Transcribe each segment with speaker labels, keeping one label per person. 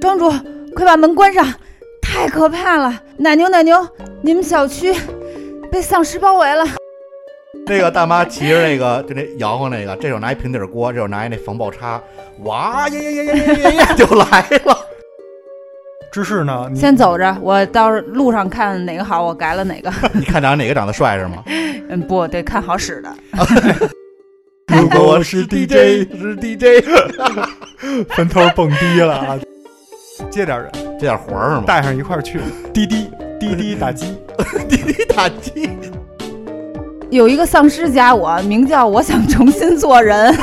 Speaker 1: 庄主，快把门关上！太可怕了！奶牛，奶牛，你们小区被丧尸包围了！
Speaker 2: 那个大妈骑着那个就那摇晃那个，这手拿一平底锅，这手拿一那防爆叉，哇呀呀呀呀呀呀就来了。
Speaker 3: 芝士呢？你
Speaker 1: 先走着，我到时候路上看哪个好，我改了哪个。
Speaker 2: 你看长哪个长得帅是吗？
Speaker 1: 嗯，不对，看好使的。
Speaker 2: 如 果 我是 DJ，是 DJ，
Speaker 3: 坟头蹦迪了啊！接点人，
Speaker 2: 这点活儿是吗？
Speaker 3: 带上一块儿去。滴滴滴滴打鸡，
Speaker 2: 滴滴打击，
Speaker 1: 有一个丧尸加我，名叫我想重新做人。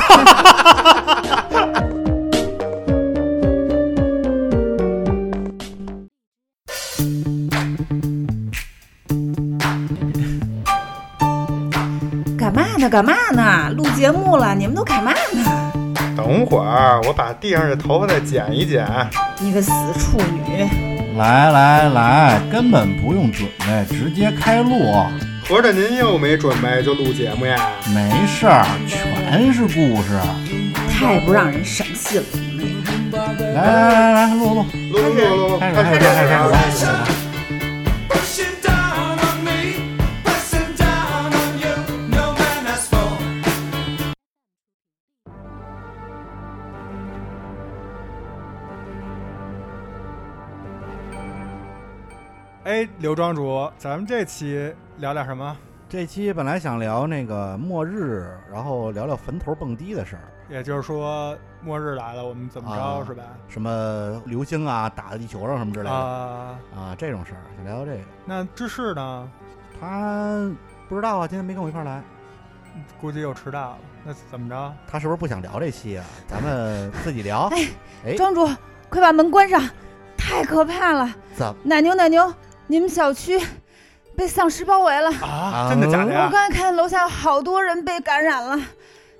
Speaker 1: 干嘛呢？干嘛呢？录节目了，你们都干嘛呢？
Speaker 3: 等会儿我把地上的头发再剪一剪。
Speaker 1: 你个死处女！
Speaker 4: 来来来，根本不用准备，直接开录，
Speaker 3: 合着您又没准备就录节目呀？
Speaker 4: 没事儿，全是故事。
Speaker 1: 太不让人省心了。你们
Speaker 4: 来来来来，录录，
Speaker 3: 录录录录，
Speaker 4: 开始开始开始开
Speaker 3: 啊！
Speaker 4: 始。
Speaker 5: Pushing down on me, pressing down on you, no man has for.
Speaker 3: 哎，刘庄主，咱们这期聊点什么？
Speaker 2: 这期本来想聊那个末日，然后聊聊坟头蹦迪的事儿，
Speaker 3: 也就是说，末日来了，我们怎么着
Speaker 2: 啊
Speaker 3: 是吧？
Speaker 2: 什么流星啊打在地球上什么之类的
Speaker 3: 啊，
Speaker 2: 啊，这种事儿想聊聊这个。
Speaker 3: 那芝士呢？
Speaker 2: 他不知道啊，今天没跟我一块儿来，
Speaker 3: 估计又迟到了。那怎么着？
Speaker 2: 他是不是不想聊这期啊？咱们自 己聊。哎
Speaker 1: 庄主，快把门关上！太可怕了！
Speaker 2: 怎么
Speaker 1: 奶牛，奶牛，你们小区被丧尸包围了。
Speaker 3: 啊真的假的
Speaker 1: 我
Speaker 3: 呀？
Speaker 1: 刚才看楼下有好多人被感染了，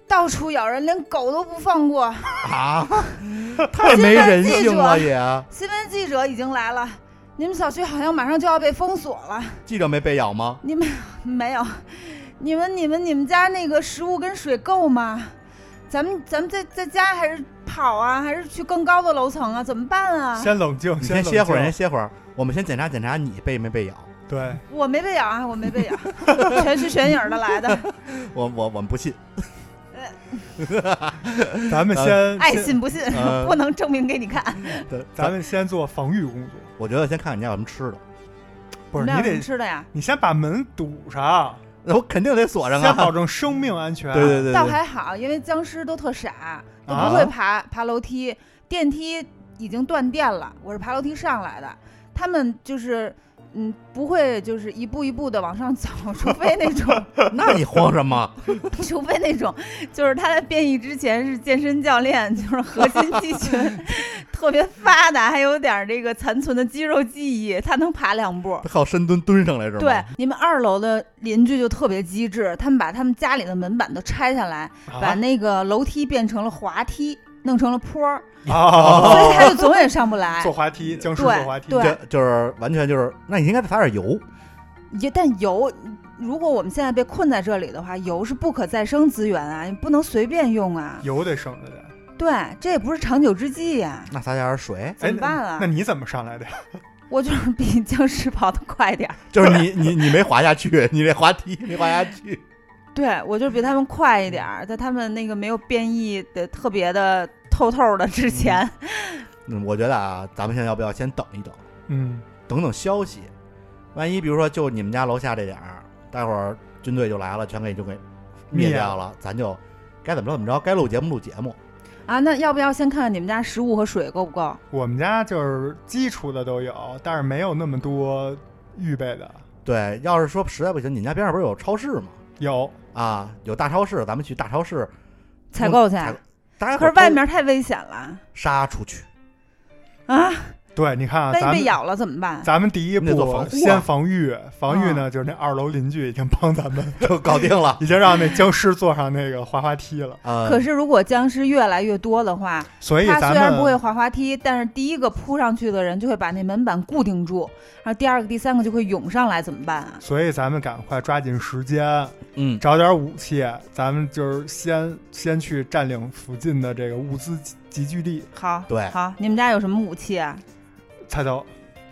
Speaker 1: 到处咬人，连狗都不放过。
Speaker 2: 啊？太没人性了也！
Speaker 1: 新闻记啊者已经来了，你们小区好像马上就要被封锁了。
Speaker 2: 记者没被咬吗？
Speaker 1: 你们没有？你们、你们、你们家那个食物跟水够吗？咱们、咱们在在家还是跑啊，还是去更高的楼层啊？怎么办啊？
Speaker 3: 先冷静，
Speaker 2: 你先
Speaker 3: 冷
Speaker 2: 歇会儿，
Speaker 3: 静
Speaker 2: 先歇会儿。我们先检查检查你被没被咬。
Speaker 3: 对，
Speaker 1: 我没被咬啊，我没被咬，全是悬影儿的来 的，
Speaker 2: 我我我们不信。
Speaker 3: 咱们先
Speaker 1: 爱
Speaker 3: 先
Speaker 1: 信 不信，
Speaker 2: 呃
Speaker 1: 不能证明给你看。
Speaker 2: 对，
Speaker 3: 咱们先做防御工作。
Speaker 2: 我觉得先看看你家有什么吃的，
Speaker 3: 不是
Speaker 1: 你们俩
Speaker 3: 你
Speaker 1: 有什么
Speaker 3: 得，
Speaker 1: 吃的呀？
Speaker 3: 你先把门堵上，
Speaker 2: 那 我肯定得锁上
Speaker 3: 先保
Speaker 2: 啊。
Speaker 3: 证生命安全。
Speaker 2: 对对对
Speaker 1: 倒
Speaker 2: 对，啊
Speaker 1: 还好，因为僵尸都特傻，都不会爬、爬楼梯，电梯已经断电了，我是爬楼梯上来的。他们就是，嗯，不会就是一步一步的往上走， 除非那种，
Speaker 2: 那你慌什么？
Speaker 1: 除非那种，就是他在变异之前是健身教练，就是核心肌 群特别发达，还有点儿这个残存的肌肉记忆，他能爬两步。
Speaker 2: 靠深蹲蹲上来是吗？
Speaker 1: 对，你们二楼的邻居就特别机智，他们把他们家里的门板都拆下来，把
Speaker 3: 啊
Speaker 1: 那个楼梯变成了滑梯，弄成了坡儿，
Speaker 3: 啊，
Speaker 1: 所以他就总也上不来
Speaker 3: 坐。滑梯，僵尸坐
Speaker 1: 对
Speaker 3: 滑梯。
Speaker 1: 对，
Speaker 2: 这就是完全就是，那你应该再撒点油。
Speaker 1: 也但油，如果我们现在被困在这里的话，油是不可再生资源啊，你不能随便用啊。
Speaker 3: 油得省着点。
Speaker 1: 对，这也不是长久之计呀、
Speaker 2: 那撒点水，
Speaker 3: 哎
Speaker 1: 怎么办啊
Speaker 3: 那？你怎么上来的？呀？
Speaker 1: 我就是比僵尸跑得快点儿，
Speaker 2: 就是你你你没滑下去，你这滑梯没滑下去。
Speaker 1: 对我就是比他们快一点儿，在他们那个没有变异的特别的透透的之前，
Speaker 2: 嗯，我觉得啊，咱们现在要不要先等一等，
Speaker 3: 嗯，
Speaker 2: 等等消息？万一比如说就你们家楼下这点儿，待会儿军队就来了，全给就给灭掉了，咱就该怎么着怎么着，该录节目录节目。
Speaker 1: 啊，那要不要先看看你们家食物和水够不够？
Speaker 3: 我们家就是基础的都有，但是没有那么多预备的。
Speaker 2: 对，要是说实在不行，你们家边上不是有超市吗？
Speaker 3: 有，
Speaker 2: 啊，有大超市，咱们去大超市
Speaker 1: 采购去。
Speaker 2: 采购哎大家
Speaker 1: 可是外面太危险了
Speaker 2: 杀出去，
Speaker 1: 啊！
Speaker 3: 对，你看啊，
Speaker 1: 万一
Speaker 3: 咱
Speaker 1: 被
Speaker 3: 们
Speaker 1: 咬了怎么办？
Speaker 3: 咱们第一
Speaker 2: 你得做防
Speaker 3: 步
Speaker 2: 护啊
Speaker 3: 先防御，防
Speaker 1: 嗯
Speaker 3: 御呢就是那二楼邻居已经帮咱们，
Speaker 2: 就搞定 了。
Speaker 3: 已经让那僵尸坐上那个滑滑梯了。
Speaker 2: 呃，
Speaker 1: 可是如果僵尸越来越多的话，
Speaker 3: 嗯所以
Speaker 1: 它
Speaker 3: 咱
Speaker 1: 虽然不会
Speaker 3: 们
Speaker 1: 滑滑梯，但是第一个扑上去的人就会把那门板固定住，然后第二个、第三个就会涌上来，怎么办啊？
Speaker 3: 所以咱们赶快抓紧时间，
Speaker 2: 嗯，
Speaker 3: 找点武器，咱们就是先先去占领附近的这个物资集聚地。
Speaker 1: 好，
Speaker 2: 对
Speaker 1: 好，你们家有什么武器啊？
Speaker 3: 菜刀，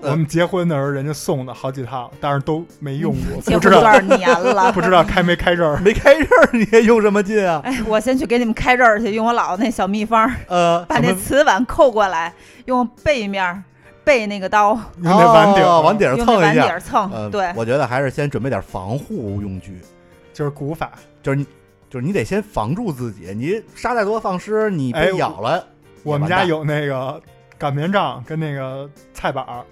Speaker 2: 呃
Speaker 3: 我们结婚的时候人家送的好几套，但是都没用过，
Speaker 1: 结婚
Speaker 3: 不知
Speaker 1: 多
Speaker 3: 道
Speaker 1: 少年了？
Speaker 3: 不知道开没开刃。
Speaker 2: 没开刃儿你也用什么劲啊？
Speaker 1: 哎，我先去给你们开这儿去，用我姥姥那小秘方，
Speaker 2: 呃，
Speaker 1: 把那
Speaker 2: 什么
Speaker 1: 瓷碗扣过来，用背面儿背那个刀，
Speaker 3: 用那碗顶，
Speaker 2: 哦碗顶儿
Speaker 1: 用那
Speaker 2: 蹭
Speaker 1: 碗
Speaker 2: 一
Speaker 1: 底
Speaker 2: 下。
Speaker 1: 儿蹭。
Speaker 2: 呃，
Speaker 1: 对，
Speaker 2: 我觉得还是先准备点防护用具，
Speaker 3: 就是古法。
Speaker 2: 就是你，就是你得先防住自己。你杀再多放尸，你
Speaker 3: 哎
Speaker 2: 被
Speaker 3: 我
Speaker 2: 咬了
Speaker 3: 我们
Speaker 2: 也完
Speaker 3: 家
Speaker 2: 蛋
Speaker 3: 有那个擀面杖跟那个菜板儿，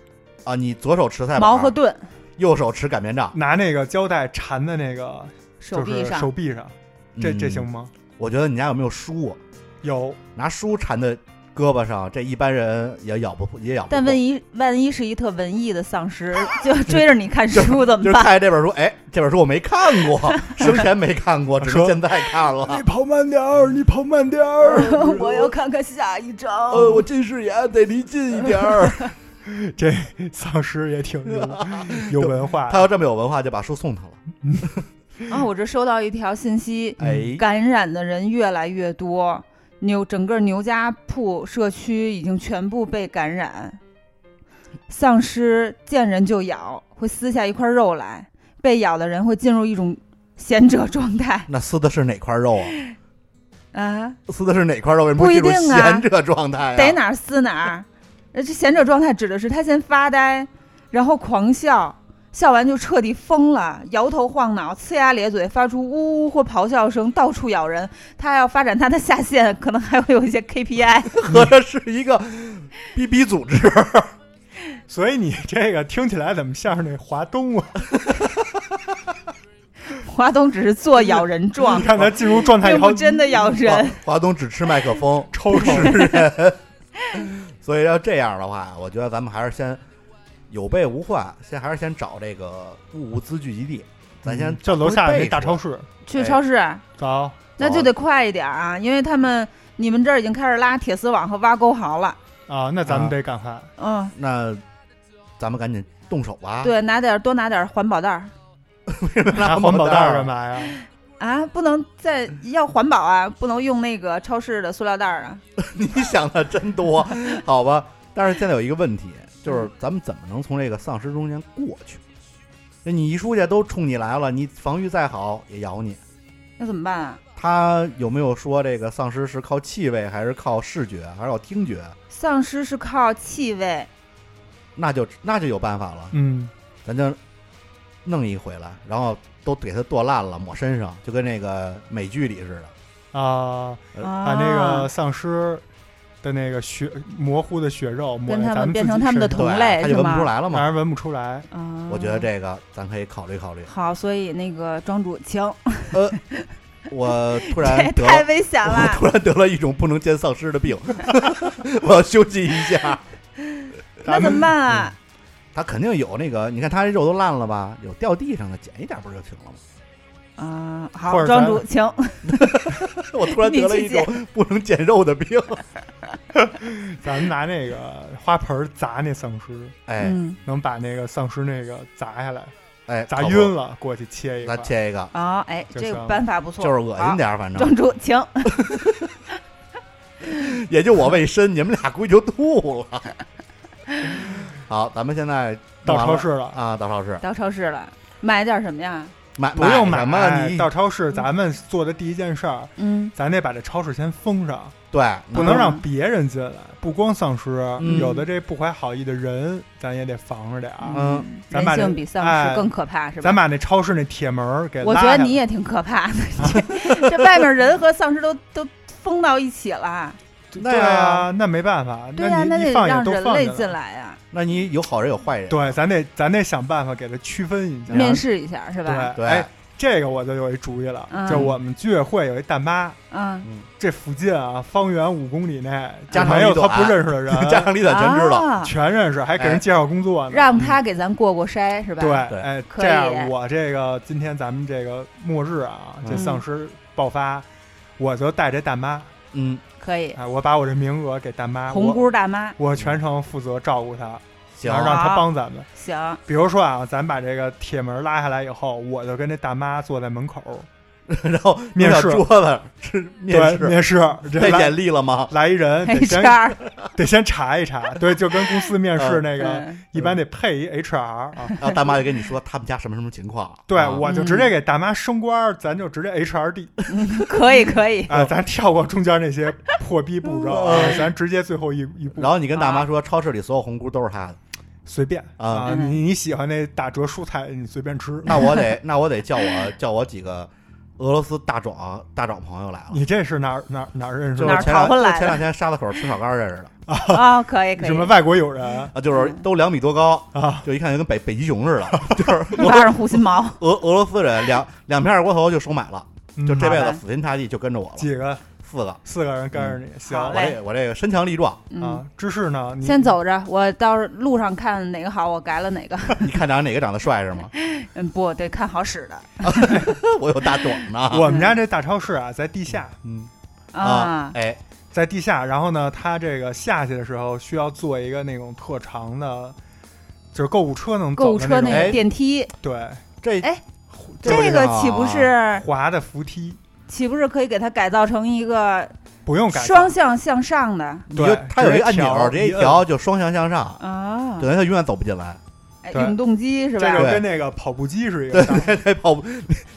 Speaker 2: 啊！你左手持菜
Speaker 1: 矛和
Speaker 2: 板，
Speaker 1: 盾，
Speaker 2: 右手持擀面杖，
Speaker 3: 拿那个胶带缠在那个
Speaker 1: 手
Speaker 3: 就
Speaker 1: 臂
Speaker 3: 是
Speaker 1: 上。
Speaker 3: 手臂上，这这
Speaker 2: 嗯
Speaker 3: 行？吗？
Speaker 2: 我觉得你家有没有书啊？
Speaker 3: 有，
Speaker 2: 拿书缠在胳膊上，这一般人也咬不也咬不破。
Speaker 1: 但万一万一是一特文艺的丧尸，就追着你 看书怎
Speaker 2: 就
Speaker 1: 么
Speaker 2: 是
Speaker 1: 办？
Speaker 2: 看这本书，哎，这本书我没看过， 生前没看过，只是
Speaker 3: 说
Speaker 2: 现在看了。
Speaker 3: 跑慢点儿，你跑慢点儿。
Speaker 1: 我要看看下一章。
Speaker 2: 呃，我近视眼得离近一 点儿。
Speaker 3: 这丧尸也挺有有文化
Speaker 2: 他，要这么有文化，就把书送他了。
Speaker 1: 嗯啊，我这收到一条信息，
Speaker 2: 哎，
Speaker 1: 感染的人越来越多，牛整个牛家铺社区已经全部被感染。丧尸见人就咬，会撕下一块肉来，被咬的人会进入一种贤者状态
Speaker 2: 那撕的是哪块肉啊？
Speaker 1: 啊，
Speaker 2: 撕的是哪块肉？为什么
Speaker 1: 不
Speaker 2: 会
Speaker 1: 一
Speaker 2: 进入
Speaker 1: 定啊
Speaker 2: 闲者状态啊？
Speaker 1: 逮哪儿撕哪儿。呃，这贤者状态指的是他先发呆，然后狂笑，笑完就彻底疯了，摇头晃脑，呲牙咧嘴，发出呜呜或咆哮声，到处咬人。他还要发展他的下线，可能还会有一些 KPI。
Speaker 2: 合着是一个 B B 组织。
Speaker 3: 所以你这个听起来怎么像是那华东啊？
Speaker 1: 华东只是做咬人状
Speaker 3: 你，看他进入状态以
Speaker 1: 并
Speaker 3: 后
Speaker 1: 不，真的咬人。
Speaker 2: 啊华华东只吃麦克 风，
Speaker 3: 抽抽
Speaker 2: 吃人。所以要这样的话，我觉得咱们还是先有备无患，先还是先找这个物资聚集地。咱先
Speaker 3: 嗯这楼下那
Speaker 2: 那
Speaker 3: 大超市，
Speaker 1: 去超市
Speaker 3: 走，
Speaker 1: 那就得快一点啊，因为他们你们这儿已经开始拉铁丝网和挖沟壕了。
Speaker 3: 啊，那咱们得赶快。
Speaker 1: 嗯，
Speaker 2: 那咱们赶紧动手吧。，
Speaker 1: 对，拿点多拿点环保袋儿
Speaker 3: 拿环保袋儿干？嘛呀？
Speaker 1: 啊，不能再
Speaker 3: 嗯
Speaker 1: 要环保啊，不能用那个超市的塑料袋儿啊。
Speaker 2: 你想的真多，好吧？但是现在有一个问题，
Speaker 1: 嗯
Speaker 2: 就是咱们怎么能从这个丧尸中间过去？那你一出去都冲你来了，你防御再好也咬你。
Speaker 1: 那怎么办啊？
Speaker 2: 他有没有说这个丧尸是靠气味，还是靠视觉，还是靠听觉？
Speaker 1: 丧尸是靠气味，
Speaker 2: 那就那就有办法了，
Speaker 3: 嗯，
Speaker 2: 咱就弄一回来，然后都给它剁烂了，抹身上，就跟那个美剧里似的。
Speaker 3: 啊，把
Speaker 1: 把
Speaker 3: 那个丧尸的那个血模糊的血肉抹
Speaker 1: 跟
Speaker 3: 在
Speaker 1: 他
Speaker 3: 咱
Speaker 1: 们
Speaker 3: 们
Speaker 1: 变成他们的
Speaker 3: 自己
Speaker 1: 同
Speaker 2: 对
Speaker 1: 类
Speaker 2: 它
Speaker 1: 是
Speaker 2: 就闻不
Speaker 1: 吗
Speaker 2: 出来了
Speaker 3: 身上，让
Speaker 2: 嘛。
Speaker 3: 人闻不出来。
Speaker 1: 啊，。
Speaker 2: 我觉得这个咱可以考虑考虑
Speaker 1: 好，所以那个庄主，请，
Speaker 2: 我突
Speaker 1: 这
Speaker 2: 然得
Speaker 1: 太
Speaker 2: 了，
Speaker 1: 危险
Speaker 2: 我
Speaker 1: 了。
Speaker 2: 突然得了一种不能见丧尸 的病，我要休息一下。
Speaker 1: 那怎么办啊？
Speaker 2: 他肯定有那个，你看他这肉都烂了吧，有掉地上的，捡一点不是就行 了吗？
Speaker 1: 啊，
Speaker 3: 嗯或
Speaker 1: 好，
Speaker 3: 者
Speaker 1: 庄
Speaker 3: 咱
Speaker 1: 主，请。
Speaker 2: 我突然得了一种不能捡肉的病。
Speaker 3: 咱们拿那个花盆儿砸那丧尸，
Speaker 2: 哎，
Speaker 1: 嗯，
Speaker 3: 能把那个丧尸那个砸下来，
Speaker 2: 哎，
Speaker 3: 砸
Speaker 2: 好不
Speaker 3: 晕了，过去切一
Speaker 2: 咱
Speaker 3: 块。
Speaker 2: 切一个，
Speaker 1: 啊，哎，
Speaker 3: 就
Speaker 1: 这个
Speaker 3: 像
Speaker 1: 办法不错，
Speaker 2: 就是恶心
Speaker 1: 好。
Speaker 2: 点儿，反正
Speaker 1: 庄主，请。
Speaker 2: 也就我卫生，你们俩估计就吐 了。好，咱们现在
Speaker 3: 到
Speaker 2: 弄完
Speaker 3: 超
Speaker 2: 了
Speaker 3: 市了，
Speaker 2: 啊，到超市
Speaker 1: 到超市了，买点什么呀？
Speaker 2: 买
Speaker 3: 不用
Speaker 2: 买哎
Speaker 3: 买
Speaker 2: 什么？你嗯
Speaker 3: 到超市，咱们做的第一件事儿，
Speaker 1: 嗯，
Speaker 3: 咱得把这超市先封上，
Speaker 2: 对，
Speaker 3: 不能让别人进来。不光丧尸，
Speaker 2: 嗯
Speaker 3: 有的这不怀好意的人，咱也得防着点儿。
Speaker 2: 嗯，
Speaker 3: 啊咱
Speaker 1: 人
Speaker 3: 把
Speaker 1: 性
Speaker 3: 这
Speaker 1: 比丧尸
Speaker 3: 哎
Speaker 1: 更可怕，是吧
Speaker 3: 咱？把那超市那铁门儿给
Speaker 1: 我
Speaker 3: 拉
Speaker 1: 觉
Speaker 3: 下来。
Speaker 1: 得你也挺可怕的，这这外面人和丧尸都都封到一起了。
Speaker 3: 对啊，那没办法，
Speaker 1: 对呀，那
Speaker 3: 你
Speaker 1: 得
Speaker 3: 一放
Speaker 1: 让
Speaker 3: 也都
Speaker 1: 人
Speaker 3: 放
Speaker 1: 类
Speaker 3: 进
Speaker 1: 进
Speaker 3: 来。
Speaker 1: 来呀，
Speaker 2: 那你有好人有坏人，
Speaker 3: 对，咱得咱得想办法给它区分一下。
Speaker 1: 面试一下是吧？
Speaker 3: 对
Speaker 2: 对
Speaker 3: 哎，这个我就有一主意了，
Speaker 1: 嗯
Speaker 3: 就我们居委会有一大妈，
Speaker 1: 嗯，
Speaker 3: 这附近啊，方圆五公里内
Speaker 2: 家
Speaker 3: 就
Speaker 2: 长
Speaker 3: 没
Speaker 2: 里
Speaker 3: 有
Speaker 2: 短
Speaker 3: 他不认识的
Speaker 2: 家
Speaker 3: 人，
Speaker 2: 长里短全知道。
Speaker 1: 啊
Speaker 3: 全认识，还给人介绍工作呢。
Speaker 1: 让他给咱过过筛是吧？
Speaker 3: 嗯对，
Speaker 2: 对
Speaker 3: 哎，
Speaker 1: 可以
Speaker 3: 这样我这个今天咱们这个末日啊，这
Speaker 2: 嗯
Speaker 3: 丧尸爆发，我就带这大妈，
Speaker 2: 嗯，
Speaker 1: 可以。
Speaker 3: 哎，我把我这名额给大妈，
Speaker 1: 红
Speaker 3: 我
Speaker 1: 姑大妈，
Speaker 3: 我全程负责照顾她，
Speaker 2: 行
Speaker 3: 然，后让她帮咱们。
Speaker 1: 行，
Speaker 3: 啊比如说啊，咱把这个铁门拉下来以后，我就跟这大妈坐在门口，
Speaker 2: 然后
Speaker 3: 面
Speaker 2: 弄
Speaker 3: 试
Speaker 2: 小桌子是面
Speaker 3: 对，
Speaker 2: 试，
Speaker 3: 面试
Speaker 2: 太
Speaker 3: 这来
Speaker 2: 简历了吗？
Speaker 3: 来一人得先
Speaker 1: HR
Speaker 3: 得先查一查，对，就跟公司面试那个
Speaker 1: 嗯
Speaker 3: 一般得配一 HR 啊。
Speaker 2: 然后大妈就跟你说他们家什么什么情况，
Speaker 3: 对，
Speaker 2: 啊
Speaker 3: 我就直接给大妈升官儿，咱就直接 HRD
Speaker 1: 可以可 以，
Speaker 3: 啊，咱跳过中间那些破逼步骤啊，
Speaker 2: 嗯
Speaker 3: 咱直接最后一一步
Speaker 2: 然后你跟大
Speaker 1: 啊
Speaker 2: 妈说，超市里所有红菇都是他的，
Speaker 3: 随便
Speaker 2: 啊
Speaker 1: 嗯
Speaker 3: 啊，你你喜欢那打折蔬菜你随便吃，
Speaker 2: 那我 得那我得叫我叫我几个俄罗斯大壮大壮朋友来了，
Speaker 3: 你这是哪儿哪儿哪儿认识
Speaker 2: 就
Speaker 1: 哪
Speaker 2: 是
Speaker 1: 儿
Speaker 3: 的？
Speaker 2: 前
Speaker 1: 逃
Speaker 2: 两
Speaker 1: 回
Speaker 2: 就
Speaker 1: 来的
Speaker 2: 前两天沙子口吃小干认识的
Speaker 1: 啊，可以可以，
Speaker 3: 什么外国友人？
Speaker 2: 啊，就是都两米多高
Speaker 3: 啊，
Speaker 2: 就一看就跟北北极熊似 的，就是
Speaker 1: 拉上护心毛，
Speaker 2: 俄俄罗斯人两两片二锅头就收买了，就这辈
Speaker 1: 好的
Speaker 2: 子死心塌地就跟着我了，
Speaker 3: 嗯几个
Speaker 2: 四个，
Speaker 3: 四个人跟着你，行
Speaker 1: 嗯好
Speaker 2: 我
Speaker 1: 嘞
Speaker 2: 这我这个身强力壮，
Speaker 1: 嗯，
Speaker 3: 啊。芝士呢？你
Speaker 1: 先走着，我到时候路上看哪个好，我改了哪个。
Speaker 2: 你看长哪个长得帅是吗？
Speaker 1: 嗯，不对，看好使的
Speaker 2: 我有大壮 呢，
Speaker 1: 嗯
Speaker 3: 我们家这大超市啊，在地下，
Speaker 2: 嗯啊
Speaker 1: 啊，
Speaker 2: 哎
Speaker 3: 在地下。然后呢，它这个下去的时候需要做一个那种特长的，就是购物车能
Speaker 1: 购
Speaker 3: 走
Speaker 1: 物
Speaker 3: 的
Speaker 1: 车那
Speaker 3: 种哎
Speaker 1: 个电梯，
Speaker 3: 对
Speaker 2: 这
Speaker 1: 哎
Speaker 2: 这不
Speaker 1: 这
Speaker 2: 是
Speaker 1: 个
Speaker 2: 啊
Speaker 1: 岂不是
Speaker 3: 滑的扶梯，
Speaker 1: 岂不是可以给它改造成一个
Speaker 3: 不用改造
Speaker 1: 双向向上的
Speaker 2: 你
Speaker 3: 对
Speaker 2: 就它有一个按钮，直
Speaker 3: 直接
Speaker 2: 接
Speaker 3: 一
Speaker 2: 一
Speaker 3: 摁
Speaker 2: 调就双向向上，
Speaker 1: 啊
Speaker 2: 等？于它永远走不进来。
Speaker 1: 哎
Speaker 3: 对
Speaker 1: 永动机是
Speaker 3: 这就
Speaker 1: 吧？
Speaker 3: 跟那个跑步机是一个道理。
Speaker 2: 还哎跑步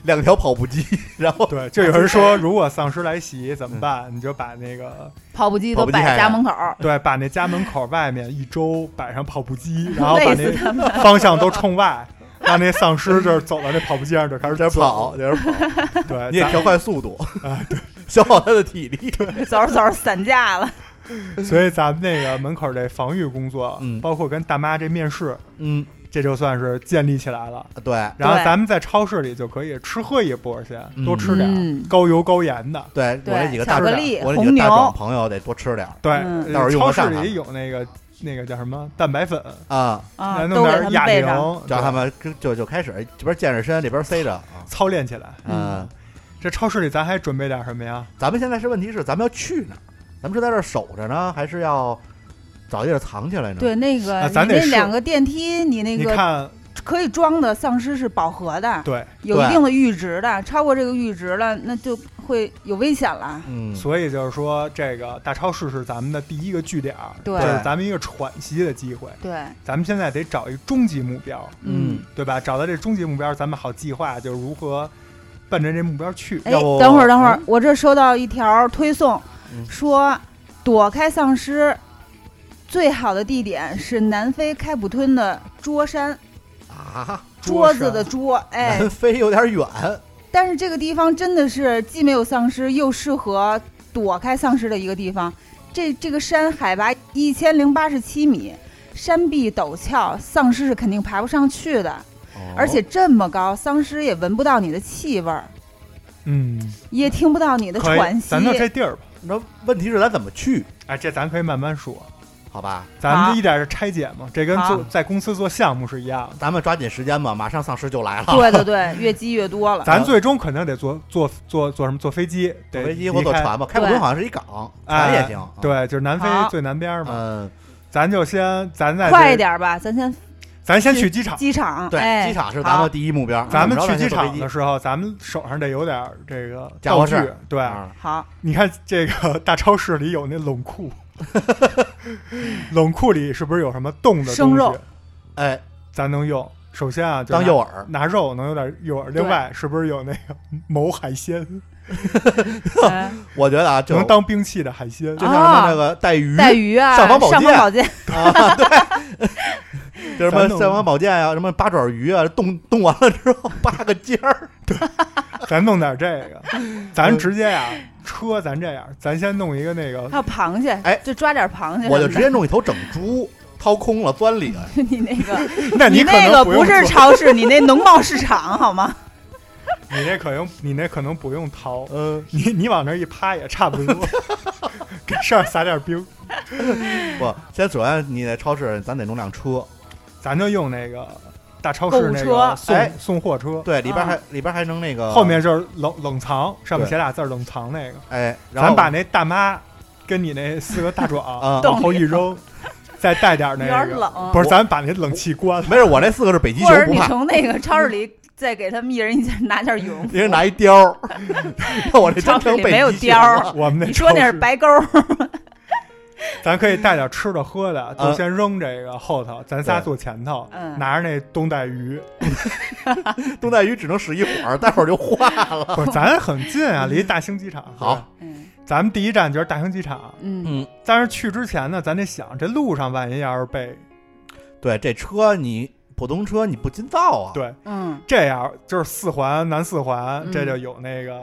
Speaker 2: 两条跑步机，然后
Speaker 3: 对，就有人说，如果丧尸来袭怎么办？
Speaker 1: 嗯
Speaker 3: 你就把那个
Speaker 1: 跑步机
Speaker 2: 跑
Speaker 1: 都
Speaker 2: 步机
Speaker 1: 摆
Speaker 2: 还
Speaker 1: 家门口儿，
Speaker 3: 对，把那家门口外面一周摆上跑步 机，然后把
Speaker 1: 累死他们
Speaker 3: 那 方向都冲外，让那 丧尸就是走到那跑步机上就开始
Speaker 2: 在这
Speaker 3: 走
Speaker 2: 跑，。在这跑，
Speaker 3: 对，
Speaker 2: 你也
Speaker 3: 咱
Speaker 2: 调快速度啊，
Speaker 3: 哎
Speaker 2: 对， 消耗它的体力。
Speaker 1: 走着走着散架了。
Speaker 3: 所以咱们那个门口这防御工作，
Speaker 2: 嗯
Speaker 3: 包括跟大妈这面试，
Speaker 2: 嗯，
Speaker 3: 这就算是建立起来了。
Speaker 2: 对
Speaker 3: 然后
Speaker 1: 对
Speaker 3: 咱们在超市里就可以吃喝一波先，
Speaker 2: 嗯
Speaker 3: 多吃点儿、
Speaker 1: 嗯
Speaker 3: 高油高盐的。
Speaker 2: 对，我
Speaker 1: 对
Speaker 2: 这几个
Speaker 1: 巧
Speaker 2: 大
Speaker 1: 克力
Speaker 2: 我这几
Speaker 1: 红
Speaker 2: 个大壮
Speaker 1: 牛，
Speaker 2: 朋友得多吃点儿
Speaker 3: 对，
Speaker 1: 嗯
Speaker 2: 待会
Speaker 3: 呃
Speaker 2: 儿用
Speaker 3: 超
Speaker 2: 不
Speaker 3: 市
Speaker 2: 上
Speaker 3: 里有那个那个叫什么蛋白粉，
Speaker 2: 啊，
Speaker 1: 啊，
Speaker 3: 来
Speaker 1: 都
Speaker 3: 弄
Speaker 1: 给他
Speaker 3: 点儿
Speaker 1: 们
Speaker 3: 哑
Speaker 1: 背
Speaker 3: 铃
Speaker 1: 上。，
Speaker 2: 让他
Speaker 3: 对
Speaker 2: 们就就就开始这边健着身，这边塞着啊。
Speaker 3: 操练起来。
Speaker 2: 嗯，
Speaker 3: 这超市里咱还准备点什么呀？
Speaker 2: 咱们现在是问题是咱们要去哪儿？咱们是在这儿守着呢，还是要找地儿藏起来呢？
Speaker 1: 对，那个、
Speaker 3: 啊
Speaker 1: 你
Speaker 3: 咱得
Speaker 1: 那
Speaker 3: 设
Speaker 1: 两个电梯，你那
Speaker 3: 你
Speaker 1: 个嗯
Speaker 3: 看，
Speaker 1: 可以装的丧尸是饱和的，
Speaker 3: 对，
Speaker 1: 有
Speaker 2: 对
Speaker 1: 一定的阈值的，超过这个阈值了，那就会有危险了。
Speaker 2: 嗯，
Speaker 3: 所以就是说，这个大超市是咱们的第一个据点儿，
Speaker 1: 对
Speaker 3: 就是咱们一个喘息的机会。
Speaker 1: 对，嗯
Speaker 3: 咱们现在得找一个终极目标，
Speaker 2: 嗯，
Speaker 3: 对吧？找到这终极目标，咱们好计划就是如何奔着这目标去。
Speaker 1: 哎，
Speaker 2: 要不
Speaker 1: 等会儿等会儿，
Speaker 3: 嗯
Speaker 1: 我这收到一条推送，
Speaker 2: 嗯
Speaker 1: 说躲开丧尸最好的地点是南非开普敦的桌山，
Speaker 2: 啊，
Speaker 1: 桌子
Speaker 3: 山
Speaker 1: 的桌， 哎，
Speaker 2: 南非有点远，
Speaker 1: 但是这个地方真的是既没有丧尸，又适合躲开丧尸的一个地方。这这个山海拔一千零八十七米，山壁陡峭，丧尸是肯定爬不上去的。
Speaker 3: 哦
Speaker 1: 而且这么高，丧尸也闻不到你的气味儿，
Speaker 3: 嗯，
Speaker 1: 也听不到你的
Speaker 3: 可
Speaker 1: 喘
Speaker 3: 以，
Speaker 1: 息。
Speaker 3: 咱就这地儿吧。
Speaker 2: 那问题是咱怎么去？
Speaker 3: 哎，这咱可以慢慢说，
Speaker 2: 好吧，
Speaker 3: 咱们
Speaker 1: 好
Speaker 3: 就一点点拆解嘛。这跟
Speaker 1: 好
Speaker 3: 做在公司做项目是一样的，
Speaker 2: 咱们抓紧时间吧，马上丧尸就来了。
Speaker 1: 对对对，越积越多了。
Speaker 3: 咱最终肯定得坐坐坐坐什么？坐飞机，
Speaker 2: 坐
Speaker 3: 得
Speaker 2: 飞机
Speaker 3: 离
Speaker 2: 或坐
Speaker 3: 开。
Speaker 2: 船吧，开普敦好像是一港，船也行。，
Speaker 3: 哎对，就是南非
Speaker 1: 好
Speaker 3: 最南边嘛，
Speaker 2: 嗯，
Speaker 3: 咱就先咱在
Speaker 1: 快
Speaker 3: 这
Speaker 1: 一，点吧，咱先
Speaker 3: 咱先去机场。
Speaker 1: 机场。
Speaker 2: 啊对，
Speaker 1: 哎
Speaker 2: 机场是咱
Speaker 1: 好
Speaker 2: 们第一目标。
Speaker 3: 咱们
Speaker 2: 怎
Speaker 3: 去
Speaker 2: 么着咱
Speaker 3: 机场
Speaker 2: 先坐
Speaker 3: 的
Speaker 2: 飞
Speaker 3: 时候，咱们手上得有点儿这个
Speaker 2: 家伙
Speaker 3: 道
Speaker 2: 事
Speaker 3: 具
Speaker 2: 儿。
Speaker 3: 对，
Speaker 2: 啊
Speaker 1: 好，
Speaker 3: 你看这个大超市里有那冷库， 冷库里是不是有什么冻的
Speaker 1: 生
Speaker 3: 东
Speaker 1: 肉
Speaker 3: 西？
Speaker 2: 哎，
Speaker 3: 咱能用。首先啊，就
Speaker 2: 当
Speaker 3: 拿
Speaker 2: 诱饵，
Speaker 3: 拿肉能有点诱饵。另外，是不是有那个某海鲜
Speaker 1: 哎
Speaker 2: 我觉得啊，就
Speaker 3: 能当兵器的海鲜
Speaker 2: 就？像什么那个带鱼，
Speaker 1: 带鱼啊，
Speaker 2: 上
Speaker 1: 上
Speaker 2: 房宝剑
Speaker 1: 剑，
Speaker 2: 啊，对， 就什
Speaker 3: 咱
Speaker 2: 么
Speaker 3: 弄
Speaker 2: 三王宝剑啊，什么八爪鱼啊，冻冻完了之后八个尖 儿，
Speaker 3: 咱弄点这个，咱直接啊，车咱这样，咱先弄一个 那个
Speaker 1: 还有螃蟹，
Speaker 2: 哎
Speaker 1: 就抓点螃蟹。
Speaker 2: 我就直接弄一头整猪，掏空了钻里，
Speaker 1: 你那个。
Speaker 3: 那
Speaker 1: 你
Speaker 3: 可
Speaker 1: 那个
Speaker 3: 能
Speaker 1: 不
Speaker 3: 用
Speaker 1: 是
Speaker 3: 做
Speaker 1: 超市，你那农贸市场好 吗？
Speaker 3: 你那可能你那可能不用掏，
Speaker 2: 嗯，
Speaker 3: 你你往那儿一趴也差不多，给上面撒点冰，
Speaker 2: 不，先首先你在超市，咱得弄辆车，
Speaker 3: 咱就用那个大超市那
Speaker 1: 购物车
Speaker 3: 个送、
Speaker 2: 哎
Speaker 3: 送货车，
Speaker 2: 对，里边
Speaker 1: 啊
Speaker 2: 还里边还能那个
Speaker 3: 后面就是冷冷藏，上面
Speaker 2: 对
Speaker 3: 写俩字儿冷藏那个，
Speaker 2: 哎，然
Speaker 3: 咱
Speaker 2: 后
Speaker 3: 把那大妈跟你那四个大壮
Speaker 2: 啊，
Speaker 3: 往后一扔，再带点
Speaker 1: 有
Speaker 3: 那
Speaker 1: 点
Speaker 3: 个，
Speaker 1: 冷，
Speaker 3: 不是，咱把那冷气关了，
Speaker 2: 没事，我这四个是北极
Speaker 1: 或
Speaker 2: 熊
Speaker 1: 者
Speaker 2: 不
Speaker 1: 你
Speaker 2: 怕，
Speaker 1: 从那个超市里再给他们一人一件拿件羽绒服
Speaker 2: 一。人拿一貂 儿， 那我这真
Speaker 1: 超市
Speaker 2: 成
Speaker 1: 里
Speaker 2: 北
Speaker 1: 没有
Speaker 2: 极熊
Speaker 1: 貂儿
Speaker 2: 了
Speaker 3: 我们那
Speaker 1: 你说那
Speaker 3: 超
Speaker 1: 是
Speaker 3: 市
Speaker 1: 白沟儿，
Speaker 3: 咱可以带点吃的喝的，
Speaker 2: 啊
Speaker 3: 就先扔这个后头，咱仨
Speaker 2: 对
Speaker 3: 坐前头，
Speaker 1: 嗯
Speaker 3: 拿着那东带鱼，
Speaker 2: 东带鱼只能使一会儿，待会儿就化了。
Speaker 3: 不是咱很近啊，离大兴机场。
Speaker 2: 好，
Speaker 1: 嗯
Speaker 3: 咱们第一站就是大兴机场，
Speaker 1: 嗯，
Speaker 2: 嗯，
Speaker 3: 但是去之前呢，咱得想这路上万一要是被
Speaker 2: 对，这车你普通车你不禁造啊？
Speaker 3: 对
Speaker 1: 嗯，
Speaker 3: 这样，就是四环南四环，
Speaker 1: 嗯
Speaker 3: 这就有那个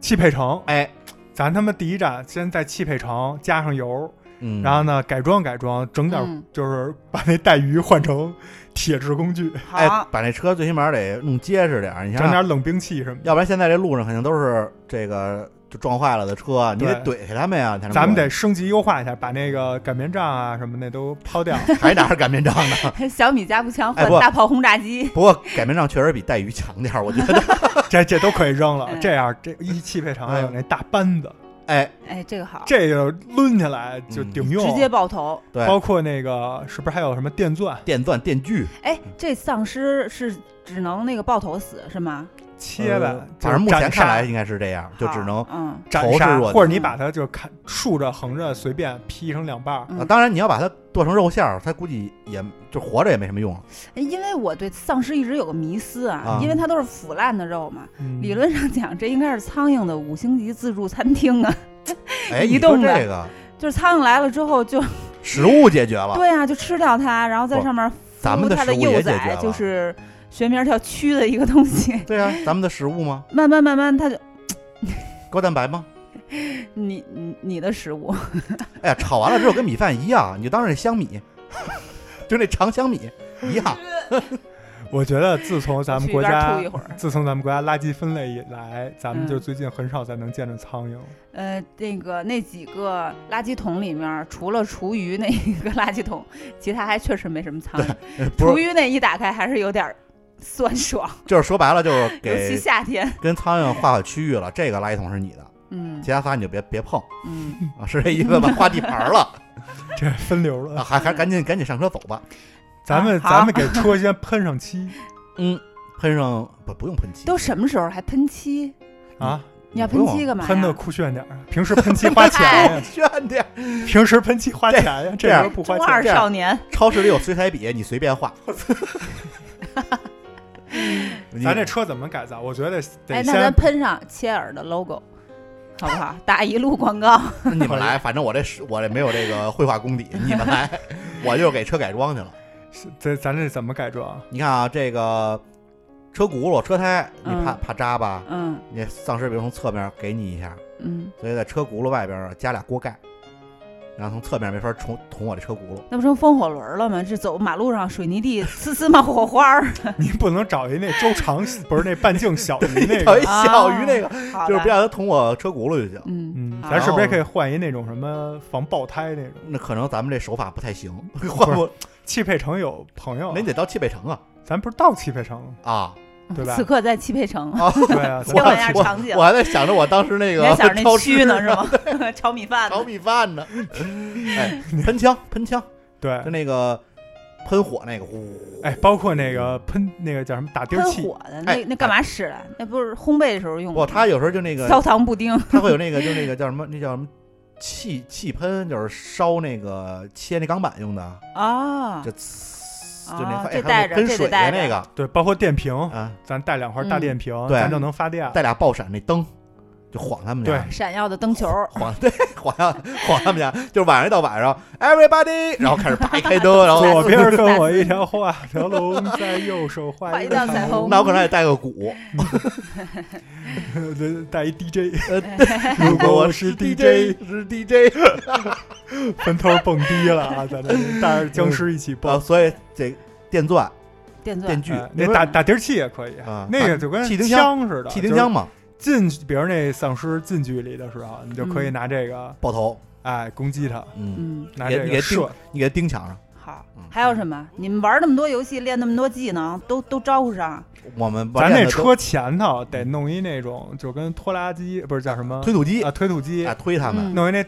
Speaker 3: 汽配城，
Speaker 2: 哎，
Speaker 3: 咱他妈第一站先在汽配城加上油，
Speaker 2: 嗯，
Speaker 3: 然后呢改装改装，整点
Speaker 1: 嗯
Speaker 3: 就是把那带鱼换成铁制工具，
Speaker 2: 哎
Speaker 1: 好，，
Speaker 2: 把那车最起码得弄结实点儿。你啊想
Speaker 3: 整
Speaker 2: 想，
Speaker 3: 点冷兵器什么的。
Speaker 2: 要不然现在这路上肯定都是这个就撞坏了的车，你得怼下他们呀，才能
Speaker 3: 咱们
Speaker 2: 过
Speaker 3: 得升级优化一下，把那个擀面杖啊什么的都 抛掉。
Speaker 2: 去还拿着擀面杖呢。
Speaker 1: 小米加步枪
Speaker 2: 哎
Speaker 1: 换
Speaker 2: 不
Speaker 1: 大炮轰炸机，
Speaker 2: 不过擀面杖确实比带鱼强点儿，我觉得。
Speaker 3: 这这都可以扔了。
Speaker 1: 嗯
Speaker 3: 这样，这一汽配城还
Speaker 2: 嗯
Speaker 3: 有那大扳子，
Speaker 2: 哎，
Speaker 1: 哎，这个好，
Speaker 3: 这个抡起来就
Speaker 2: 嗯
Speaker 3: 顶用。
Speaker 1: 直接爆头。
Speaker 2: 对，
Speaker 3: 包括那个是不是还有什么电钻？
Speaker 2: 电钻、电锯，
Speaker 1: 哎，这丧尸是只能那个爆头死是吗？
Speaker 3: 切呗
Speaker 2: 呃，反正目前看来应该是这样，就只能
Speaker 1: 好。嗯
Speaker 3: 斩
Speaker 2: 头是
Speaker 3: 杀，
Speaker 2: 弱的
Speaker 3: 或者你把它就是砍竖着、横着随便劈成两半儿。
Speaker 1: 嗯
Speaker 2: 啊当然你要把它剁成肉馅儿，它估计也就活着也没什么用了。
Speaker 1: 哎因为我对丧尸一直有个迷思啊
Speaker 2: 啊，
Speaker 1: 因为它都是腐烂的肉嘛。
Speaker 3: 嗯
Speaker 1: 理论上讲，这应该是苍蝇的五星级自助餐厅啊，
Speaker 2: 哎，
Speaker 1: 移
Speaker 2: 你说
Speaker 1: 动的
Speaker 2: 这个
Speaker 1: 就是苍蝇来了之后就
Speaker 2: 食物解决了，
Speaker 1: 对啊，就吃掉它，然后在
Speaker 2: 不
Speaker 1: 上面
Speaker 2: 咱们
Speaker 1: 孵
Speaker 2: 的
Speaker 1: 它
Speaker 2: 食
Speaker 1: 的
Speaker 2: 物也
Speaker 1: 幼
Speaker 2: 解决
Speaker 1: 崽，
Speaker 2: 了。
Speaker 1: 就是学名叫蛆的一个东西。
Speaker 2: 对啊，咱们的食物吗？
Speaker 1: 慢慢慢慢，它就
Speaker 2: 高蛋白吗？
Speaker 1: 你你你的食物，
Speaker 2: 哎呀，炒完了之后跟米饭一样，你就当是香米，就那长香米一样。
Speaker 3: 我觉得自从咱们
Speaker 1: 去一
Speaker 3: 国
Speaker 1: 边
Speaker 3: 家
Speaker 1: 吐一会儿。
Speaker 3: 自从咱们国家垃圾分类以来，咱们
Speaker 1: 嗯
Speaker 3: 就最近很少再能见着 苍蝇。
Speaker 1: 呃，那个那几个垃圾桶里面，除了厨余那一个垃圾桶，其他还确实没什么苍蝇。
Speaker 2: 不
Speaker 1: 厨
Speaker 2: 是，
Speaker 1: 余那一打开还是有点儿酸爽，
Speaker 2: 就是说白了就是
Speaker 1: 尤其
Speaker 2: 给
Speaker 1: 夏天。
Speaker 2: 跟苍蝇划划区域了，这个垃圾桶是你的，
Speaker 1: 嗯
Speaker 2: 其他仨你就别别碰
Speaker 1: 嗯，
Speaker 2: 啊，是这 意思吧？划地盘了，
Speaker 3: 这分流
Speaker 2: 啊、
Speaker 3: 了，
Speaker 2: 还还赶紧赶紧上车走吧。
Speaker 3: 咱们
Speaker 1: 好
Speaker 3: 咱们给车先喷上漆
Speaker 2: 嗯，喷上不不用喷漆，
Speaker 1: 都什么时候还喷漆？
Speaker 3: 啊，
Speaker 1: 你要
Speaker 2: 不
Speaker 1: 喷
Speaker 2: 用
Speaker 1: 漆干嘛呀？
Speaker 3: 喷的酷炫点儿。平时喷漆花钱 呀，
Speaker 2: 炫点。
Speaker 3: 平时喷漆花钱呀，这
Speaker 2: 这样
Speaker 3: 时候不花
Speaker 1: 中二
Speaker 3: 钱。
Speaker 1: 少年，
Speaker 2: 超市里有水彩笔，你随便画。 你
Speaker 3: 咱这车怎么改造？我觉得
Speaker 1: 哎那
Speaker 3: 得，
Speaker 1: 咱
Speaker 3: 先
Speaker 1: 喷上切尔的 logo，好不好？打一路广告。
Speaker 2: 你们来，反正我这是我这没有这个绘画功底，你们来，我就是给车改装去了。
Speaker 3: 这咱这怎么改装？
Speaker 2: 你看啊，这个车轱辘、车胎，你怕、
Speaker 1: 嗯
Speaker 2: 怕扎吧？
Speaker 1: 嗯
Speaker 2: 你丧尸比如从侧面给你一下，
Speaker 1: 嗯，
Speaker 2: 所以在车轱辘外边加俩锅盖，然后从侧面没法捅捅我这车轱辘。
Speaker 1: 那不成风火轮了吗？这走马路上水泥地呲呲冒火花 儿，
Speaker 3: 你不能找一那周长不是那半径小 于那
Speaker 2: 找一
Speaker 3: 个。
Speaker 2: 小鱼那个，
Speaker 1: 啊哦好
Speaker 2: 就是
Speaker 1: 吧
Speaker 2: 不让它捅我车轱辘就行。
Speaker 1: 嗯，
Speaker 3: 嗯，
Speaker 2: 哎
Speaker 1: 好
Speaker 3: 咱是不
Speaker 2: 哦
Speaker 3: 是也可以换一那种什么防爆胎那种？
Speaker 2: 那可能咱们这手法不太 行，换不，
Speaker 3: 汽配城有朋友
Speaker 2: 那，你得到汽配城啊
Speaker 3: 咱不是到汽配城 了？
Speaker 2: 啊！
Speaker 3: 对吧
Speaker 1: 此刻在汽配城，
Speaker 2: 啊，
Speaker 3: 对啊，
Speaker 1: 切
Speaker 3: 咱
Speaker 1: 换一
Speaker 3: 到
Speaker 1: 下
Speaker 3: 汽
Speaker 2: 我
Speaker 1: 场景
Speaker 2: 我。还在想着我当时那
Speaker 1: 你
Speaker 2: 个
Speaker 1: 还想着那
Speaker 2: 超市
Speaker 1: 蛆呢是 吗？炒米饭呢
Speaker 2: 炒米饭呢。哎，喷枪，喷枪，
Speaker 3: 对
Speaker 2: 就，那个喷火那个，
Speaker 1: 嗯
Speaker 2: 呼，
Speaker 3: 哎，包括那个喷那个叫什么打钉
Speaker 1: 喷
Speaker 3: 器，
Speaker 1: 火的
Speaker 2: 哎
Speaker 1: 那那干嘛使的？那不是烘焙的时候用的
Speaker 2: 不，
Speaker 1: 吗？
Speaker 2: 它有时候就那个
Speaker 1: 焦糖布丁。
Speaker 2: 它会有那个，就那个叫什么，那叫什么气气喷，就是烧那个切那钢板用的，
Speaker 1: 啊
Speaker 2: 就呲
Speaker 1: 哦
Speaker 2: 就那块
Speaker 1: 这
Speaker 2: 哎
Speaker 1: 带着
Speaker 2: 还有
Speaker 1: 这
Speaker 2: 那跟
Speaker 1: 得
Speaker 2: 水
Speaker 1: 带
Speaker 2: 的
Speaker 1: 着嗯
Speaker 2: 那个
Speaker 3: 对，包括电瓶，
Speaker 2: 啊，
Speaker 3: 咱带两块大电瓶，
Speaker 2: 嗯对
Speaker 3: 咱就能发电。
Speaker 2: 带俩爆闪那灯，就晃他们
Speaker 3: 对
Speaker 2: 俩，
Speaker 1: 闪耀的灯球，
Speaker 2: 晃 对晃他晃他们俩，就是晚上一到晚上，everybody，然后开始啪一开 灯，然后
Speaker 3: 左边跟我一条画条龙，在右手画
Speaker 1: 画一道 彩虹
Speaker 2: 那我可能还带个鼓，
Speaker 3: 对，带一 DJ，
Speaker 2: 如
Speaker 3: 果我 是
Speaker 2: 呃是
Speaker 3: DJ
Speaker 2: 是 DJ，
Speaker 3: 分头蹦迪了啊！咱这带着僵尸一起
Speaker 2: 啊，
Speaker 3: 蹦。
Speaker 2: 所以这电钻、
Speaker 1: 电钻，
Speaker 2: 电锯
Speaker 3: 哎，那打打钉器也可以
Speaker 2: 呃啊
Speaker 3: 那个就跟
Speaker 2: 气钉
Speaker 3: 枪似的，
Speaker 2: 气钉枪
Speaker 3: 就是
Speaker 2: 嘛，
Speaker 3: 近，比如那丧尸近距离的时候，你就可
Speaker 2: 嗯
Speaker 3: 以拿这个
Speaker 2: 爆头，
Speaker 3: 哎攻击它，
Speaker 2: 嗯，
Speaker 1: 嗯，
Speaker 3: 拿
Speaker 2: 也
Speaker 3: 这
Speaker 2: 也钉
Speaker 3: 个射。
Speaker 2: 你给它钉墙上。
Speaker 1: 好
Speaker 2: 嗯。
Speaker 1: 还有什么？你们玩那么多游戏，练那么多技能，都都招呼上，
Speaker 2: 我们玩
Speaker 3: 咱
Speaker 2: 练
Speaker 3: 那
Speaker 2: 的都嗯
Speaker 3: 车前头得弄一那种，就跟拖拉机不是叫什么
Speaker 2: 推土机
Speaker 3: 啊推土机
Speaker 2: 啊，推他们，
Speaker 1: 嗯
Speaker 3: 弄一那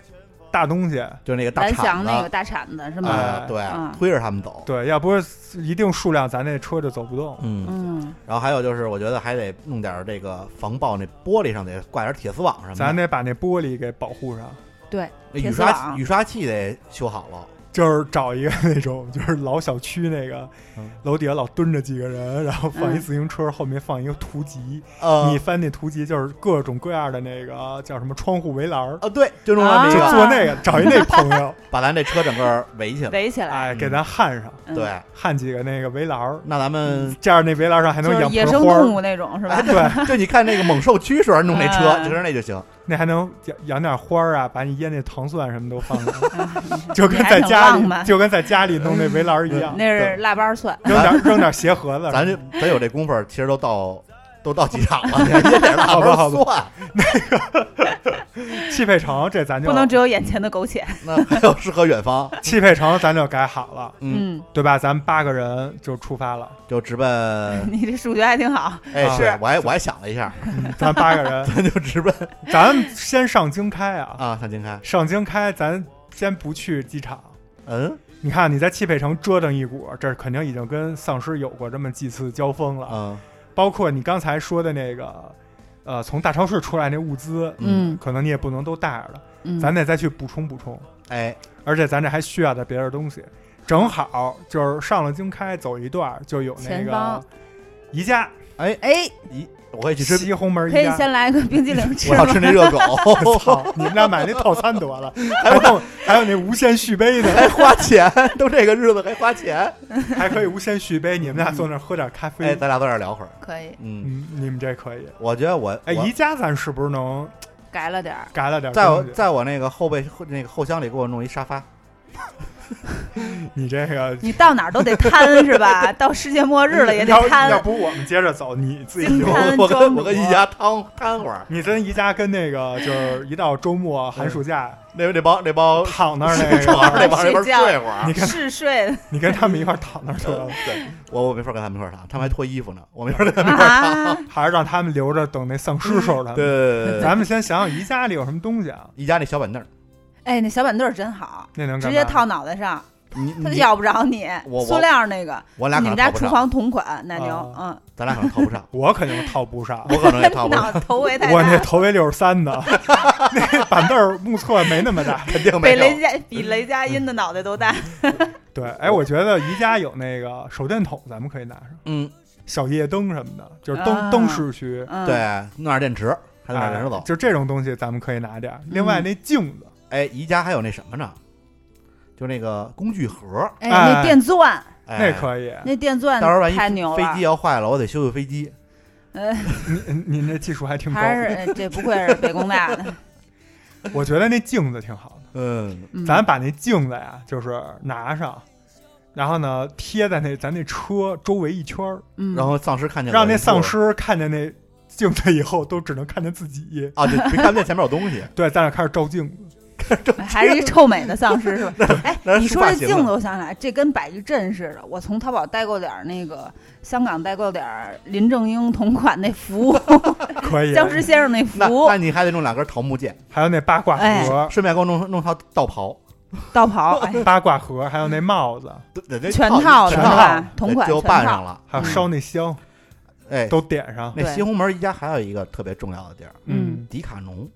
Speaker 3: 大东西，
Speaker 2: 就是那个大
Speaker 1: 蓝翔
Speaker 2: 铲子，
Speaker 1: 那个大铲子是吗？
Speaker 2: 啊，对
Speaker 1: 嗯，
Speaker 2: 推着他们走。
Speaker 3: 对，要不是一定数量，咱那车就走不动。
Speaker 2: 嗯，
Speaker 1: 嗯，
Speaker 2: 然后还有就是，我觉得还得弄点这个防爆，那玻璃上得挂点铁丝网什么的。
Speaker 3: 咱得把那玻璃给保护上，
Speaker 1: 对，
Speaker 2: 那
Speaker 1: 铁
Speaker 2: 雨
Speaker 1: 丝
Speaker 2: 刷
Speaker 1: 网
Speaker 2: 雨刷器得修好了，
Speaker 3: 就是找一个 那种，就是老小区那个
Speaker 2: 嗯
Speaker 3: 楼底下老蹲着几个人，然后放一
Speaker 1: 嗯
Speaker 3: 自行车，后面放一个图集，
Speaker 1: 啊
Speaker 2: 呃，
Speaker 3: 你翻那图集就是各种各样的那个叫什么窗户围栏儿，
Speaker 2: 啊，对，就弄上
Speaker 1: 啊
Speaker 2: 那
Speaker 3: 就
Speaker 2: 个，
Speaker 3: 做那个，找一那朋 友，
Speaker 2: 把咱这车整个围起来。
Speaker 1: 围起来，
Speaker 3: 哎，给咱焊上，
Speaker 1: 嗯，
Speaker 2: 对，
Speaker 3: 焊几个那个围栏儿，
Speaker 2: 那咱们
Speaker 3: 这样那围栏上还
Speaker 1: 就
Speaker 3: 能
Speaker 1: 是
Speaker 3: 养
Speaker 1: 野
Speaker 3: 盆
Speaker 1: 生
Speaker 3: 花
Speaker 1: 动
Speaker 3: 儿，
Speaker 1: 物那种是
Speaker 2: 哎
Speaker 1: 吧？
Speaker 3: 对，
Speaker 2: 就你看那个猛兽区时候弄那车，
Speaker 1: 嗯
Speaker 2: 就跟那就行。
Speaker 3: 那还能养养点花儿啊，把你腌那糖蒜什么都放上，
Speaker 1: 嗯
Speaker 3: 就跟
Speaker 1: 你还
Speaker 3: 在
Speaker 1: 挺
Speaker 3: 家
Speaker 1: 浪
Speaker 3: 里
Speaker 1: 漫嗯
Speaker 3: 就跟在家里弄那围栏儿一样，
Speaker 1: 那是腊八蒜，
Speaker 3: 扔 点扔点鞋盒子，
Speaker 2: 咱这咱有这功夫，其实都到都到机场了，也得好好算。
Speaker 3: 汽配城这咱就
Speaker 1: 不能只有眼前的苟且。
Speaker 2: 那还有诗和远方，
Speaker 3: 汽配城咱就改好了，
Speaker 2: 嗯，
Speaker 1: 嗯，
Speaker 3: 对吧？咱们八个人就出发了，
Speaker 2: 就 直奔。
Speaker 1: 嗯你这数学还挺好。
Speaker 2: 哎，
Speaker 3: 啊
Speaker 2: 是
Speaker 3: 是，
Speaker 2: 我还我还想了一下，
Speaker 3: 嗯咱八 个人，
Speaker 2: 咱就直奔
Speaker 3: 咱们先上京开啊，
Speaker 2: 啊，向经开。
Speaker 3: 上京开，咱先不去机场。
Speaker 2: 嗯
Speaker 3: 你看你在汽配城折腾一股，这肯定已经跟丧尸有过这么几次交锋了。
Speaker 2: 嗯
Speaker 3: 包括你刚才说的那个，呃，从大超市出来那物资，
Speaker 2: 嗯，
Speaker 3: 可能你也不能都带着了，
Speaker 1: 嗯，
Speaker 3: 咱得再去补充补充。
Speaker 2: 哎，
Speaker 3: 而且咱这还需要点别的东西，正好就是上了京开走一段儿就有那
Speaker 1: 前
Speaker 3: 个
Speaker 1: 方
Speaker 3: 宜家，
Speaker 1: 哎，
Speaker 2: 我可以去吃，
Speaker 3: 西红门
Speaker 1: 可
Speaker 3: 宜
Speaker 1: 以
Speaker 3: 家。
Speaker 1: 先来个冰激凌吃
Speaker 2: 我
Speaker 1: 吗
Speaker 2: 要？吃那热狗，
Speaker 3: 操！你们俩买那套餐得 了，还有还有那无限续杯呢，
Speaker 2: 还花钱，都这个日子还花钱。
Speaker 3: 还可以无限续杯。你们俩坐那儿喝点咖
Speaker 2: 哎，
Speaker 3: 啡，
Speaker 2: 咱俩坐这儿聊会儿。
Speaker 1: 可以，
Speaker 2: 嗯，
Speaker 3: 嗯，你们这可以。
Speaker 2: 我觉得我
Speaker 3: 哎，
Speaker 2: 我
Speaker 3: 宜家咱是不是能
Speaker 1: 改了点儿。
Speaker 3: 改了点
Speaker 2: 在我
Speaker 3: 东西？
Speaker 2: 在我那个后备后那个后箱里给我弄一沙发，
Speaker 3: 你这个
Speaker 1: 你到哪儿都得贪是 吧？到世界末日了也得
Speaker 3: 要要
Speaker 1: 贪。
Speaker 3: 不我们接着走，你自己
Speaker 1: 金
Speaker 3: 留
Speaker 1: 摊。
Speaker 2: 我我跟
Speaker 1: 装
Speaker 2: 我跟
Speaker 1: 主
Speaker 2: 一家摊摊会儿，
Speaker 3: 你跟宜家跟那个就是一到周末寒暑假
Speaker 2: 那那帮 那帮
Speaker 3: 躺那儿那
Speaker 2: 床上
Speaker 3: 个，
Speaker 2: 那帮那边睡会儿啊
Speaker 3: 你。看
Speaker 1: 嗜睡
Speaker 3: 你跟他们一块儿躺那儿得了，
Speaker 2: 对，我我没法跟他们一块儿躺，他们还脱衣服呢， 我没法跟他们。
Speaker 1: 啊，
Speaker 3: 还是让他们留着等那丧尸收拾他
Speaker 2: 对
Speaker 3: 们。
Speaker 2: 对对对对，
Speaker 3: 咱们先想想宜家里有什么东西啊？
Speaker 2: 一家那小板凳儿，
Speaker 1: 哎，那小板凳儿真好，
Speaker 3: 那能干
Speaker 1: 直接
Speaker 3: 嘛
Speaker 1: 套脑袋上，
Speaker 2: 你
Speaker 1: 它
Speaker 2: 你
Speaker 1: 咬不着你
Speaker 2: 我我。
Speaker 1: 塑料那个，
Speaker 2: 我俩
Speaker 1: 你
Speaker 2: 可
Speaker 1: 们
Speaker 2: 能
Speaker 1: 家
Speaker 2: 套不
Speaker 1: 厨
Speaker 2: 上，
Speaker 1: 房同款奶牛，嗯
Speaker 3: 啊，
Speaker 2: 咱俩可能套不上，
Speaker 3: 我肯定套不上。
Speaker 2: 我可能也套不上，
Speaker 1: 脑头 围 太
Speaker 3: 我那
Speaker 1: 大，
Speaker 3: 头围六十三的， 那板凳儿目测没那么大。
Speaker 2: 肯定没
Speaker 1: 比雷
Speaker 2: 有。
Speaker 1: 佳比雷佳音的脑袋都 大。
Speaker 3: 对，哎，我觉得宜家有那个手电筒，咱们可以拿上，
Speaker 2: 嗯，
Speaker 3: 小夜灯什么的，就是
Speaker 1: 啊
Speaker 3: 灯灯市区，
Speaker 1: 嗯，
Speaker 2: 对，弄点电池，还弄点电池
Speaker 3: 哎
Speaker 2: 走。
Speaker 3: 就这种东西咱们可以拿点儿。另
Speaker 1: 嗯
Speaker 3: 外那镜子，
Speaker 2: 哎，宜家还有那什么呢？就那个工具盒，
Speaker 1: 哎，那
Speaker 3: 哎
Speaker 1: 电钻，
Speaker 2: 哎
Speaker 3: 那可以。
Speaker 1: 那电钻
Speaker 2: 到时候万一
Speaker 1: 太牛了。
Speaker 2: 飞机要坏了，我得修修飞机。
Speaker 1: 呃，
Speaker 3: 您您这技术还
Speaker 2: 啊
Speaker 3: 挺高
Speaker 1: 还
Speaker 3: 的，
Speaker 1: 是呃这不愧是北工大 的，
Speaker 3: 我觉得那镜子挺好的。
Speaker 2: 嗯，
Speaker 1: 嗯
Speaker 3: 咱把那镜子呀，就是拿上，然后呢贴在那咱那车周围一圈儿，
Speaker 1: 嗯
Speaker 2: 然后丧尸看见
Speaker 3: 让
Speaker 2: 我
Speaker 3: 那
Speaker 2: 一坐
Speaker 3: 丧尸看见那镜子以后，都只能看见自己。
Speaker 2: 啊，对，别看不见前面有 东西。
Speaker 3: 对，咱俩开始照镜子，
Speaker 1: 还是一臭美的丧尸是吧？哎，
Speaker 2: 那是
Speaker 1: 你
Speaker 2: 梳
Speaker 1: 说
Speaker 2: 发
Speaker 1: 这
Speaker 2: 型
Speaker 1: 镜
Speaker 2: 了
Speaker 1: 子，我想起来，这跟摆一阵似的。我从淘宝代购点儿那个香港代购点儿林正英同款那服，
Speaker 3: 可以。
Speaker 1: 僵尸先生那
Speaker 2: 那
Speaker 1: 服
Speaker 2: 那你还得弄两根桃木剑，
Speaker 3: 还有那八卦
Speaker 1: 哎
Speaker 3: 盒，
Speaker 2: 顺便给我弄弄套道袍，
Speaker 1: 道袍，哎，
Speaker 3: 八卦盒，还有那帽子，
Speaker 2: 得 得
Speaker 1: 全
Speaker 2: 套
Speaker 1: 套的
Speaker 2: 全
Speaker 1: 是
Speaker 3: 套
Speaker 1: 吧？同款
Speaker 2: 最后
Speaker 1: 全
Speaker 2: 办
Speaker 1: 套嗯
Speaker 2: 上，了。
Speaker 3: 还有烧那香，
Speaker 2: 哎，
Speaker 3: 都点上。
Speaker 2: 那
Speaker 1: 对
Speaker 2: 西红门一家还有一个特别重要的地儿，
Speaker 1: 嗯
Speaker 3: 嗯，
Speaker 2: 迪卡侬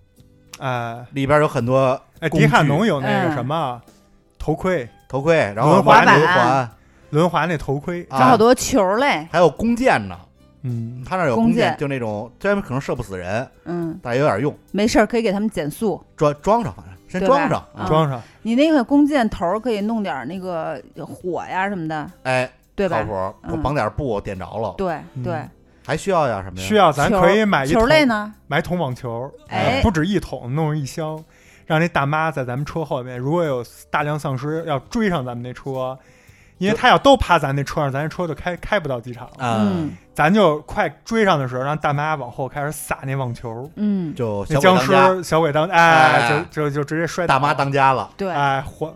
Speaker 3: 哎
Speaker 2: 里边有很多
Speaker 3: 哎，
Speaker 2: 工具
Speaker 3: 迪卡侬有那个什么
Speaker 1: 嗯
Speaker 3: 头盔，
Speaker 2: 头盔，然后
Speaker 3: 轮滑
Speaker 2: 轮
Speaker 1: 板
Speaker 2: 环，
Speaker 3: 轮滑那头盔
Speaker 2: 啊
Speaker 1: 还有好多球儿嘞，
Speaker 2: 还有弓箭呢。
Speaker 3: 嗯，
Speaker 2: 他那儿有
Speaker 1: 弓
Speaker 2: 弓箭，
Speaker 1: 箭
Speaker 2: 就那种虽然可能射不死人，
Speaker 1: 嗯，
Speaker 2: 但也有点用，
Speaker 1: 没事儿可以给他们减速。
Speaker 2: 装装上，反正先
Speaker 1: 对
Speaker 2: 装
Speaker 1: 吧
Speaker 2: 上。
Speaker 1: 啊
Speaker 3: 装上。
Speaker 1: 你那个弓箭头儿可以弄点儿那个火呀什么的，
Speaker 2: 哎，
Speaker 1: 对
Speaker 2: 靠
Speaker 1: 吧
Speaker 2: 谱，？我
Speaker 1: 嗯
Speaker 2: 绑点布，点着了。
Speaker 1: 对
Speaker 3: 嗯
Speaker 1: 对，
Speaker 2: 还需要点什么呀？
Speaker 3: 需要咱
Speaker 1: 球
Speaker 3: 可以买一
Speaker 1: 球
Speaker 3: 桶，
Speaker 1: 类呢？
Speaker 3: 买桶网球，呃
Speaker 1: 哎
Speaker 3: 不止一桶，弄一箱，让那大妈在咱们车后面，如果有大量丧尸要追上咱们那车，因为他要都趴咱那车上，咱那车就开开不到机场了。
Speaker 2: 嗯，
Speaker 1: 嗯
Speaker 3: 咱就快追上的时候，让大妈往后开始撒那网球，
Speaker 1: 嗯，
Speaker 2: 就
Speaker 3: 那
Speaker 2: 小鬼
Speaker 3: 僵
Speaker 2: 当家，
Speaker 3: 尸小鬼当
Speaker 2: 哎
Speaker 3: 哎，就就就直接摔倒
Speaker 2: 大妈当家了。
Speaker 1: 对，
Speaker 3: 哎滑，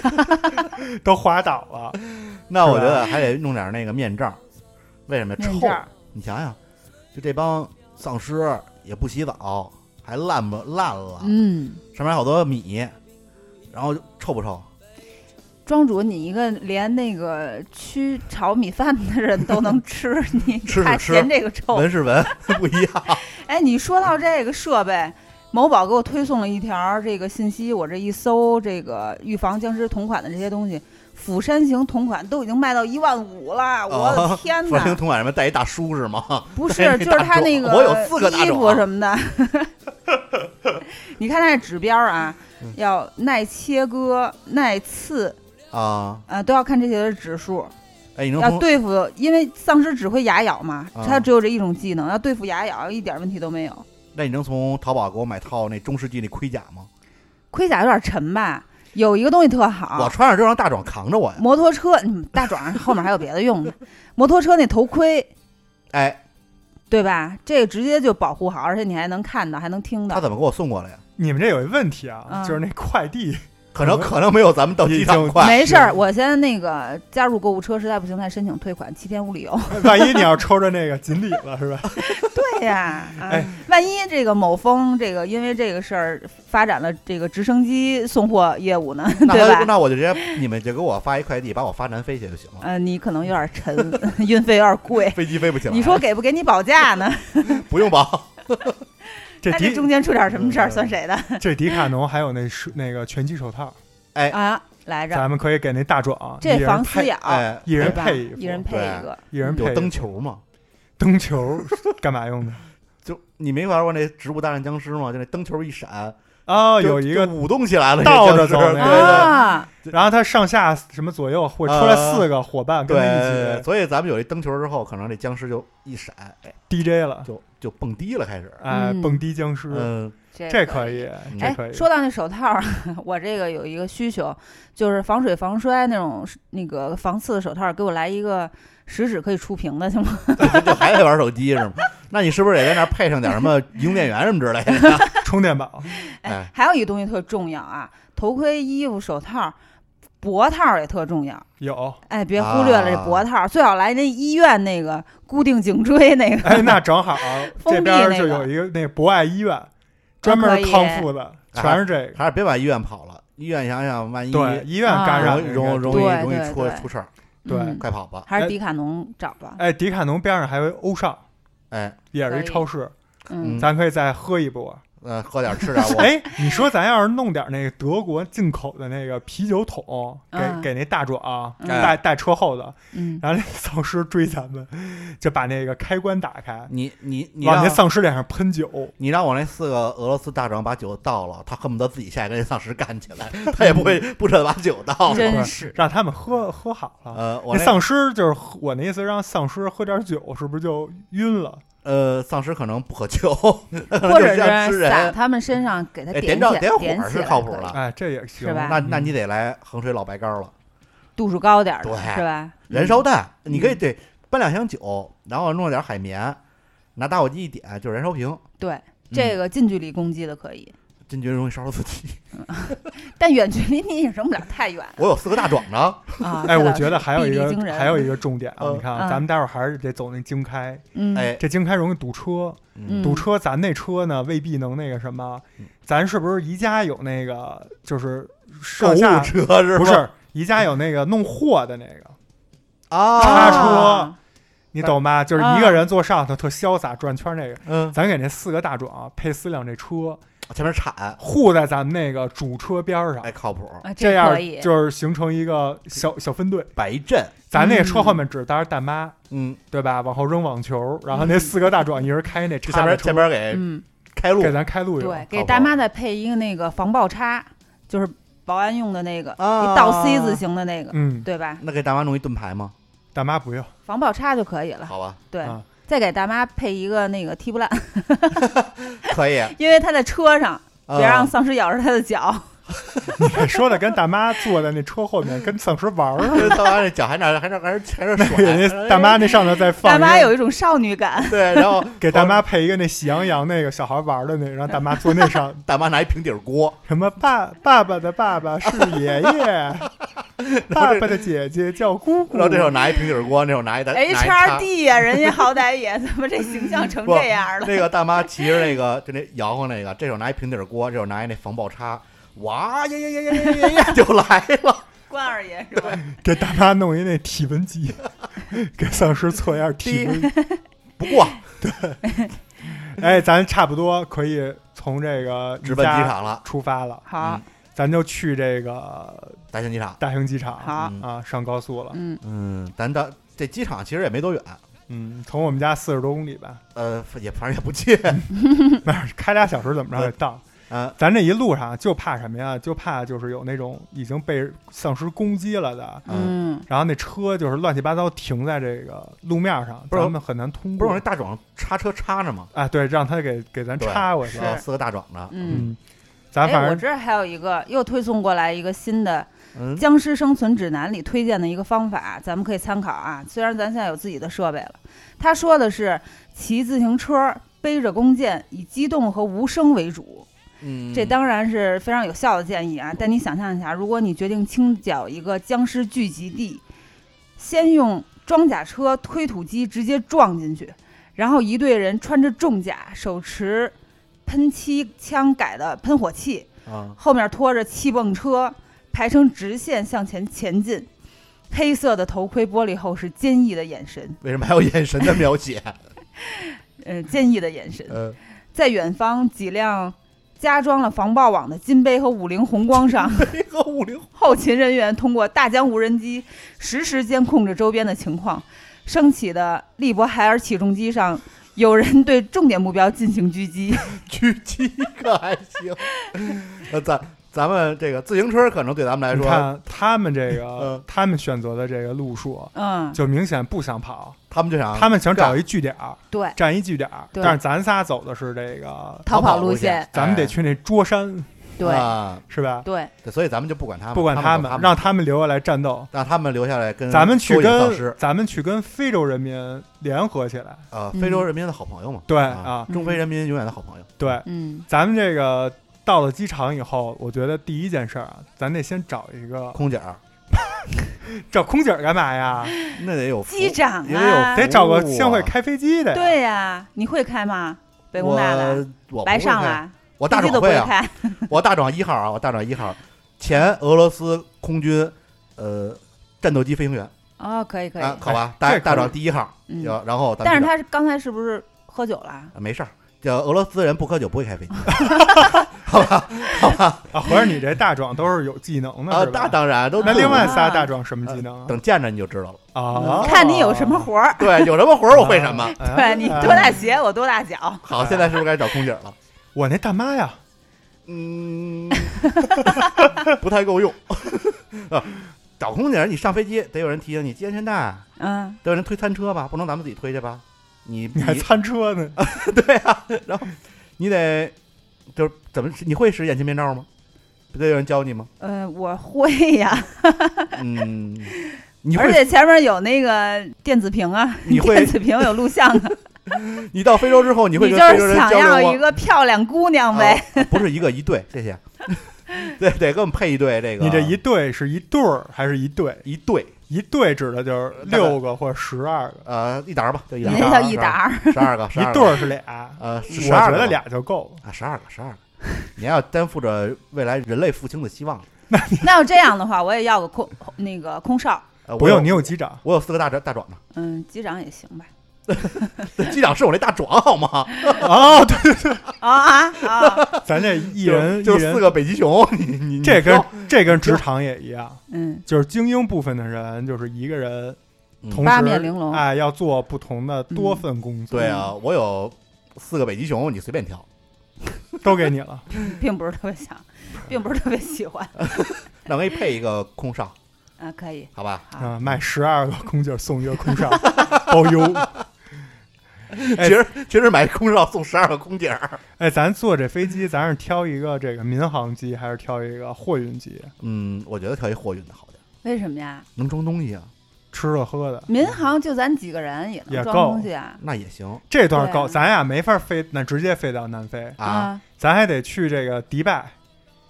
Speaker 3: 都滑倒了。
Speaker 2: 那我觉
Speaker 3: 是吧
Speaker 2: 得还得弄点那个面罩，为什么呀
Speaker 1: 面
Speaker 2: 臭啊
Speaker 1: 罩？
Speaker 2: 你想想，就这帮丧尸也不洗澡，还烂不烂了，
Speaker 1: 嗯，
Speaker 2: 上面还好多米，然后就臭不臭？
Speaker 1: 庄主，你一个连那个吃炒米饭的人都能吃，你
Speaker 2: 吃
Speaker 1: 还
Speaker 2: 吃
Speaker 1: 嫌这个臭？
Speaker 2: 闻是闻， 不一样。
Speaker 1: 哎，你说到这个设备，某宝给我推送了一条这个信息，我这一搜这个预防僵尸同款的这些东西，釜山行同款都已经卖到一万五了，我的
Speaker 2: 哦
Speaker 1: 天
Speaker 2: 说听
Speaker 1: 哪！
Speaker 2: 同款什么带一大叔是吗？
Speaker 1: 不
Speaker 2: 那
Speaker 1: 是，
Speaker 2: 大
Speaker 1: 就是他
Speaker 2: 种
Speaker 1: 那个
Speaker 2: 哎我有四个大
Speaker 1: 衣
Speaker 2: 种
Speaker 1: 服
Speaker 2: 啊
Speaker 1: 什么的， 你看它这指标啊，
Speaker 2: 嗯
Speaker 1: 要耐切割、耐刺，
Speaker 2: 啊，
Speaker 1: 呃，都要看这些的指数。
Speaker 2: 哎，你能
Speaker 1: 要
Speaker 2: 从
Speaker 1: 啊对付，因为丧尸只会牙咬嘛，
Speaker 2: 啊
Speaker 1: 它只有这一种技能，要对付牙咬一点问题都没有。
Speaker 2: 那你能从淘宝给我买套那中世纪那盔甲吗？
Speaker 1: 盔甲有点沉吧？有一个东西特
Speaker 2: 我
Speaker 1: 好，
Speaker 2: 穿上就让大壮扛着我呀。
Speaker 1: 摩托车，啊嗯大壮后面还有别的用的，摩托车那头盔，
Speaker 2: 哎，
Speaker 1: 对吧？这个直接就保护好，而且你还能看到，还能听
Speaker 2: 他
Speaker 1: 到。
Speaker 2: 怎么给我送过来呀？
Speaker 3: 你们这有一问题啊，
Speaker 1: 嗯
Speaker 3: 就是那快递，
Speaker 2: 可能可能没有咱们到机场快。
Speaker 1: 没事儿，我先那个加入购物车，实在不行再申请退款，七天无理由。
Speaker 3: 万一你要抽着那个锦鲤了，是吧？
Speaker 1: 对呀、啊
Speaker 3: 哎
Speaker 1: 万一这个某峰这个因为这个事儿发展了这个直升机送货业务呢，
Speaker 2: 那
Speaker 1: 对
Speaker 2: 他
Speaker 1: 吧
Speaker 2: 就？那我就直接你们就给我发一快递，把我发南非去就行了。
Speaker 1: 呃，你可能有点沉， 运费有点贵。
Speaker 2: 飞机飞不起来，
Speaker 1: 你
Speaker 3: 啊
Speaker 1: 说给不给你保价呢？
Speaker 2: 不用保，
Speaker 3: 这
Speaker 1: 那这
Speaker 3: 迪
Speaker 1: 中间出点什么事儿
Speaker 3: 嗯
Speaker 1: 算谁的
Speaker 3: 这迪卡侬还有那是那个拳击手套，
Speaker 1: 啊？来着，
Speaker 3: 咱们可以给那大壮啊一
Speaker 1: 这
Speaker 3: 人
Speaker 1: 防
Speaker 3: 配
Speaker 1: 撕咬，
Speaker 2: 哎，
Speaker 3: 一人
Speaker 1: 对吧？
Speaker 3: 配一副，
Speaker 1: 一人配一个，
Speaker 3: 一人配
Speaker 2: 有
Speaker 3: 一
Speaker 2: 灯
Speaker 3: 副
Speaker 2: 球吗？
Speaker 3: 灯球干嘛用的？
Speaker 2: 就你没玩过那《植物大战僵尸》吗？就那灯球一闪，
Speaker 3: 哦，
Speaker 2: 就
Speaker 3: 有一个
Speaker 2: 就，舞动起来了，这
Speaker 3: 倒着
Speaker 2: 僵尸
Speaker 3: 走那个
Speaker 2: 对对
Speaker 1: 啊，
Speaker 3: 然后他上下什么左右或者出来四个伙伴跟他
Speaker 2: 对，
Speaker 3: 一起
Speaker 2: 所以咱们有一灯球之后，可能这僵尸就一闪，哎，
Speaker 3: DJ 了，
Speaker 2: 就就蹦迪了，开始。
Speaker 3: 哎，
Speaker 1: 嗯
Speaker 3: 蹦迪僵尸，
Speaker 2: 嗯，
Speaker 3: 这
Speaker 1: 这
Speaker 3: 可。以，
Speaker 2: 嗯
Speaker 3: 这
Speaker 1: 哎
Speaker 3: 可，以。
Speaker 1: 说到那手套儿， 我这个有一个需求，就是防水防摔那种那个防刺的手套儿，给我来一个食指可以触屏的 行吗？
Speaker 2: 就还得玩手机是吗？ 那你是不是得在那儿配上点什么移动电源什么之类的？
Speaker 3: 充电宝，
Speaker 2: 哎，
Speaker 1: 还有一个东西特重要啊，头盔、衣服、手套儿、脖套儿也特重要。
Speaker 3: 有，
Speaker 1: 哎，别忽略了这
Speaker 3: 啊
Speaker 1: 脖套儿，最好来那医院那个固定颈椎那 个。
Speaker 3: 哎，那正好
Speaker 1: 封
Speaker 3: 这
Speaker 1: 闭
Speaker 3: 边儿
Speaker 1: 那
Speaker 3: 就
Speaker 1: 个哦
Speaker 3: 有一个那个博爱医院，专门
Speaker 1: 可以
Speaker 3: 康复的，全是这个。
Speaker 2: 还是别往医院跑了，医院想想万一
Speaker 3: 对，医院感
Speaker 1: 啊
Speaker 3: 染
Speaker 2: 容
Speaker 3: 那
Speaker 2: 容容
Speaker 3: 个
Speaker 2: 易
Speaker 1: 对
Speaker 2: 容易
Speaker 1: 对
Speaker 2: 出
Speaker 1: 对
Speaker 2: 出事儿，
Speaker 3: 对
Speaker 1: 嗯
Speaker 2: 快跑吧！
Speaker 1: 还是
Speaker 3: 哎
Speaker 1: 迪卡侬找吧。
Speaker 3: 哎，迪卡侬边上还有欧尚，
Speaker 2: 哎，
Speaker 3: 也是一
Speaker 1: 可以
Speaker 3: 超市，
Speaker 1: 嗯
Speaker 2: 嗯，
Speaker 3: 咱可以再喝 一波。
Speaker 2: 呃，喝点儿吃点 儿，我
Speaker 3: 哎，你说咱要是弄点那个德国进口的那个啤酒桶，给、
Speaker 1: 嗯
Speaker 3: 给那大壮、
Speaker 1: 嗯
Speaker 3: 带带车后的，
Speaker 1: 嗯，
Speaker 3: 然后那丧尸追咱们，就把那个开关打开，
Speaker 2: 你你你
Speaker 3: 往
Speaker 2: 让
Speaker 3: 那丧尸脸上喷酒。
Speaker 2: 你让我那四个俄罗斯大壮把酒倒了，他恨不得自己下去跟那丧尸干起 来，他也不会不舍得把酒倒了。
Speaker 1: 真
Speaker 3: 对
Speaker 1: 是
Speaker 3: 让他们喝喝好了。
Speaker 2: 呃，我
Speaker 3: 那
Speaker 2: 那
Speaker 3: 丧尸就是喝我那意思，让丧尸喝点酒，是不是就晕了？
Speaker 2: 呃丧尸可能不可 救，
Speaker 1: 或
Speaker 2: 或
Speaker 1: 者
Speaker 2: 像吃
Speaker 1: 是撒
Speaker 2: 人，
Speaker 1: 他们身上，给它
Speaker 2: 哎
Speaker 1: 点
Speaker 2: 着
Speaker 1: 起来，
Speaker 2: 点
Speaker 1: 点
Speaker 2: 火
Speaker 1: 起
Speaker 2: 是
Speaker 1: 来
Speaker 2: 靠谱
Speaker 1: 可以，
Speaker 2: 了。
Speaker 3: 哎，这也行。
Speaker 1: 是吧
Speaker 2: 那那你得来衡水老白干了，
Speaker 1: 度数高点儿
Speaker 2: 对
Speaker 1: 的，是吧？
Speaker 2: 燃
Speaker 1: 嗯
Speaker 2: 烧弹，你可以得搬两箱酒，然后弄点海绵，拿打火机一点就是燃烧瓶，
Speaker 1: 对这个近距离攻击的可以，
Speaker 2: 真觉得容易烧着自己。
Speaker 1: 但远距离你也扔不了太 远
Speaker 2: 我有四个大壮呢，
Speaker 1: 啊。
Speaker 3: 哎，
Speaker 1: 这
Speaker 3: 我
Speaker 1: 倒
Speaker 3: 觉
Speaker 1: 是
Speaker 3: 得还有
Speaker 1: 臂
Speaker 3: 一
Speaker 1: 力
Speaker 3: 个
Speaker 1: 惊人
Speaker 3: 还有一个重点啊，
Speaker 2: 嗯
Speaker 3: 你看
Speaker 1: 嗯
Speaker 3: 啊，咱们待会儿还是得走那经开，
Speaker 1: 嗯，
Speaker 2: 哎，
Speaker 3: 这经开容易堵车，
Speaker 1: 嗯
Speaker 3: 堵车咱那车呢未必能那个什么
Speaker 2: 嗯，
Speaker 3: 咱是不是宜家有那个就是
Speaker 2: 购
Speaker 3: 上
Speaker 2: 物
Speaker 3: 下
Speaker 2: 车是
Speaker 3: 不
Speaker 2: 吗
Speaker 3: 是宜家有那个弄货的那个，
Speaker 2: 啊？
Speaker 3: 插车
Speaker 1: 啊
Speaker 3: 你懂吧？就是
Speaker 1: 嗯
Speaker 3: 一个人坐上头特潇洒转圈那个，
Speaker 2: 嗯，
Speaker 3: 咱给那四个大壮啊配四辆这车
Speaker 2: 前面铲，
Speaker 3: 护在咱们那个主车边儿上
Speaker 2: 哎，，靠谱，
Speaker 1: 啊，
Speaker 3: 这
Speaker 1: 可
Speaker 3: 样
Speaker 1: 以，嗯
Speaker 3: 就是形成一个小小分队。
Speaker 2: 摆一阵，
Speaker 3: 咱那个车后面只搭着大妈，
Speaker 2: 嗯，
Speaker 3: 对吧？往后扔网球，然后那四个大壮一人开那车
Speaker 2: 下边
Speaker 3: 边车
Speaker 2: 下边给
Speaker 1: 嗯，
Speaker 2: 开路
Speaker 3: 给咱开路
Speaker 1: 对
Speaker 3: 用。，
Speaker 1: 给
Speaker 2: 好
Speaker 1: 大
Speaker 2: 吧
Speaker 1: 妈再配一个那个防爆叉，就是保安用的那个，
Speaker 2: 啊
Speaker 1: 一倒 C 字形的那个，
Speaker 3: 嗯，
Speaker 1: 对吧？
Speaker 2: 那给大妈弄一盾牌吗？
Speaker 3: 大 妈不用，
Speaker 1: 防爆叉就可以了。
Speaker 2: 好吧，
Speaker 1: 对
Speaker 3: 啊，
Speaker 1: 再给大妈配一个那个踢不烂，
Speaker 2: 可以，
Speaker 1: 因为她在车上，
Speaker 2: 呃
Speaker 1: 别让丧尸咬着她的脚。
Speaker 3: 你这说的跟大妈坐在那车后面跟丧尸玩 儿 似的。
Speaker 2: 这大妈这脚还那还那还是还是
Speaker 3: 那人
Speaker 2: 甩，
Speaker 3: 家大妈那上头再放
Speaker 1: 大
Speaker 3: 一个，
Speaker 1: 妈有一种少女感，
Speaker 2: 对，然后
Speaker 3: 给大妈配一个那喜羊羊那个小孩玩的那，让大妈坐那上
Speaker 2: 大妈拿一平底锅，
Speaker 3: 什么爸爸爸的爸爸是爷爷，爸爸的姐姐叫姑
Speaker 1: 嗯
Speaker 3: 姑。
Speaker 2: 然后这手拿一平底锅，那手拿一 大拿一叉
Speaker 1: HRD 哎呀、人家好歹也 怎么这形象成
Speaker 2: 不
Speaker 1: 这样了？
Speaker 2: 那个大妈骑着那个就那摇晃那个，这手拿一平底锅，这手拿一那防爆叉，哇呀呀呀呀呀呀呀就来 了，
Speaker 1: 关二爷是吧？
Speaker 3: 给大妈弄一那体温计，给丧尸测一下体温。
Speaker 2: 不过
Speaker 3: 哎，咱差不多可以从这个
Speaker 2: 直奔机场了，嗯
Speaker 3: 出发了，
Speaker 1: 好，
Speaker 3: 咱就去这个
Speaker 2: 大兴机场。
Speaker 3: 大兴机场
Speaker 1: 好
Speaker 2: 嗯
Speaker 3: 啊，上高速了。
Speaker 1: 嗯，
Speaker 2: 嗯，咱到这机场其实也没多远，
Speaker 3: 嗯，从我们家四十多公里吧，
Speaker 2: 呃，也反正也不近，
Speaker 1: 嗯
Speaker 3: 那开俩小时怎么着也到。
Speaker 2: 嗯，
Speaker 3: 咱这一路上就怕什么呀？就怕就是有那种已经被丧尸攻击了的，
Speaker 2: 呃
Speaker 1: 嗯，
Speaker 3: 然后那车就是乱七八糟停在这个路面上，
Speaker 2: 不是
Speaker 3: 咱们很难通
Speaker 2: 不是我那
Speaker 3: 过。
Speaker 2: 大壮叉车插着吗？
Speaker 3: 啊，对，让他给给咱
Speaker 2: 对
Speaker 3: 插过去
Speaker 1: 是。
Speaker 2: 呃，四个大壮呢？
Speaker 1: 嗯，
Speaker 3: 嗯，咱反
Speaker 1: 哎，我
Speaker 3: 正
Speaker 1: 这儿还有一个又推送过来一个新的
Speaker 2: 嗯
Speaker 1: 《僵尸生存指南》里推荐的一个方法，咱们可以参考啊。虽然咱现在有自己的设备了，他说的是骑自行车、背着弓箭，以机动和无声为主。
Speaker 2: 嗯，
Speaker 1: 这当然是非常有效的建议啊。但你想象一下，如果你决定清剿一个僵尸聚集地，先用装甲车、推土机直接撞进去，然后一队人穿着重甲，手持喷漆枪改的喷火器，
Speaker 2: 啊，
Speaker 1: 后面拖着气泵车，排成直线向前前进。黑色的头盔玻璃后是坚毅的眼神，
Speaker 2: 为什么还有眼神的描 写？
Speaker 1: 呃，坚毅的眼神。
Speaker 2: 呃，
Speaker 1: 在远方几辆加装了防爆网的金杯和五菱宏光上，
Speaker 2: 那个五菱
Speaker 1: 后勤人员通过大疆无人机实时监控着周边的情况。升起的利勃海尔起重机上，有人对重点目标进行狙 击。
Speaker 2: 狙击可还行，呃，咱咱们这个自行车可能对咱们来
Speaker 3: 你
Speaker 2: 说，
Speaker 3: 看他们这个
Speaker 2: 嗯，
Speaker 3: 他们选择的这个路数，
Speaker 1: 嗯，
Speaker 3: 就明显不想跑，
Speaker 2: 他们就想
Speaker 3: 他们想找一据点儿，
Speaker 1: 对，
Speaker 3: 站一据点儿。
Speaker 1: 对
Speaker 3: 但是咱仨走的是这个，
Speaker 1: 逃跑
Speaker 2: 路
Speaker 1: 路线，
Speaker 3: 咱们得去那桌山，
Speaker 1: 对、
Speaker 2: 啊，
Speaker 3: 是吧？
Speaker 1: 对，
Speaker 2: 对所以咱们就不管他们，
Speaker 3: 不管
Speaker 2: 他
Speaker 3: 们，
Speaker 2: 走
Speaker 3: 让他们留下来战斗。
Speaker 2: 让他们留下来跟
Speaker 3: 咱们去
Speaker 2: 蚯蚓丧
Speaker 3: 跟
Speaker 2: 尸
Speaker 3: 咱们去跟非洲人民联合起来，
Speaker 2: 呃
Speaker 1: 嗯
Speaker 2: 非洲人民的好朋友嘛，
Speaker 3: 对
Speaker 2: 啊
Speaker 3: 啊，
Speaker 2: 中非人民永远的好朋友，
Speaker 3: 对，
Speaker 1: 嗯
Speaker 3: 咱们这个到了机场以后，我觉得第一件事儿啊，咱得先找一个
Speaker 2: 空姐儿
Speaker 3: 找空姐儿干嘛呀？
Speaker 2: 那得有服
Speaker 1: 机长
Speaker 2: 也得有
Speaker 1: 啊
Speaker 2: 飞，
Speaker 3: 得找个先会开飞机的呀。
Speaker 1: 对呀、你会开吗？北工大的
Speaker 2: 我我
Speaker 1: 白
Speaker 2: 不会
Speaker 1: 上
Speaker 2: 开，
Speaker 1: 来，
Speaker 2: 我大
Speaker 1: 飞机
Speaker 2: 壮
Speaker 1: 都不会
Speaker 2: 啊，
Speaker 1: 开。
Speaker 2: 我大壮一号啊，我大壮一号，前俄罗斯空军呃战斗机飞行员
Speaker 1: 哦，可以可以，
Speaker 2: 啊，好吧，大
Speaker 3: 哎这可以
Speaker 2: 大壮第一号，
Speaker 1: 嗯
Speaker 2: 要然后咱们
Speaker 1: 但是
Speaker 2: 去
Speaker 1: 他是刚才是不是喝酒了？
Speaker 2: 找没事儿，叫俄罗斯人不喝酒不会开飞机
Speaker 3: 啊，合着你这大壮都是有技能的
Speaker 2: 啊，
Speaker 3: 是吧？
Speaker 2: 那当然都
Speaker 3: 那另外
Speaker 1: 啊
Speaker 3: 仨大壮什么技能啊
Speaker 2: 呃等见着你就知道了，
Speaker 3: 啊？
Speaker 1: 嗯看你有什么活儿，
Speaker 2: 对，有什么活儿我会什么。
Speaker 3: 啊？
Speaker 1: 对你
Speaker 3: 啊
Speaker 1: 多大鞋，我多大脚。
Speaker 2: 好，现在是不是该找空姐了？
Speaker 3: 我那大妈呀，
Speaker 2: 嗯， 不太够用啊。找空姐，你上飞机得有人提醒你系安全带，
Speaker 1: 嗯，
Speaker 2: 得有人推餐车吧，不能咱们自己推去吧？你
Speaker 3: 你还
Speaker 2: 你
Speaker 3: 餐车呢？
Speaker 2: 对啊，然后你得就是怎么你会使眼睛变照吗？不得有人教你吗？
Speaker 1: 呃，我会呀，
Speaker 2: 嗯，你
Speaker 1: 而
Speaker 2: 会
Speaker 1: 且前面有那个电子屏啊，
Speaker 2: 你会
Speaker 1: 电子屏有录像啊，
Speaker 2: 你到非洲之后你会
Speaker 1: 就
Speaker 2: 跟非洲
Speaker 1: 是
Speaker 2: 人
Speaker 1: 想
Speaker 2: 交流
Speaker 1: 要
Speaker 2: 吗
Speaker 1: 一个漂亮姑娘呗？
Speaker 2: 啊不是一个一对，谢 谢。对，得给我们配一对 这个。
Speaker 3: 你这一对是一对儿还是一对？
Speaker 2: 一对，
Speaker 3: 一对指的就是六个或者十二个，
Speaker 2: 呃，一沓吧，就一
Speaker 1: 你
Speaker 2: 沓。
Speaker 1: 那叫一沓儿，
Speaker 2: 十二个，十
Speaker 3: 一
Speaker 2: 二
Speaker 3: 对
Speaker 2: 个，
Speaker 3: 儿是俩。
Speaker 2: 呃，
Speaker 3: 我
Speaker 2: 十
Speaker 3: 觉
Speaker 2: 二个
Speaker 3: 得
Speaker 2: 吧
Speaker 3: 俩就够了。
Speaker 2: 啊，十二个，十二个。你还要担负着未来人类复兴的希望。
Speaker 1: 那要这样的话，我也要个空那个空少，
Speaker 2: 呃，
Speaker 3: 不
Speaker 2: 我有
Speaker 3: 用，你有机长，
Speaker 2: 我有四个大壮大壮呢。
Speaker 1: 嗯，机长也行吧？
Speaker 2: 机长是我那大壮好吗？
Speaker 3: 哦，对，
Speaker 1: 啊啊 啊，
Speaker 3: 咱这一人
Speaker 2: 就
Speaker 3: 一
Speaker 2: 是
Speaker 3: 人
Speaker 2: 四个嗯北极熊，你你
Speaker 3: 这跟
Speaker 2: 个
Speaker 3: 这跟职场也一样，
Speaker 1: 嗯，
Speaker 3: 就是精英部分的人就是一个人
Speaker 2: 嗯，
Speaker 3: 同时
Speaker 1: 八面玲珑
Speaker 3: 哎，要做不同的多份工作，
Speaker 2: 对啊，我有四个北极熊，你随便挑，
Speaker 3: 都给你了。
Speaker 1: 并不是特别想，并不是特别喜欢
Speaker 2: 让我给你配一个空少，
Speaker 1: 啊，可以，
Speaker 2: 好吧？
Speaker 1: 好，
Speaker 3: 啊，买十二个 空姐送一个空少，包邮。哎
Speaker 2: 其实其实买空少送十二个空姐儿，
Speaker 3: 哎，咱坐这飞机，咱是挑一个这个民航机，还是挑一个货运机？
Speaker 2: 嗯，我觉得挑一货运的好点，
Speaker 1: 为什么呀？
Speaker 2: 能装东西啊，
Speaker 3: 吃的喝的，
Speaker 1: 民航就咱几个人也能
Speaker 3: 也
Speaker 1: 装
Speaker 3: 够
Speaker 1: 东西啊
Speaker 2: 那也行
Speaker 3: 这段够，
Speaker 1: 对啊
Speaker 3: 咱俩没法飞，那直接飞到南非，
Speaker 2: 啊。
Speaker 1: 啊！
Speaker 3: 咱还得去这个迪拜，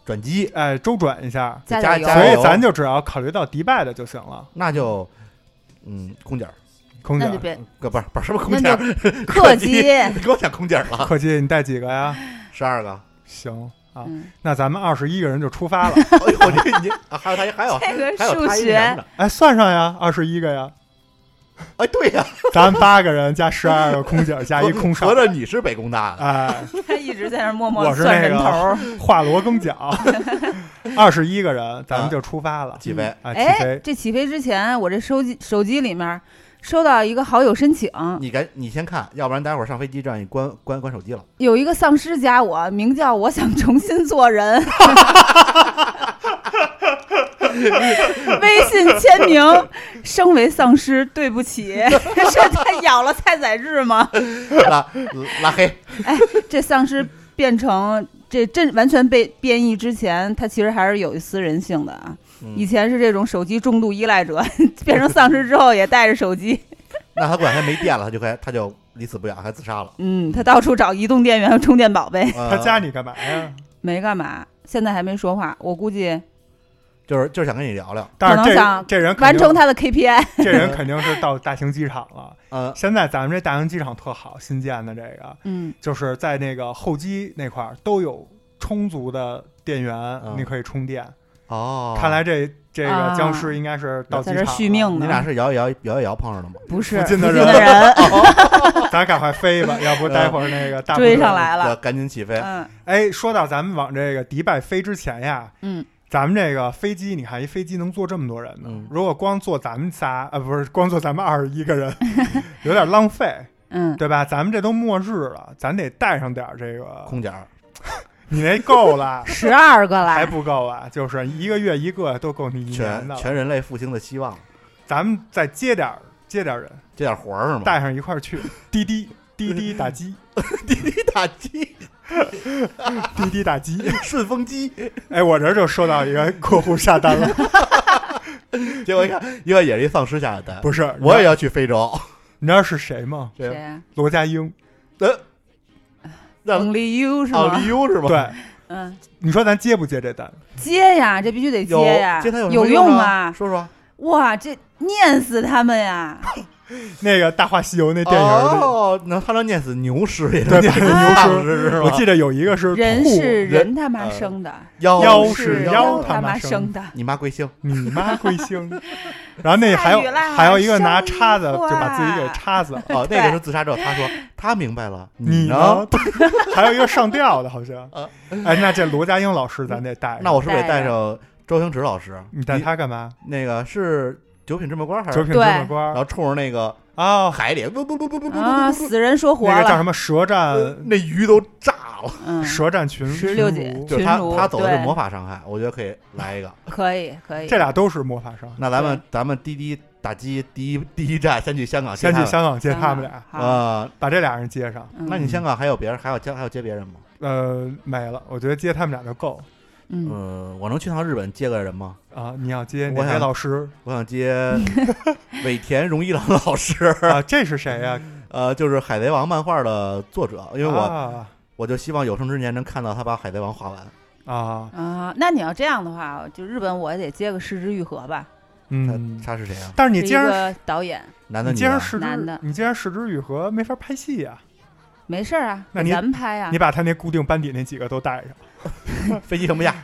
Speaker 2: 转机，
Speaker 3: 哎，周转一下。
Speaker 1: 加
Speaker 2: 加
Speaker 1: 点油
Speaker 2: 加
Speaker 3: 所
Speaker 2: 油
Speaker 3: 以咱就只要考虑到迪拜的就行了，
Speaker 2: 那就嗯，空姐儿，
Speaker 3: 空
Speaker 1: 那就
Speaker 3: 姐。
Speaker 1: 别
Speaker 2: 呃不是不是什么空
Speaker 1: 那
Speaker 2: 姐儿，
Speaker 1: 就客
Speaker 2: 机啊
Speaker 1: 机，
Speaker 2: 你给我讲空姐儿 了，
Speaker 3: 客气，你带几个呀？
Speaker 2: 十二个。
Speaker 3: 行啊，
Speaker 1: 嗯，
Speaker 3: 那咱们二十一个人就出发了。
Speaker 2: 哎呦，你你啊还有他一还有
Speaker 1: 这个
Speaker 2: 还有
Speaker 1: 数
Speaker 2: 他一
Speaker 1: 学
Speaker 2: 人呢。
Speaker 3: 哎，算上呀，二十一个呀，
Speaker 2: 哎，对呀，
Speaker 3: 咱们八个人加十二个空姐加一空少
Speaker 2: 合。着你是北工大的，
Speaker 3: 哎，
Speaker 1: 他一直在那儿默默
Speaker 3: 我是
Speaker 1: 算
Speaker 3: 那
Speaker 1: 人
Speaker 3: 个
Speaker 1: 头 儿。
Speaker 3: 华罗庚角， 二十一个人，咱们就出发了。
Speaker 2: 几位？
Speaker 3: 啊，起
Speaker 1: 哎
Speaker 3: 飞，
Speaker 1: 这起飞之前，我这手机手机里面收到一个好友申请，
Speaker 2: 你赶你先看，要不然待会儿上飞机这样你关关关手机了。
Speaker 1: 有一个丧尸加我，名叫我想重新做人， 微信签名，生为丧尸，对不起， 是他咬了蔡宰治吗？
Speaker 2: 拉拉黑，
Speaker 1: 这丧尸变成这真完全被变异之前，他其实还是有一丝人性的啊。
Speaker 2: 嗯
Speaker 1: 以前是这种手机重度依赖者， 变成丧尸之后也带着手机，
Speaker 2: 那他过两天没电了，他就快他就离死不远，还自杀了。
Speaker 1: 嗯，他到处找移动电源和充电宝 呗，
Speaker 2: 他
Speaker 3: 他加你干嘛呀？
Speaker 1: 没干嘛。现在还没说话，我估计
Speaker 2: 嗯就是就是想跟你聊聊，
Speaker 3: 但
Speaker 1: 可能
Speaker 3: 是这
Speaker 1: 想
Speaker 3: 这人肯
Speaker 1: 完
Speaker 3: 定
Speaker 1: 成他的 KPI。
Speaker 3: 这人肯定是到大型机场了。
Speaker 2: 呃，
Speaker 3: 现在咱们这大型机场特好，新建的这个
Speaker 1: 嗯，
Speaker 3: 就是在那个候机那块儿都有充足的电源，
Speaker 2: 嗯
Speaker 3: 你可以充电。
Speaker 2: 哦，
Speaker 3: 看来这这个
Speaker 1: 啊
Speaker 3: 僵尸应该是到机
Speaker 1: 在
Speaker 3: 场
Speaker 1: 这
Speaker 3: 了
Speaker 1: 续命
Speaker 2: 你
Speaker 1: 呢。
Speaker 2: 俩是摇一摇摇一摇碰上的吗？
Speaker 1: 不是
Speaker 3: 附近的
Speaker 1: 附
Speaker 3: 人
Speaker 1: 人哦
Speaker 3: 咱赶快飞吧，要不待会儿那个大部
Speaker 1: 追
Speaker 3: 队
Speaker 1: 上。来
Speaker 2: 要
Speaker 1: 了。
Speaker 2: 赶紧起飞，
Speaker 1: 嗯
Speaker 3: 哎，说到咱们往这个迪拜飞之前呀，
Speaker 1: 嗯，
Speaker 3: 咱们这个飞机，你看一飞机能坐这么多人呢。
Speaker 2: 嗯
Speaker 3: 如果光坐咱们仨，呃，不是光坐咱们二十一个人， 有点浪费，
Speaker 1: 嗯，，
Speaker 3: 对吧？咱们这都末日了，咱得带上点儿这个。
Speaker 2: 空姐儿
Speaker 3: 你那够了
Speaker 1: 十二个
Speaker 3: 还
Speaker 1: 啦，
Speaker 3: 不够啊？就是一个月一个都够你一年
Speaker 2: 全
Speaker 3: 的了。
Speaker 2: 全人类复兴的希望，
Speaker 3: 咱们再接点儿，接点儿人，
Speaker 2: 这点活儿是吗？
Speaker 3: 带上一块儿去。滴滴滴滴打机，
Speaker 2: 滴滴打机、
Speaker 3: 滴滴打机。
Speaker 2: 顺风机，
Speaker 3: 哎，我这儿就收到一个客户下单了，
Speaker 2: 结果一看，一个也是一丧尸下的单，
Speaker 3: 不是，
Speaker 2: 我也
Speaker 3: 要。
Speaker 2: 要去非洲，
Speaker 3: 你知道是谁吗？
Speaker 2: 这
Speaker 1: 谁啊
Speaker 3: 罗家英。
Speaker 2: 那
Speaker 1: ？Only you 是
Speaker 2: 奥利
Speaker 1: 吗？
Speaker 2: 啊优是吗？
Speaker 3: 对，
Speaker 1: 嗯，
Speaker 3: 你说咱接不接这单？
Speaker 1: 接呀，这必须得
Speaker 2: 有，
Speaker 1: 接呀，
Speaker 2: 接他有什
Speaker 1: 有
Speaker 2: 么用
Speaker 1: 啊！
Speaker 2: 说说，
Speaker 1: 哇，这念死他们呀！
Speaker 3: 那个《大话西游》那电影儿里，
Speaker 2: 哦，能他能念死牛师也能
Speaker 3: 对
Speaker 2: 念
Speaker 3: 把
Speaker 2: 死
Speaker 3: 那
Speaker 1: 啊
Speaker 3: 牛
Speaker 2: 丧
Speaker 3: 尸。
Speaker 2: 尸是
Speaker 3: 我
Speaker 2: 吧？
Speaker 3: 记得有一个是
Speaker 1: 人
Speaker 3: 兔
Speaker 1: 是
Speaker 2: 人
Speaker 1: 人他妈
Speaker 2: 呃
Speaker 1: 生的，
Speaker 2: 妖
Speaker 3: 妖
Speaker 1: 是
Speaker 3: 是妖
Speaker 1: 他
Speaker 3: 他妈
Speaker 1: 生
Speaker 3: 生
Speaker 1: 的。
Speaker 2: 你妈龟星，
Speaker 3: 你妈龟星， 然后那还有
Speaker 1: 下雨啦
Speaker 3: 还有一个拿叉子
Speaker 1: 生花
Speaker 3: 就把自己给叉死了，
Speaker 2: 哦，
Speaker 1: 对
Speaker 2: 那个是自杀之后，他说他明白了，
Speaker 3: 你
Speaker 2: 呢？？
Speaker 3: 还有一个上吊的，好像
Speaker 2: 啊。
Speaker 3: 哎，那这罗家英老师咱得带上，
Speaker 2: 那我是不是得
Speaker 1: 带
Speaker 2: 带
Speaker 1: 着
Speaker 2: 上周星驰老师？
Speaker 3: 你带他干嘛？
Speaker 2: 那个是九品芝麻官还是？
Speaker 3: 九品芝麻官
Speaker 2: 然
Speaker 3: 儿
Speaker 2: 后冲着那个
Speaker 3: 哦，
Speaker 2: 海里，不不不不不不
Speaker 1: 啊，
Speaker 2: 不
Speaker 1: 死人说活
Speaker 3: 那个叫
Speaker 1: 了
Speaker 3: 什，么舌
Speaker 2: 呃
Speaker 3: 战
Speaker 2: 那鱼都炸了。
Speaker 1: 嗯，
Speaker 3: 舌战群
Speaker 1: 石榴
Speaker 3: 群
Speaker 1: 姐
Speaker 3: 儒
Speaker 2: 就是他
Speaker 1: 群儒
Speaker 2: 他走的是
Speaker 1: 对
Speaker 2: 魔法伤害，我觉得可以来一个。
Speaker 1: 可以可以
Speaker 3: 这，俩都是魔法伤，
Speaker 2: 那咱们咱们滴滴打机第一第一站先去香港接
Speaker 3: 先
Speaker 2: 他
Speaker 3: 去
Speaker 2: 们，
Speaker 3: 香港接
Speaker 1: 行
Speaker 3: 他
Speaker 1: 了
Speaker 3: 们俩，
Speaker 1: 好
Speaker 2: 啊。
Speaker 3: 把这俩人接上。
Speaker 1: 嗯
Speaker 2: 那你香港还有别人还有接还有接别人吗？
Speaker 3: 呃，没了，我觉得接他们俩就够
Speaker 1: 嗯，
Speaker 3: 呃
Speaker 2: 嗯，我能去趟日本接个人吗？
Speaker 3: 啊。你要接
Speaker 2: 我
Speaker 3: 哪位
Speaker 2: 想
Speaker 3: 老师
Speaker 2: 我想接 尾田荣一郎老师，
Speaker 3: 啊？这是谁呀？
Speaker 2: 呃，就是《海贼王》漫画的作者，因为我、
Speaker 3: 啊
Speaker 2: 我就希望有生之年能看到他把《海贼王》画完。
Speaker 3: 啊，
Speaker 1: 啊，那你要这样的话，就日本我也得接个失之愈合吧，
Speaker 3: 嗯
Speaker 2: 他，他是谁啊？
Speaker 3: 但是你
Speaker 1: 是一
Speaker 3: 既然
Speaker 1: 个导演，
Speaker 2: 男的
Speaker 3: 你
Speaker 2: 女
Speaker 3: 既然
Speaker 2: 的？
Speaker 3: 是
Speaker 1: 男的
Speaker 3: 你既然是之愈合，没法拍戏呀。
Speaker 1: 没事儿啊，
Speaker 3: 那
Speaker 1: 给
Speaker 3: 你
Speaker 1: 咱们拍呀
Speaker 3: 你，把他那固定班底那几个都带 上，
Speaker 2: 飞机停不下，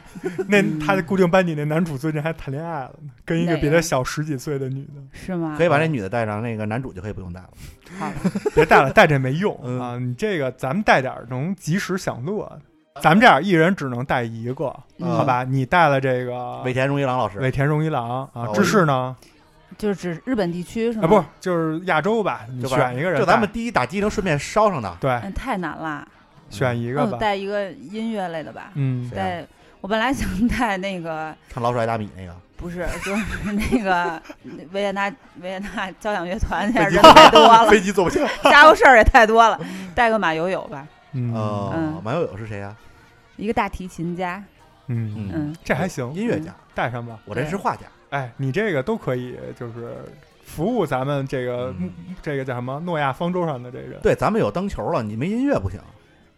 Speaker 3: 那他的固定班底那男主最近还谈恋爱了呢，跟一个
Speaker 1: 哪
Speaker 3: 比
Speaker 1: 个
Speaker 3: 他小十几岁的女的。
Speaker 1: 是吗
Speaker 2: 可？以把这女的带上，那个男主就可以不用带了。
Speaker 1: 好了，
Speaker 3: 别带了，带这没 用
Speaker 2: 嗯
Speaker 3: 啊！你这个咱们带点儿能及时享乐的，咱们这样一人只能带一个，
Speaker 1: 嗯
Speaker 3: 好吧？你带了这个
Speaker 2: 尾田荣一郎老师，
Speaker 3: 啊尾田荣一郎啊
Speaker 2: 哦，
Speaker 3: 志士呢？
Speaker 1: 就是指日本地区是吗？
Speaker 3: 啊，不是，就是亚洲吧？你
Speaker 2: 就把
Speaker 3: 选一个人带，
Speaker 2: 就咱们第一打机能顺便捎上的。
Speaker 3: 对
Speaker 1: 嗯，太难了。
Speaker 3: 选一
Speaker 1: 那
Speaker 3: 个
Speaker 1: 我
Speaker 3: 吧。
Speaker 1: 带一个音乐类的吧，
Speaker 3: 嗯
Speaker 2: 谁啊
Speaker 1: 带我本来想带那个，
Speaker 2: 唱《老鼠爱大米》那个，
Speaker 1: 不是，就是 那个维也纳维也纳交响乐团， 那人太多 了，
Speaker 2: 机坐不下。
Speaker 1: 家伙事儿也太多了，带个马友友吧，
Speaker 3: 嗯
Speaker 2: 哦，马友友是谁呀？
Speaker 1: 一个大提琴家，
Speaker 3: 嗯，
Speaker 1: 嗯，
Speaker 3: 这还行，
Speaker 2: 音乐家，
Speaker 3: 带上吧。
Speaker 2: 我这是画家。
Speaker 3: 哎，你这个都可以，就是服务咱们这个、
Speaker 2: 嗯
Speaker 3: 这个叫什么诺亚方舟上的这人。
Speaker 2: 对，咱们有灯球了，你没音乐不行。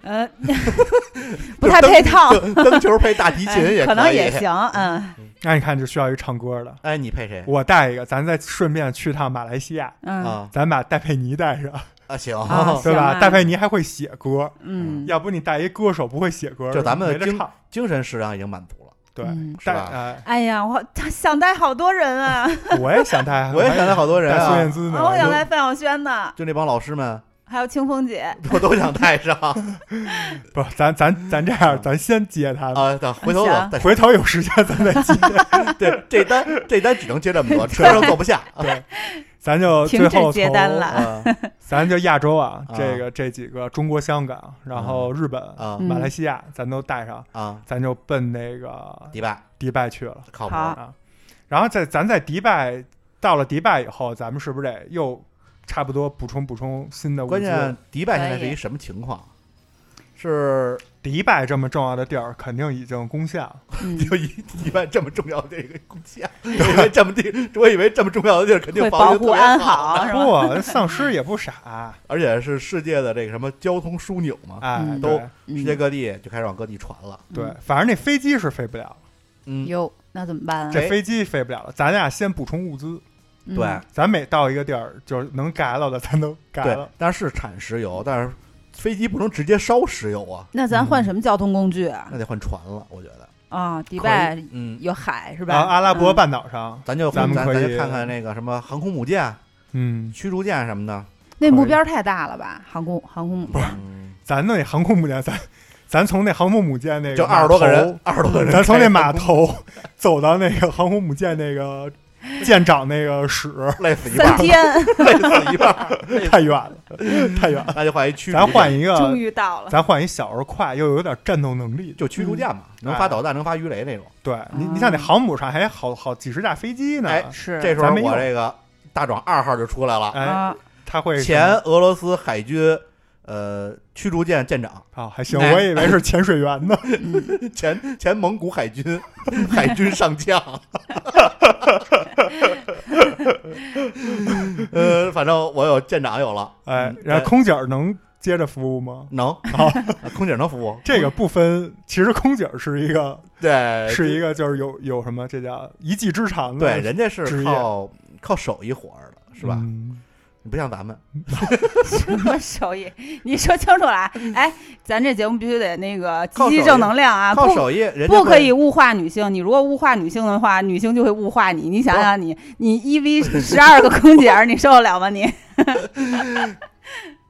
Speaker 1: 呃， 不太配套，哎
Speaker 2: 灯球配大提琴也
Speaker 1: 哦可能
Speaker 2: 以。
Speaker 1: 也行，嗯
Speaker 3: 那你看就需要一唱歌的，
Speaker 2: 哎，你配谁
Speaker 3: 我带一个，咱再顺便去趟马来西亚，
Speaker 1: 嗯
Speaker 2: 啊？
Speaker 3: 咱把戴佩妮带上，
Speaker 2: 啊，行，
Speaker 1: 啊
Speaker 3: 对
Speaker 1: 行
Speaker 3: 吧？
Speaker 1: 啊
Speaker 3: 戴佩妮还会写歌，
Speaker 1: 嗯，
Speaker 3: 要不你带一歌手不会写歌，
Speaker 2: 就咱们
Speaker 3: 没得
Speaker 2: 经
Speaker 3: 唱，
Speaker 2: 精神食粮已经满足了，
Speaker 3: 对，
Speaker 1: 嗯
Speaker 2: 是
Speaker 3: 带
Speaker 2: 吧？
Speaker 3: 哎，
Speaker 1: 哎呀，我 想带好多人啊，
Speaker 3: 哎我也想带，
Speaker 2: 我也想带好多人
Speaker 3: 带孙
Speaker 2: 啊
Speaker 3: 燕，姿呢，
Speaker 1: 啊我想带范晓萱呢，
Speaker 2: 就那帮老师们，
Speaker 1: 还有清风姐，
Speaker 2: 我都想带上
Speaker 3: 不，咱咱咱这
Speaker 2: 嗯
Speaker 3: 样，咱先接他们，
Speaker 2: 啊。等回头我
Speaker 1: 行
Speaker 2: 再说
Speaker 3: 回头有时间咱再接，
Speaker 2: 这这单这单只能接这么多，车上坐不下。
Speaker 3: 对，咱就
Speaker 1: 停
Speaker 3: 哦最
Speaker 1: 止
Speaker 3: 后
Speaker 1: 接
Speaker 3: 从
Speaker 1: 单了。
Speaker 2: 啊
Speaker 3: 咱就亚洲啊
Speaker 2: 啊，
Speaker 3: 这个这几个中国、香港，然后日本、
Speaker 2: 啊
Speaker 1: 嗯
Speaker 3: 马来西亚，咱都带上，
Speaker 2: 啊！
Speaker 3: 咱就奔那个
Speaker 2: 迪拜
Speaker 3: 迪拜去了
Speaker 2: 靠谱，
Speaker 1: 好
Speaker 3: 啊。然后在咱在迪拜到了迪拜以后，咱们是不是得又差不多补充补充新的物
Speaker 2: 关
Speaker 3: 资
Speaker 2: 键？迪拜现在是一什么情况？是
Speaker 3: 迪拜这么重要的地儿，肯定已经攻陷了。
Speaker 1: 嗯
Speaker 2: 就一迪拜这么重要的一个贡献，我以为这么地，我以为这么重要的地儿肯定
Speaker 1: 会
Speaker 2: 防
Speaker 1: 保
Speaker 2: 御
Speaker 1: 护安
Speaker 2: 好，
Speaker 1: 好，啊是吧？
Speaker 3: 不，丧尸也 不傻，
Speaker 2: 而且是世界的这个什么交通枢纽嘛，
Speaker 3: 哎，
Speaker 1: 嗯
Speaker 2: 都嗯
Speaker 3: 对
Speaker 2: 世界各地就开始往各地传了。
Speaker 3: 对，反正那飞机是飞不了了，
Speaker 2: 嗯，
Speaker 1: 哟，那怎么办
Speaker 2: 哎
Speaker 1: 啊？
Speaker 3: 这飞机飞不了了。咱俩先补充物资，
Speaker 1: 嗯
Speaker 2: 对
Speaker 3: 咱每到一个地儿，就是能改了的，咱都改
Speaker 2: 对
Speaker 3: 了。，
Speaker 2: 但是产石油，但是飞机不能直接烧石油啊，
Speaker 1: 那咱换什么交通工具啊？
Speaker 2: 那得换船了，我觉得。
Speaker 1: 啊，迪
Speaker 3: 可以
Speaker 1: 拜
Speaker 2: 嗯，
Speaker 1: 有海是吧？
Speaker 3: 然后阿拉伯
Speaker 1: 嗯
Speaker 3: 半岛上，
Speaker 2: 咱就
Speaker 3: 咱们
Speaker 2: 咱
Speaker 3: 可
Speaker 2: 咱
Speaker 3: 以
Speaker 2: 就看看那个什么航空母舰、
Speaker 3: 嗯，
Speaker 2: 驱逐舰什么的。
Speaker 1: 那目标太大了吧？航空航空母舰
Speaker 2: 嗯
Speaker 3: 咱那航空母舰，咱咱从那航空母舰那个
Speaker 2: 就二十多个人，二十多
Speaker 3: 码
Speaker 2: 个
Speaker 3: 头，
Speaker 2: 人，
Speaker 3: 咱从那码头走到那个航空母舰那个呃舰长那个室，
Speaker 2: 累死一半
Speaker 1: 三
Speaker 2: 儿，
Speaker 1: 天
Speaker 2: 累死一半儿，
Speaker 3: 太远了，太远了。
Speaker 2: 那就换一驱逐
Speaker 3: 咱
Speaker 2: 舰，
Speaker 3: 换一
Speaker 1: 终
Speaker 3: 个，
Speaker 1: 于到了。
Speaker 3: 咱换一小而快又有点战斗能力的。
Speaker 2: 就驱逐舰嘛，
Speaker 3: 嗯
Speaker 2: 能发导弹，能发鱼雷那种。
Speaker 3: 对你，你像那航母上还好好几十架飞机呢，
Speaker 2: 哎
Speaker 1: 是
Speaker 2: 这时候
Speaker 3: 咱没用
Speaker 2: 我这个大壮二号就出来了，
Speaker 3: 哎，
Speaker 1: 啊，
Speaker 3: 他会什
Speaker 2: 前
Speaker 3: 么
Speaker 2: 俄罗斯海军呃驱逐舰舰长，
Speaker 3: 啊，还行，
Speaker 2: 哎
Speaker 3: 我以为是潜水员呢。
Speaker 1: 嗯
Speaker 2: 前前蒙古海军 海军上将。呃，反正我有舰长有了，
Speaker 3: 哎
Speaker 2: 嗯，
Speaker 3: 然后空姐儿能接着服务吗？
Speaker 2: 能，空姐能服务，
Speaker 3: 这个不分，其实空姐儿是一个
Speaker 2: 对，
Speaker 3: 是一个就是有有什么这叫一技之长的，
Speaker 2: 哎对，人家
Speaker 3: 职
Speaker 2: 是
Speaker 3: 业
Speaker 2: 靠靠手艺活儿的，是吧？
Speaker 3: 嗯
Speaker 2: 你不像咱们，
Speaker 1: 什么手艺？你说清楚了啊！哎，咱这节目必须得那个积
Speaker 2: 靠手
Speaker 1: 极
Speaker 2: 艺
Speaker 1: 正能量啊！
Speaker 2: 靠
Speaker 1: 不
Speaker 2: 手艺，人家
Speaker 1: 不可
Speaker 2: 会
Speaker 1: 以物化女性，你如果物化女性的话，女性就会物化你。你想想你，你一 v 十二个空姐儿，你受得了吗？你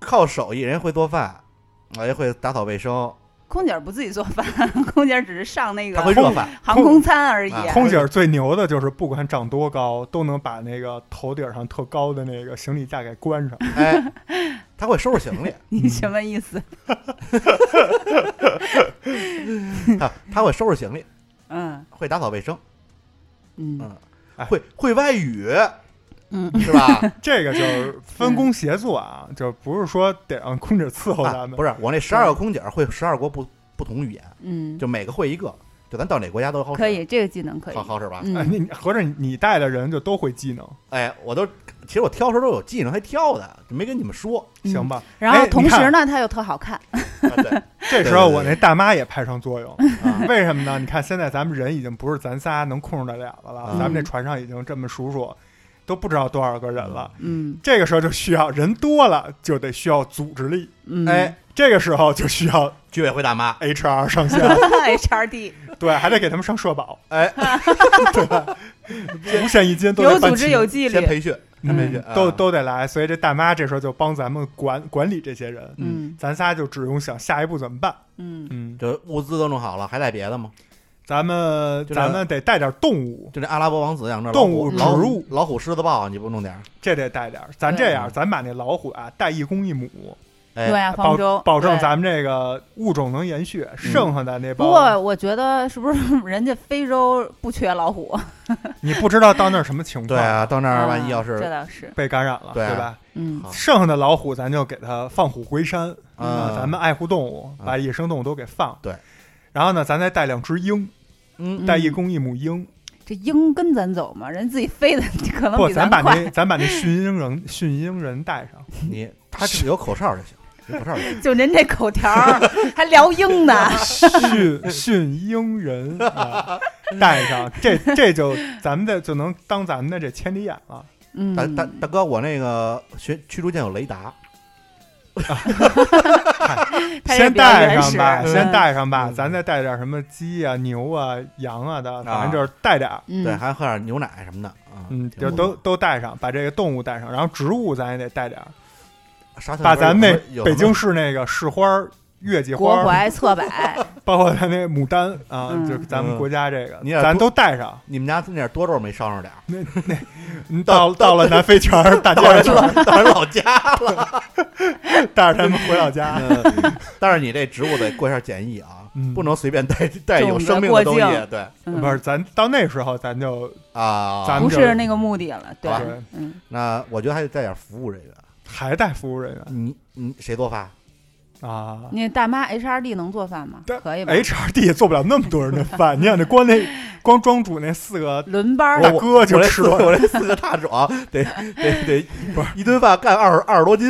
Speaker 2: 靠手艺，人家会做饭，人家会打扫卫生，
Speaker 1: 空姐儿不自己做饭，空姐儿只是上那个
Speaker 2: 他会热饭，
Speaker 1: 航空餐而已。
Speaker 2: 啊
Speaker 3: 空姐儿最牛的就是不管长多高，都能把那个头顶上特高的那个行李架给 关上。
Speaker 2: 哎， 他会收拾行李，
Speaker 1: 你什么意思？
Speaker 2: 他他会收拾行李，
Speaker 1: 嗯
Speaker 2: 会打扫卫生，
Speaker 1: 嗯
Speaker 3: 哎
Speaker 2: 会会外语，
Speaker 1: 嗯，
Speaker 2: 是吧？
Speaker 3: 这个就是分工协作啊，就不是说得让空姐儿伺候
Speaker 2: 啊
Speaker 3: 咱们。
Speaker 2: 不是，我那十二个空姐儿会十二国不不同语言，
Speaker 1: 嗯，
Speaker 2: 就每个会一个，就咱到哪国家都好使，
Speaker 1: 可以，这个技能可以
Speaker 2: 好。好使吧？
Speaker 3: 哎，
Speaker 1: 嗯，
Speaker 3: 你你合着你带的人就都会技能，
Speaker 2: 哎，我都其实我挑时候都有技能，还挑的，没跟你们 说。
Speaker 1: 嗯
Speaker 3: 行吧？
Speaker 1: 然后
Speaker 3: 哎
Speaker 1: 同
Speaker 3: 你看
Speaker 1: 时呢，它又特好看。
Speaker 2: 啊对，
Speaker 3: 这时候我那大妈也派上 作用。
Speaker 2: 啊
Speaker 3: 为什么呢？你看现在咱们人已经不是咱仨能控制得了的了，
Speaker 2: 嗯
Speaker 3: 咱们这船上已经这么数数，都不知道多少个人了。
Speaker 1: 嗯
Speaker 3: 这个时候就需要人多了，就得需要组织力。
Speaker 1: 嗯，
Speaker 2: 哎，
Speaker 3: 这个时候就需要
Speaker 2: 居委会大妈，
Speaker 3: HR 上 线，
Speaker 1: ，HRD
Speaker 3: 对，还得给他们上社保，
Speaker 2: 哎，
Speaker 3: 对吧？五险一金都
Speaker 1: 有
Speaker 3: 得办
Speaker 1: 组织
Speaker 3: 齐
Speaker 1: 有纪
Speaker 2: 先
Speaker 1: 律。
Speaker 2: 培训，先培训
Speaker 3: 嗯，，
Speaker 2: 啊
Speaker 3: 都都得来。所以这大妈这时候就帮咱们管管理这些人，
Speaker 1: 嗯
Speaker 3: 咱仨就只用想下一步怎么办。
Speaker 1: 嗯，
Speaker 3: 嗯，
Speaker 2: 就物资都弄好了，还带别的吗？
Speaker 3: 咱们
Speaker 2: 就这
Speaker 3: 咱们得带点动物，
Speaker 2: 就这阿拉伯王子养这
Speaker 3: 动物
Speaker 2: 老虎
Speaker 3: 植
Speaker 2: 老
Speaker 3: 物
Speaker 2: 虎老虎、狮子豹，你不弄点儿？
Speaker 3: 这得带点儿。咱
Speaker 1: 对
Speaker 3: 这样，咱把那老虎啊带一公一母，
Speaker 2: 哎，
Speaker 1: 对啊，
Speaker 3: 保
Speaker 1: 方舟
Speaker 3: 保证
Speaker 1: 对
Speaker 3: 咱们这个物种能延续，剩下的那
Speaker 1: 不
Speaker 3: 帮
Speaker 1: 过我觉得是不是 人家非洲不缺老虎？
Speaker 3: 你不知道到那儿什么情
Speaker 2: 对
Speaker 3: 况，
Speaker 2: 啊，到那儿万一
Speaker 1: 啊
Speaker 2: 要是
Speaker 1: 这倒是，
Speaker 3: 被感染了，
Speaker 2: 对啊
Speaker 3: 对吧？
Speaker 1: 嗯
Speaker 2: 好
Speaker 3: 剩下的老虎咱就给它放虎归山
Speaker 2: 嗯
Speaker 3: 啊咱们爱护动物，
Speaker 2: 嗯
Speaker 3: 把野生动物都给放。
Speaker 2: 对，
Speaker 3: 然后呢，咱再带两只鹰，
Speaker 2: 嗯，
Speaker 3: 带一
Speaker 1: 嗯
Speaker 3: 公一母鹰。
Speaker 1: 这鹰跟咱走嘛，人自己 飞的可能
Speaker 3: 不，
Speaker 1: 比
Speaker 3: 咱把
Speaker 1: 快。
Speaker 3: 那咱把那驯鹰人驯鹰人带上，
Speaker 2: 你他是有口哨就行，不是，
Speaker 6: 就您这口条儿 还聊鹰 呢，
Speaker 3: 训训鹰人啊，带上这这就咱们的就能当咱们的这千里眼了。
Speaker 6: 嗯，
Speaker 2: 大大大哥，我那个学驱逐舰有雷达，
Speaker 6: 他这
Speaker 3: 先
Speaker 6: 比较
Speaker 3: 带
Speaker 6: 原
Speaker 3: 上
Speaker 6: 始，
Speaker 3: 吧，
Speaker 6: 嗯
Speaker 3: 先，带上吧，
Speaker 2: 嗯
Speaker 3: 咱再带点什么鸡啊、牛啊、羊啊的，反正就是带点儿，
Speaker 6: 嗯
Speaker 2: 对，还喝点牛奶什么的啊，
Speaker 3: 嗯，
Speaker 2: 挺
Speaker 3: 就
Speaker 2: 不
Speaker 3: 都
Speaker 2: 错
Speaker 3: 都带上，把这个动物带上，然后植物咱也得带点儿，
Speaker 2: 沙 县
Speaker 3: 把
Speaker 2: 里边
Speaker 3: 咱
Speaker 2: 有
Speaker 3: 那
Speaker 2: 什么有
Speaker 3: 北
Speaker 2: 什么
Speaker 3: 京市那个市花儿、月季
Speaker 6: 国
Speaker 3: 花儿，
Speaker 6: 槐、侧柏，
Speaker 3: 包括咱那牡丹啊，
Speaker 6: 嗯
Speaker 3: 就是咱们国家这个
Speaker 2: 嗯，你也
Speaker 3: 咱
Speaker 2: 多
Speaker 3: 都 带上。
Speaker 2: 你们家那点多肉没烧上点儿，
Speaker 3: 嗯到到了南非全是大
Speaker 2: 到
Speaker 3: 家
Speaker 2: 人 老到人老家了。
Speaker 3: 带着他们回 老家。
Speaker 2: 嗯但是你这植物得过一下检疫啊
Speaker 3: 嗯，
Speaker 2: 不能随便带带有
Speaker 6: 种的
Speaker 2: 生命
Speaker 6: 过
Speaker 2: 的东西
Speaker 6: 境。
Speaker 2: 对
Speaker 6: 嗯
Speaker 3: 不是，咱到那时候咱就
Speaker 2: 啊，
Speaker 3: 咱
Speaker 6: 不
Speaker 3: 们就是
Speaker 6: 那个目的了，对
Speaker 2: 好
Speaker 3: 吧，
Speaker 6: 嗯，
Speaker 2: 那我觉得还得带点服务人员。
Speaker 3: 还带服务人员
Speaker 2: 你你谁做饭？
Speaker 3: 啊。
Speaker 6: 那大妈 HRD 能做饭吗
Speaker 3: 但？
Speaker 6: 可以吧？
Speaker 3: HRD 也做不了那么多人的饭，你想那 光那光庄主那四个
Speaker 6: 轮班
Speaker 3: 大
Speaker 6: 儿，
Speaker 3: 哥
Speaker 2: 我
Speaker 3: 就
Speaker 2: 这
Speaker 3: 吃
Speaker 2: 四
Speaker 3: 了，
Speaker 2: 我这四个大壮 得得得一顿饭干二二十多斤，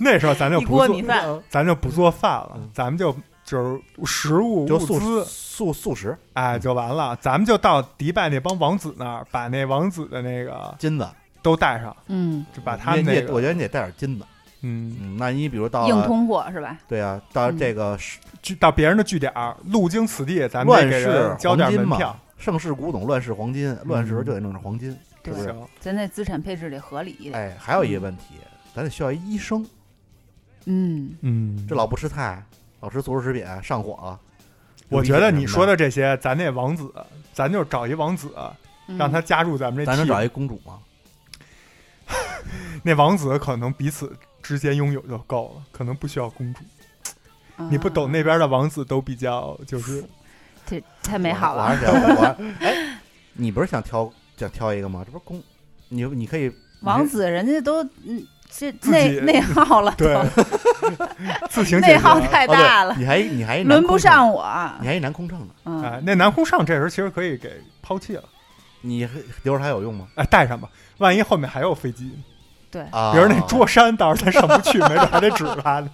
Speaker 3: 那时候咱就
Speaker 6: 一
Speaker 3: 不
Speaker 6: 锅米
Speaker 3: 做，
Speaker 6: 饭，
Speaker 3: 咱就不做饭了
Speaker 2: 嗯，
Speaker 3: 咱们就就是食物
Speaker 2: 就
Speaker 3: 物
Speaker 2: 素
Speaker 3: 资，
Speaker 2: 素素食
Speaker 3: 哎，就完了，咱们就到迪拜那帮王子那儿，把那王子的那个
Speaker 2: 金子，
Speaker 3: 都带上，
Speaker 6: 嗯，
Speaker 3: 就把他们
Speaker 2: 你也
Speaker 3: 那
Speaker 2: 你也我
Speaker 3: 个，
Speaker 2: 觉得你得带点金子。
Speaker 3: 嗯，
Speaker 2: 嗯，那你比如到
Speaker 6: 硬
Speaker 2: 了
Speaker 6: 通货是吧？
Speaker 2: 对啊，到
Speaker 6: 嗯
Speaker 2: 这个是
Speaker 3: 去到别人的据点儿，路经此地，咱们
Speaker 2: 乱
Speaker 3: 得给
Speaker 2: 世
Speaker 3: 人交点
Speaker 2: 黄金
Speaker 3: 门
Speaker 2: 嘛
Speaker 3: 票，
Speaker 2: 盛世古董，乱世黄金，乱
Speaker 3: 嗯
Speaker 2: 世就得弄点黄金。
Speaker 6: 对
Speaker 2: 是不是
Speaker 3: 行，
Speaker 6: 咱在资产配置得合理一点。
Speaker 2: 哎，还有一个问题，咱得需要一医生，
Speaker 6: 嗯，
Speaker 3: 嗯，
Speaker 2: 这老不吃菜，老吃速食食品，上火了。
Speaker 3: 我觉得你说
Speaker 2: 的，
Speaker 3: 的这些，咱那王子，咱就找一王子，
Speaker 6: 嗯
Speaker 3: 让他加入咱们这
Speaker 2: 咱能
Speaker 3: team。
Speaker 2: 找一公主吗？
Speaker 3: 那王子可能彼此之间拥有就够了，可能不需要公主。你不懂，那边的王子都比较 就是
Speaker 6: 啊这太美好
Speaker 2: 我还
Speaker 6: 了。
Speaker 2: 是想我还是哎，你不是想挑想挑一个吗？这不是公，你你可以
Speaker 6: 王子人家都嗯，这
Speaker 3: 自己
Speaker 6: 内内耗了，
Speaker 3: 对自 行解
Speaker 6: 内耗
Speaker 3: 决。啊
Speaker 6: 太大了
Speaker 2: 哦对，你还你还一男
Speaker 6: 轮不
Speaker 2: 空乘，
Speaker 6: 上我。
Speaker 1: 啊
Speaker 2: 你还一啊男空乘呢，
Speaker 3: 哎
Speaker 6: 嗯，，
Speaker 3: 那南宫上这时候其实可以给抛弃了，
Speaker 2: 你还留着他有用吗？
Speaker 3: 哎，带上吧，万一后面还有飞机，
Speaker 2: 啊，
Speaker 3: 比如那桌山，到时候他上不去，没准还得指 着他呢。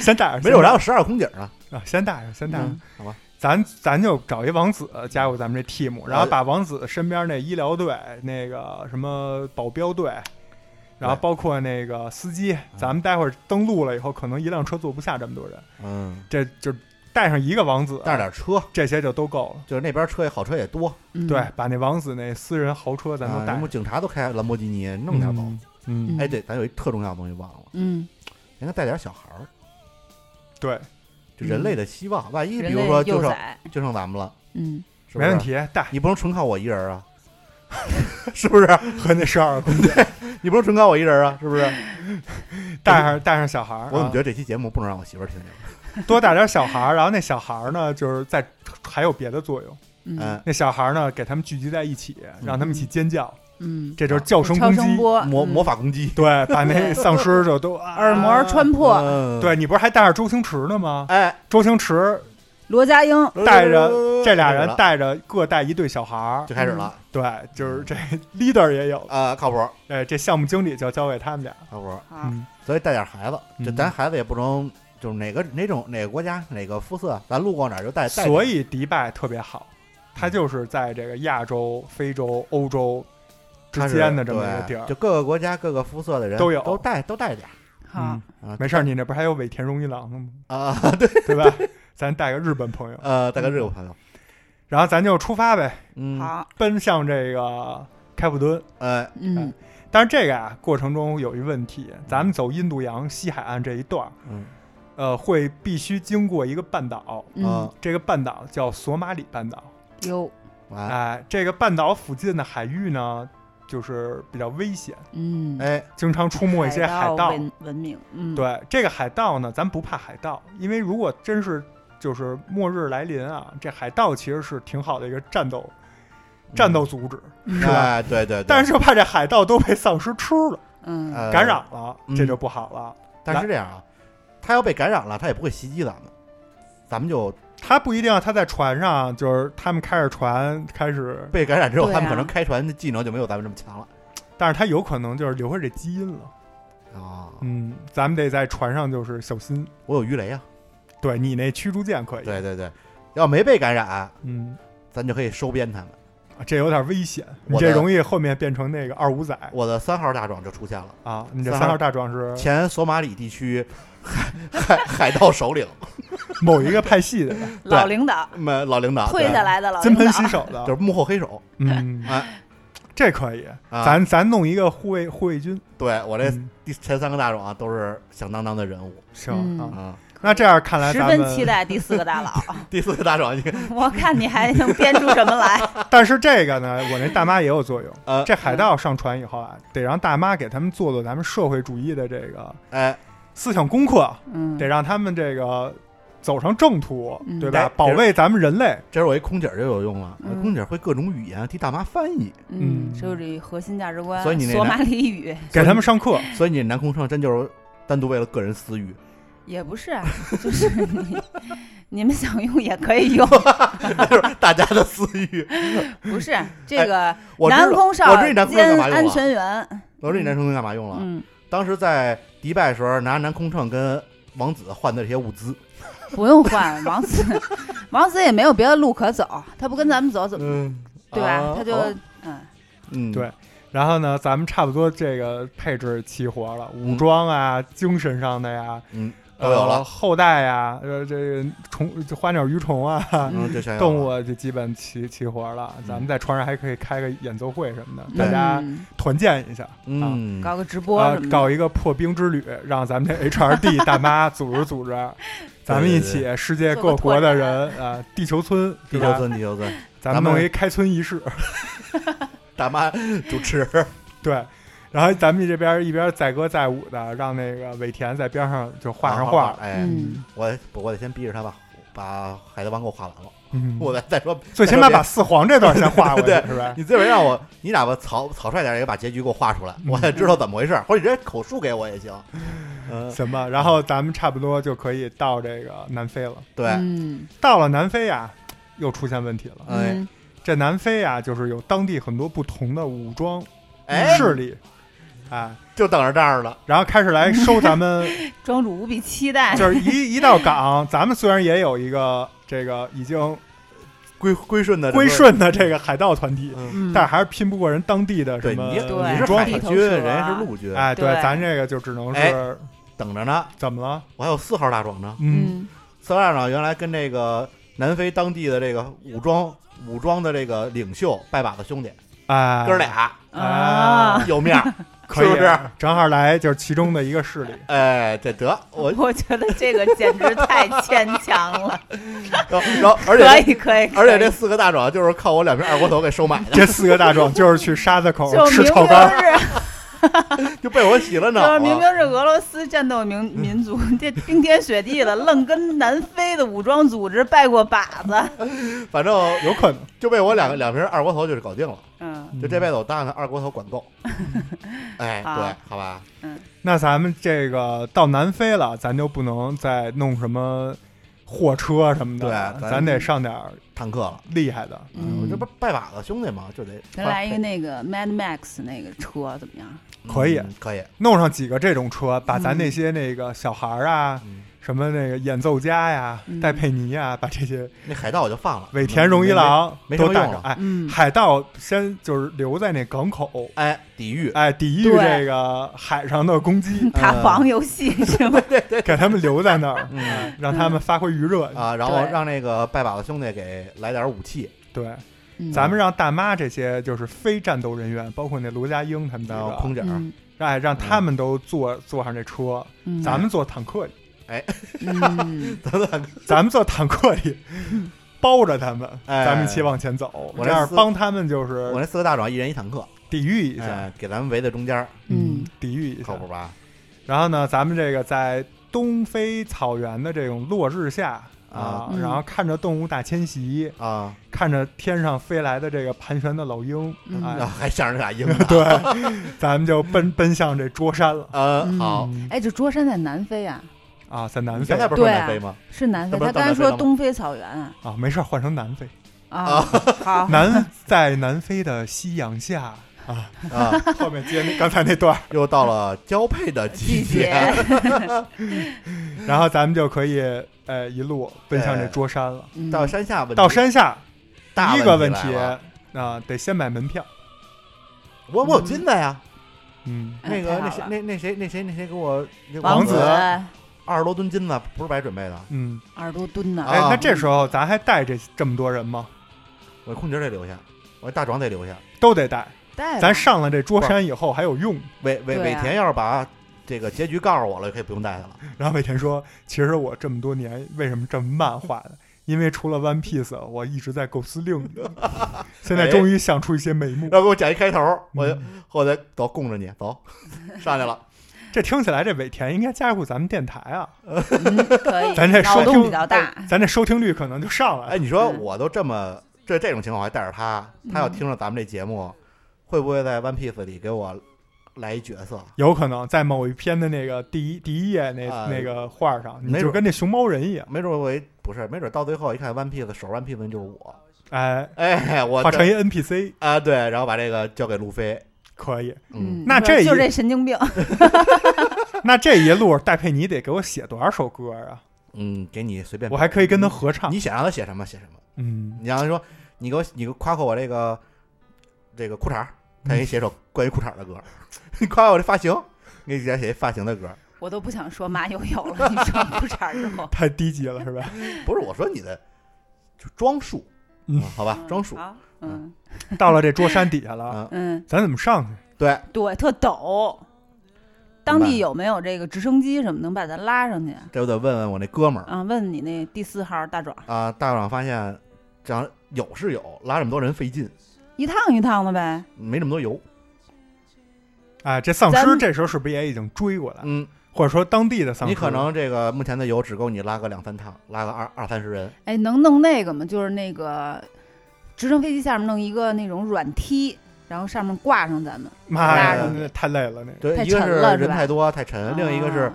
Speaker 3: 先带上，
Speaker 2: 没准还
Speaker 3: 先带
Speaker 2: 有
Speaker 3: 上
Speaker 2: 十二空姐 呢。
Speaker 3: 啊，先带上，先带上
Speaker 6: 嗯，
Speaker 2: 好吧，
Speaker 3: 咱咱就找一王子加入咱们这 team，然后把王子身边那医疗队、那个什么保镖队，然后包括那个司机，咱们待会儿登陆了以后，可能一辆车坐不下这么多人，
Speaker 2: 嗯，
Speaker 3: 这就带上一个王子，
Speaker 2: 带着点车，
Speaker 3: 这些就都够了。
Speaker 2: 就是那边车也好，车也多，
Speaker 6: 嗯
Speaker 3: 对，，把那王子那私人豪车咱都
Speaker 2: 啊
Speaker 3: 带
Speaker 2: 什么
Speaker 3: 上，
Speaker 2: 警察都开兰博基尼，弄点走。
Speaker 3: 嗯。嗯，
Speaker 2: 哎，对，咱有一特重要的东西忘了，
Speaker 6: 嗯，
Speaker 2: 应该带点小孩儿，
Speaker 3: 对，
Speaker 2: 就人类的希望。万一
Speaker 6: 嗯
Speaker 2: 比
Speaker 6: 人
Speaker 2: 如
Speaker 6: 类
Speaker 2: 说
Speaker 6: 幼
Speaker 2: 就剩
Speaker 6: 崽，
Speaker 2: 就剩咱们了，
Speaker 6: 嗯，
Speaker 2: 是不
Speaker 3: 没
Speaker 2: 是
Speaker 3: 问。题，带
Speaker 2: 你不能纯靠我一人啊， 是不是？
Speaker 3: 和那十二
Speaker 2: 你不能纯靠我一人啊，是不是？
Speaker 3: 带上带上小孩儿
Speaker 2: 我怎么
Speaker 3: 啊
Speaker 2: 觉，得这期节目不能让我媳妇儿听见？
Speaker 3: 多带点小孩儿，然后那小孩儿呢，就是在还有别的作用。
Speaker 6: 嗯
Speaker 2: 嗯，
Speaker 3: 那小孩儿呢，给他们聚集在一起，让他们一起尖叫，
Speaker 6: 嗯，
Speaker 3: 这就是叫声
Speaker 6: 超
Speaker 3: 攻击。
Speaker 6: 声波
Speaker 2: 魔魔
Speaker 6: 嗯
Speaker 2: 法攻击，
Speaker 3: 对，把那丧尸就都
Speaker 6: 耳膜。穿 破，
Speaker 2: 嗯
Speaker 3: 啊对，你不是还带着周星驰呢吗？
Speaker 2: 哎，
Speaker 3: 周星驰
Speaker 6: 罗家英，
Speaker 3: 带着这俩
Speaker 2: 开始
Speaker 3: 人
Speaker 2: 了
Speaker 3: 带着各带一对小孩儿，
Speaker 2: 就开始了，
Speaker 3: 对，就是这 leader 也有了，
Speaker 2: 啊，靠谱
Speaker 3: 哎，这项目经理就交给他们俩。
Speaker 2: 靠谱。
Speaker 6: 好，
Speaker 3: 嗯
Speaker 2: 所以带点孩子，
Speaker 3: 嗯
Speaker 2: 就咱孩子也不能就是哪个哪种哪个国家哪个肤色，咱路过哪儿就带带。
Speaker 3: 所，以迪拜特别好，它就是在这个亚洲、非洲、欧洲之间的这么一个地
Speaker 2: 就
Speaker 3: 儿。
Speaker 2: 各个国家各个肤色的人
Speaker 3: 都有
Speaker 2: 都带都带点儿
Speaker 6: 好
Speaker 3: 嗯，
Speaker 2: 啊，
Speaker 3: 没事儿，你那不是还有尾田荣一郎 呢吗？
Speaker 2: 啊，
Speaker 3: 对吧？咱带个日本朋友，
Speaker 2: 呃，带个日本朋友，
Speaker 3: 然后咱就出发呗，
Speaker 2: 嗯，，
Speaker 6: 好，
Speaker 3: 奔向这个开普敦。
Speaker 2: 呃，
Speaker 6: 嗯，
Speaker 3: 但是这个啊，过程中有一问题，咱们走印度洋西海岸这一段儿，
Speaker 2: 嗯
Speaker 3: 呃，会必须经过一个半岛，
Speaker 6: 嗯，
Speaker 2: 啊，
Speaker 3: 这个半岛叫索马里半岛。
Speaker 6: 有，
Speaker 3: 哎、
Speaker 2: 完，
Speaker 3: 这个半岛附近的海域呢，就是比较危险，
Speaker 6: 嗯，
Speaker 2: 哎，
Speaker 3: 经常出没一些海盗。
Speaker 6: 文文明，嗯，，
Speaker 3: 对，这个海盗呢，咱不怕海盗，因为如果真是就是末日来临啊，这海盗其实是挺好的一个战斗战斗组织，
Speaker 2: 嗯
Speaker 3: 是吧？
Speaker 2: 哎，对对，对
Speaker 3: 但是就怕这海盗都被丧尸吃了，
Speaker 6: 嗯，
Speaker 2: 呃
Speaker 3: 感染了，
Speaker 2: 嗯
Speaker 3: 这就不好了。
Speaker 2: 但是这样啊，他要被感染了，他也不会袭击咱们，咱们就
Speaker 3: 他不一定，他在船上，就是他们开着船开始，
Speaker 2: 被感染之后，
Speaker 6: 对啊
Speaker 2: 他们可能开船的技能就没有咱们这么强了。
Speaker 3: 但是他有可能就是留下这基因了，
Speaker 2: 啊，
Speaker 3: 嗯，咱们得在船上就是小心。
Speaker 2: 我有鱼雷啊，
Speaker 3: 对你那驱逐舰可以，
Speaker 2: 对对对，要没被感染，
Speaker 3: 嗯，
Speaker 2: 咱就可以收编他们。
Speaker 3: 啊这有点危险，你
Speaker 2: 我的
Speaker 3: 这容易后面变成那个二五仔
Speaker 2: 我的三号大壮就出现了，
Speaker 3: 啊！你这
Speaker 2: 三
Speaker 3: 三
Speaker 2: 号
Speaker 3: 号大壮是
Speaker 2: 前索马里地区海海海盗首领，
Speaker 3: 某一个派系的，
Speaker 1: 老领导
Speaker 2: 嗯，老领导
Speaker 1: 退
Speaker 2: 对
Speaker 1: 下来的老
Speaker 3: 金
Speaker 1: 领
Speaker 3: 盆
Speaker 1: 导，
Speaker 3: 洗手
Speaker 2: 就
Speaker 3: 的，
Speaker 2: 是幕后黑手。
Speaker 3: 嗯，
Speaker 2: 哎，
Speaker 3: 这可以，
Speaker 2: 啊
Speaker 3: 咱咱弄一个护卫护卫军，
Speaker 2: 对我这
Speaker 3: 嗯
Speaker 2: 第前三个大壮啊，都是响当当的人物
Speaker 3: 行
Speaker 1: 嗯
Speaker 3: 啊。
Speaker 2: 啊。
Speaker 3: 那这样看来，
Speaker 1: 十
Speaker 3: 咱
Speaker 1: 分期
Speaker 3: 们
Speaker 1: 待第四个大佬。
Speaker 2: 第四个大壮，
Speaker 1: 我看你还能编出什么来？
Speaker 3: 但是这 个呢，我那大妈也有作用。
Speaker 2: 呃，
Speaker 3: 这海盗上船以后啊，得让大妈给他们做做咱们社会主义的这个
Speaker 2: 哎，
Speaker 3: 思想功课，
Speaker 1: 嗯
Speaker 3: 得，让他们这个走上正途，
Speaker 1: 嗯
Speaker 3: 对吧
Speaker 2: 对？
Speaker 3: 保卫咱们人类。
Speaker 2: 这时候我一空姐儿就有用了，
Speaker 1: 嗯
Speaker 2: 空姐儿会各种语言，替大妈翻译，
Speaker 1: 嗯，
Speaker 3: 嗯
Speaker 1: 就是这核心价值观，
Speaker 2: 所以你那
Speaker 1: 索
Speaker 2: 男
Speaker 1: 马里语
Speaker 3: 给他们上课，
Speaker 2: 所以你男空乘真就是单独为了个人私欲，
Speaker 1: 也不是啊，就是你你们想用也可以用，
Speaker 2: 就是大家的私欲。
Speaker 1: 不是这个
Speaker 2: 哎我知
Speaker 1: 南
Speaker 2: 道，
Speaker 1: 空
Speaker 2: 我
Speaker 1: 少
Speaker 2: 知道你男空乘干
Speaker 1: 兼
Speaker 2: 嘛用啊
Speaker 1: 安
Speaker 2: 了，
Speaker 1: 全员，
Speaker 2: 我知道你男空乘干嘛用了。
Speaker 1: 嗯，
Speaker 2: 当时在迪拜时候，拿男空乘跟王子换的这些物资，
Speaker 1: 不用换王子， 王子也没有别的路可走，他不跟咱们走怎么
Speaker 2: 嗯，
Speaker 1: 对吧
Speaker 2: 啊？
Speaker 1: 他就
Speaker 2: 哦
Speaker 1: 嗯
Speaker 2: 嗯，
Speaker 3: 对然后呢，咱们差不多这个配置齐活了，
Speaker 2: 嗯
Speaker 3: 武装啊，精神上的呀，
Speaker 2: 嗯，
Speaker 3: 呃
Speaker 2: 都有了
Speaker 3: 后代呀，呃，这个虫花鸟鱼虫啊，
Speaker 2: 嗯，就全有了嗯
Speaker 3: 动物啊就基本齐齐活了。咱们在船上还可以开个演奏会什么的，大家
Speaker 1: 嗯
Speaker 3: 团建一下。啊
Speaker 2: 嗯，
Speaker 1: 搞个直播
Speaker 3: 啊
Speaker 1: 什，么的，
Speaker 3: 搞一个破冰之旅，让咱们 这 HRD 大妈组织组织，咱们一起世界各国的人啊，地球村，
Speaker 2: 地
Speaker 3: 对
Speaker 2: 球
Speaker 3: 吧，
Speaker 2: 村，地球村，
Speaker 3: 咱们弄一开村仪式，
Speaker 2: 大妈主持，
Speaker 3: 对。然后咱们这边一边载歌载舞的，让那个尾田在边上就画上啊画，
Speaker 2: 哎，
Speaker 1: 嗯，
Speaker 2: 我我得先逼着他把把海贼王给我画完了，
Speaker 3: 嗯，
Speaker 2: 我再再说，
Speaker 3: 最起
Speaker 2: 再
Speaker 3: 码
Speaker 2: 说别
Speaker 3: 把四皇这段先画过 去
Speaker 2: 对，
Speaker 3: 是吧？
Speaker 2: 你最少让我，你哪怕草草率点儿也把结局给我画出来，
Speaker 3: 嗯
Speaker 2: 我也知道怎么回事儿，或者你直接口述给我也行。嗯，
Speaker 3: 行吧，然后咱们差不多就可以到这个南非了。
Speaker 2: 对，
Speaker 1: 嗯
Speaker 3: 到了南非啊，又出现问题了。
Speaker 2: 哎
Speaker 1: 嗯
Speaker 3: 这南非啊，就是有当地很多不同的武装
Speaker 2: 哎，
Speaker 3: 势力，啊，
Speaker 2: 就等着这儿了。
Speaker 3: 然后开始来收咱们，
Speaker 1: 庄主无比期待，
Speaker 3: 就是一一到港，咱们虽然也有一个这个已经
Speaker 2: 归归顺的这个
Speaker 3: 归，顺的这个海盗团体，
Speaker 2: 嗯
Speaker 1: 嗯
Speaker 3: 但还是拼不过人当地的
Speaker 2: 对
Speaker 3: 什
Speaker 2: 你
Speaker 3: 么
Speaker 2: 你是
Speaker 3: 武装
Speaker 2: 海
Speaker 1: 地
Speaker 3: 团
Speaker 1: 头
Speaker 2: 军，
Speaker 1: 蛇
Speaker 2: 人家是陆军，
Speaker 3: 哎，对，
Speaker 1: 对
Speaker 3: 咱这个就只能
Speaker 2: 哎
Speaker 3: 是
Speaker 2: 等着呢。
Speaker 3: 怎么了？
Speaker 2: 我还有四号大壮呢，
Speaker 3: 嗯，
Speaker 1: 嗯
Speaker 2: 四号大壮原来跟这个南非当地的这个武装武装的这个领袖拜把子兄弟
Speaker 3: 哎，
Speaker 2: 哥俩
Speaker 1: 啊
Speaker 3: 啊。
Speaker 2: 有面儿，
Speaker 3: 可以啊
Speaker 2: 是不是？
Speaker 3: 正好来就是其中的一个势力，
Speaker 2: 哎，这得我，
Speaker 1: 我觉得这个简直太牵强了，
Speaker 2: 然后然后而
Speaker 1: 可
Speaker 2: 且
Speaker 1: 以可以，
Speaker 2: 这而且这
Speaker 1: 可以
Speaker 2: 四个大壮就是靠我两瓶二锅头给收买的，
Speaker 3: 这四个大壮就是去沙子口
Speaker 1: 就
Speaker 3: 吃
Speaker 1: 明
Speaker 3: 炒
Speaker 1: 明
Speaker 3: 肝，
Speaker 1: 是
Speaker 2: 就被我洗了脑
Speaker 1: 就是
Speaker 2: 啊。
Speaker 1: 明明是俄罗斯战斗民民族，这冰天雪地的，愣跟南非的武装组织拜过把子。
Speaker 2: 反正
Speaker 3: 有可能
Speaker 2: 就被我两个两瓶二锅头就是搞定了，
Speaker 1: 嗯，
Speaker 2: 就这辈
Speaker 3: 子。
Speaker 2: 子我当然二锅头管够。哎，
Speaker 1: 好
Speaker 2: 对，好吧，
Speaker 3: 那咱们这个到南非了，咱就不能再弄什么货车什么的了，
Speaker 2: 对咱
Speaker 3: 咱得上点儿
Speaker 2: 坦克了，
Speaker 3: 厉害的。
Speaker 2: 我
Speaker 1: 嗯
Speaker 2: 这不拜把子兄弟嘛，就得
Speaker 1: 咱来一个那个 Mad Max 那个车怎么样？
Speaker 3: 可以
Speaker 2: 嗯可以，
Speaker 3: 弄上几个这种车，把咱
Speaker 1: 嗯
Speaker 3: 那些那个小孩儿啊，
Speaker 2: 嗯
Speaker 3: 什么那个演奏家呀、
Speaker 1: 嗯
Speaker 3: 戴佩妮啊，把这些
Speaker 2: 那海盗我就放了，
Speaker 3: 尾田荣一郎
Speaker 2: 没没没什
Speaker 3: 都
Speaker 2: 么
Speaker 3: 带
Speaker 2: 用
Speaker 3: 上。
Speaker 2: 了
Speaker 3: 哎，
Speaker 1: 嗯，
Speaker 3: 海盗先就是留在那港口，
Speaker 2: 哎，抵御，
Speaker 3: 哎，抵御
Speaker 1: 对，
Speaker 3: 这个海上的攻击
Speaker 1: 打防游戏是吗？
Speaker 3: 给他们留在那 儿，
Speaker 2: 嗯
Speaker 3: 让他们发挥余热。
Speaker 2: 啊，然后
Speaker 1: 对
Speaker 2: 让那个拜把子兄弟给来点武器，
Speaker 3: 对，
Speaker 1: 嗯
Speaker 3: 咱们让大妈这些就是非战斗人员，包括那罗家英他们几
Speaker 2: 然后
Speaker 3: 个，
Speaker 2: 空姐儿，
Speaker 1: 嗯
Speaker 3: 哎，让他们都坐坐上这车，
Speaker 1: 嗯
Speaker 3: 咱们坐坦克里，
Speaker 1: 嗯
Speaker 2: 咱咱
Speaker 3: 咱们坐坦克里， 包着他们，
Speaker 2: 哎
Speaker 3: 咱们一起往前走，
Speaker 2: 我
Speaker 3: 这样
Speaker 2: 这四
Speaker 3: 帮他们就
Speaker 2: 我
Speaker 3: 是
Speaker 2: 那四个大壮一人一坦克，
Speaker 3: 抵御一下，
Speaker 2: 哎，给咱们围在中间儿，
Speaker 1: 嗯，
Speaker 3: 抵御一下
Speaker 2: 靠。谱吧？
Speaker 3: 然后呢，咱们这个在东非草原的这种落日下
Speaker 2: 啊
Speaker 3: 啊，
Speaker 1: 嗯
Speaker 3: 然后看着动物大迁徙，
Speaker 2: 啊，
Speaker 3: 看着天上飞来的这个盘旋的老鹰，
Speaker 1: 嗯
Speaker 2: 然后
Speaker 3: 哎，，
Speaker 2: 还想着俩鹰呢
Speaker 3: 对，咱们就奔奔向这桌山了
Speaker 2: 呃，
Speaker 1: 嗯
Speaker 2: 好，
Speaker 3: 嗯
Speaker 1: 哎，这桌山在南非啊，
Speaker 3: 啊，在南
Speaker 2: 你
Speaker 3: 非
Speaker 2: 刚才不是说
Speaker 1: 对
Speaker 2: 南
Speaker 1: 啊
Speaker 2: 非吗？
Speaker 1: 是南非。
Speaker 2: 那不
Speaker 1: 他
Speaker 2: 是
Speaker 1: 刚才
Speaker 2: 到南非了
Speaker 1: 说
Speaker 2: 吗
Speaker 1: 东非草原啊，
Speaker 3: 啊，没事儿，换成南非。
Speaker 1: 啊，好，
Speaker 3: 南在南非的夕阳下，
Speaker 2: 啊，
Speaker 3: 后面接那刚才那段儿，
Speaker 2: 又到了交配的季节，
Speaker 3: 然后咱们就可以呃一路奔向这桌山了。
Speaker 1: 嗯
Speaker 2: 到山下问题
Speaker 3: 到山下
Speaker 2: 大
Speaker 3: 第一个问
Speaker 2: 题
Speaker 3: 题
Speaker 2: 来了，
Speaker 3: 啊、得先买门票。
Speaker 2: 我我有金子呀，
Speaker 3: 嗯，
Speaker 1: 哎
Speaker 2: 那个
Speaker 1: 太好
Speaker 2: 那谁
Speaker 1: 了
Speaker 2: 那那谁那谁那谁给我那个
Speaker 3: 王
Speaker 1: 王
Speaker 3: 子
Speaker 2: 二十多吨金子不是白准备的，
Speaker 3: 嗯，
Speaker 1: 二十多吨呢，
Speaker 3: 哎，
Speaker 2: 啊
Speaker 3: 那这时候咱还带这这么多人吗？
Speaker 2: 我空姐儿得留下，我大壮得留下，
Speaker 3: 都得带。
Speaker 7: 带
Speaker 3: 咱
Speaker 7: 吧
Speaker 3: 上了这桌山以后还有用。
Speaker 2: 尾尾
Speaker 1: 对
Speaker 2: 尾
Speaker 1: 啊
Speaker 2: 田要是把这个结局告诉我了，可以不用带他了。
Speaker 3: 然后尾田说：“其实我这么多年为什么这么慢画的？因为除了 One Piece，我一直在构思另一个， 现在
Speaker 2: 哎
Speaker 3: 终于想出一些眉目。
Speaker 2: 要给我讲一开头，我就
Speaker 3: 嗯
Speaker 2: 后来走供着你走 上去了。
Speaker 3: 这听起来这尾田应该加入咱们电台啊，
Speaker 1: 嗯可以，
Speaker 3: 咱这收
Speaker 1: 脑洞
Speaker 3: 听哎
Speaker 1: 比较大，
Speaker 3: 咱这收听率可能就上来
Speaker 2: 哎，
Speaker 3: 了。
Speaker 2: 你说
Speaker 1: 嗯
Speaker 2: 我都这么这这种情况，我还带着他，他要听着咱们这节目，会不会在 One Piece 里给我来一角色？
Speaker 3: 有可能在某一篇的那个第一第一页那、
Speaker 2: 啊
Speaker 3: 那个画上，你
Speaker 2: 没
Speaker 3: 就
Speaker 2: 准
Speaker 3: 跟那熊猫人一样，
Speaker 2: 没准我一不是，没准到最后一看 One Piece 手 One Piece 的人就是我。
Speaker 3: 哎，
Speaker 2: 哎，我
Speaker 3: 画成一
Speaker 2: 这
Speaker 3: NPC
Speaker 2: 啊，对，然后把这个交给路飞。
Speaker 3: 可以。
Speaker 2: 嗯，
Speaker 3: 那这一
Speaker 1: 就这神经病，
Speaker 3: 那这一路戴佩妮得给我写多少首歌啊？
Speaker 2: 嗯，给你随便
Speaker 3: 我，还可以跟他合唱。
Speaker 2: 你想让他写什么写什么。
Speaker 3: 嗯，
Speaker 2: 你让他说，你给我你给我夸夸我这个这个裤衩儿，他给你写首关于裤衩儿的 歌；你夸夸我这发型，你给他写一发型的歌。
Speaker 1: 我都不想说麻油油了，你说裤衩 肉，
Speaker 3: 太低级了是吧？
Speaker 2: 不是我说你的，就装束，
Speaker 3: 嗯
Speaker 2: 啊好吧，装束。
Speaker 1: 好，嗯
Speaker 3: 到了这桌山底下了，
Speaker 2: 嗯，
Speaker 1: 嗯，
Speaker 3: 咱怎么上去？
Speaker 2: 对，
Speaker 1: 对，特陡。当地有没有这个直升机什么能把咱拉上去啊？
Speaker 2: 这我得问问我那哥们儿
Speaker 1: 啊，问你那第四号大壮，
Speaker 2: 啊。大壮发现，这样有是有，拉这么多人费劲，
Speaker 1: 一趟一趟的呗。
Speaker 2: 没那么多油。
Speaker 3: 哎，这丧
Speaker 1: 咱
Speaker 3: 尸
Speaker 1: 们
Speaker 3: 这时候是不是也已经追过来了？
Speaker 2: 嗯，
Speaker 3: 或啊者说当地的丧
Speaker 2: 你
Speaker 3: 尸？
Speaker 2: 可能这个目前的油只够你拉个两三趟，拉个二二三十人。
Speaker 1: 哎，能弄那个吗？就是那个直升飞机下面弄一个那种软梯，然后上面挂上咱们。
Speaker 3: 妈
Speaker 2: 拉
Speaker 3: 呀
Speaker 2: 着，
Speaker 3: 那太累了那个。
Speaker 2: 对，
Speaker 1: 太
Speaker 2: 一个
Speaker 1: 沉
Speaker 2: 是
Speaker 1: 了是
Speaker 2: 人
Speaker 1: 吧
Speaker 2: 太多太沉，呃另一个是
Speaker 1: 啊，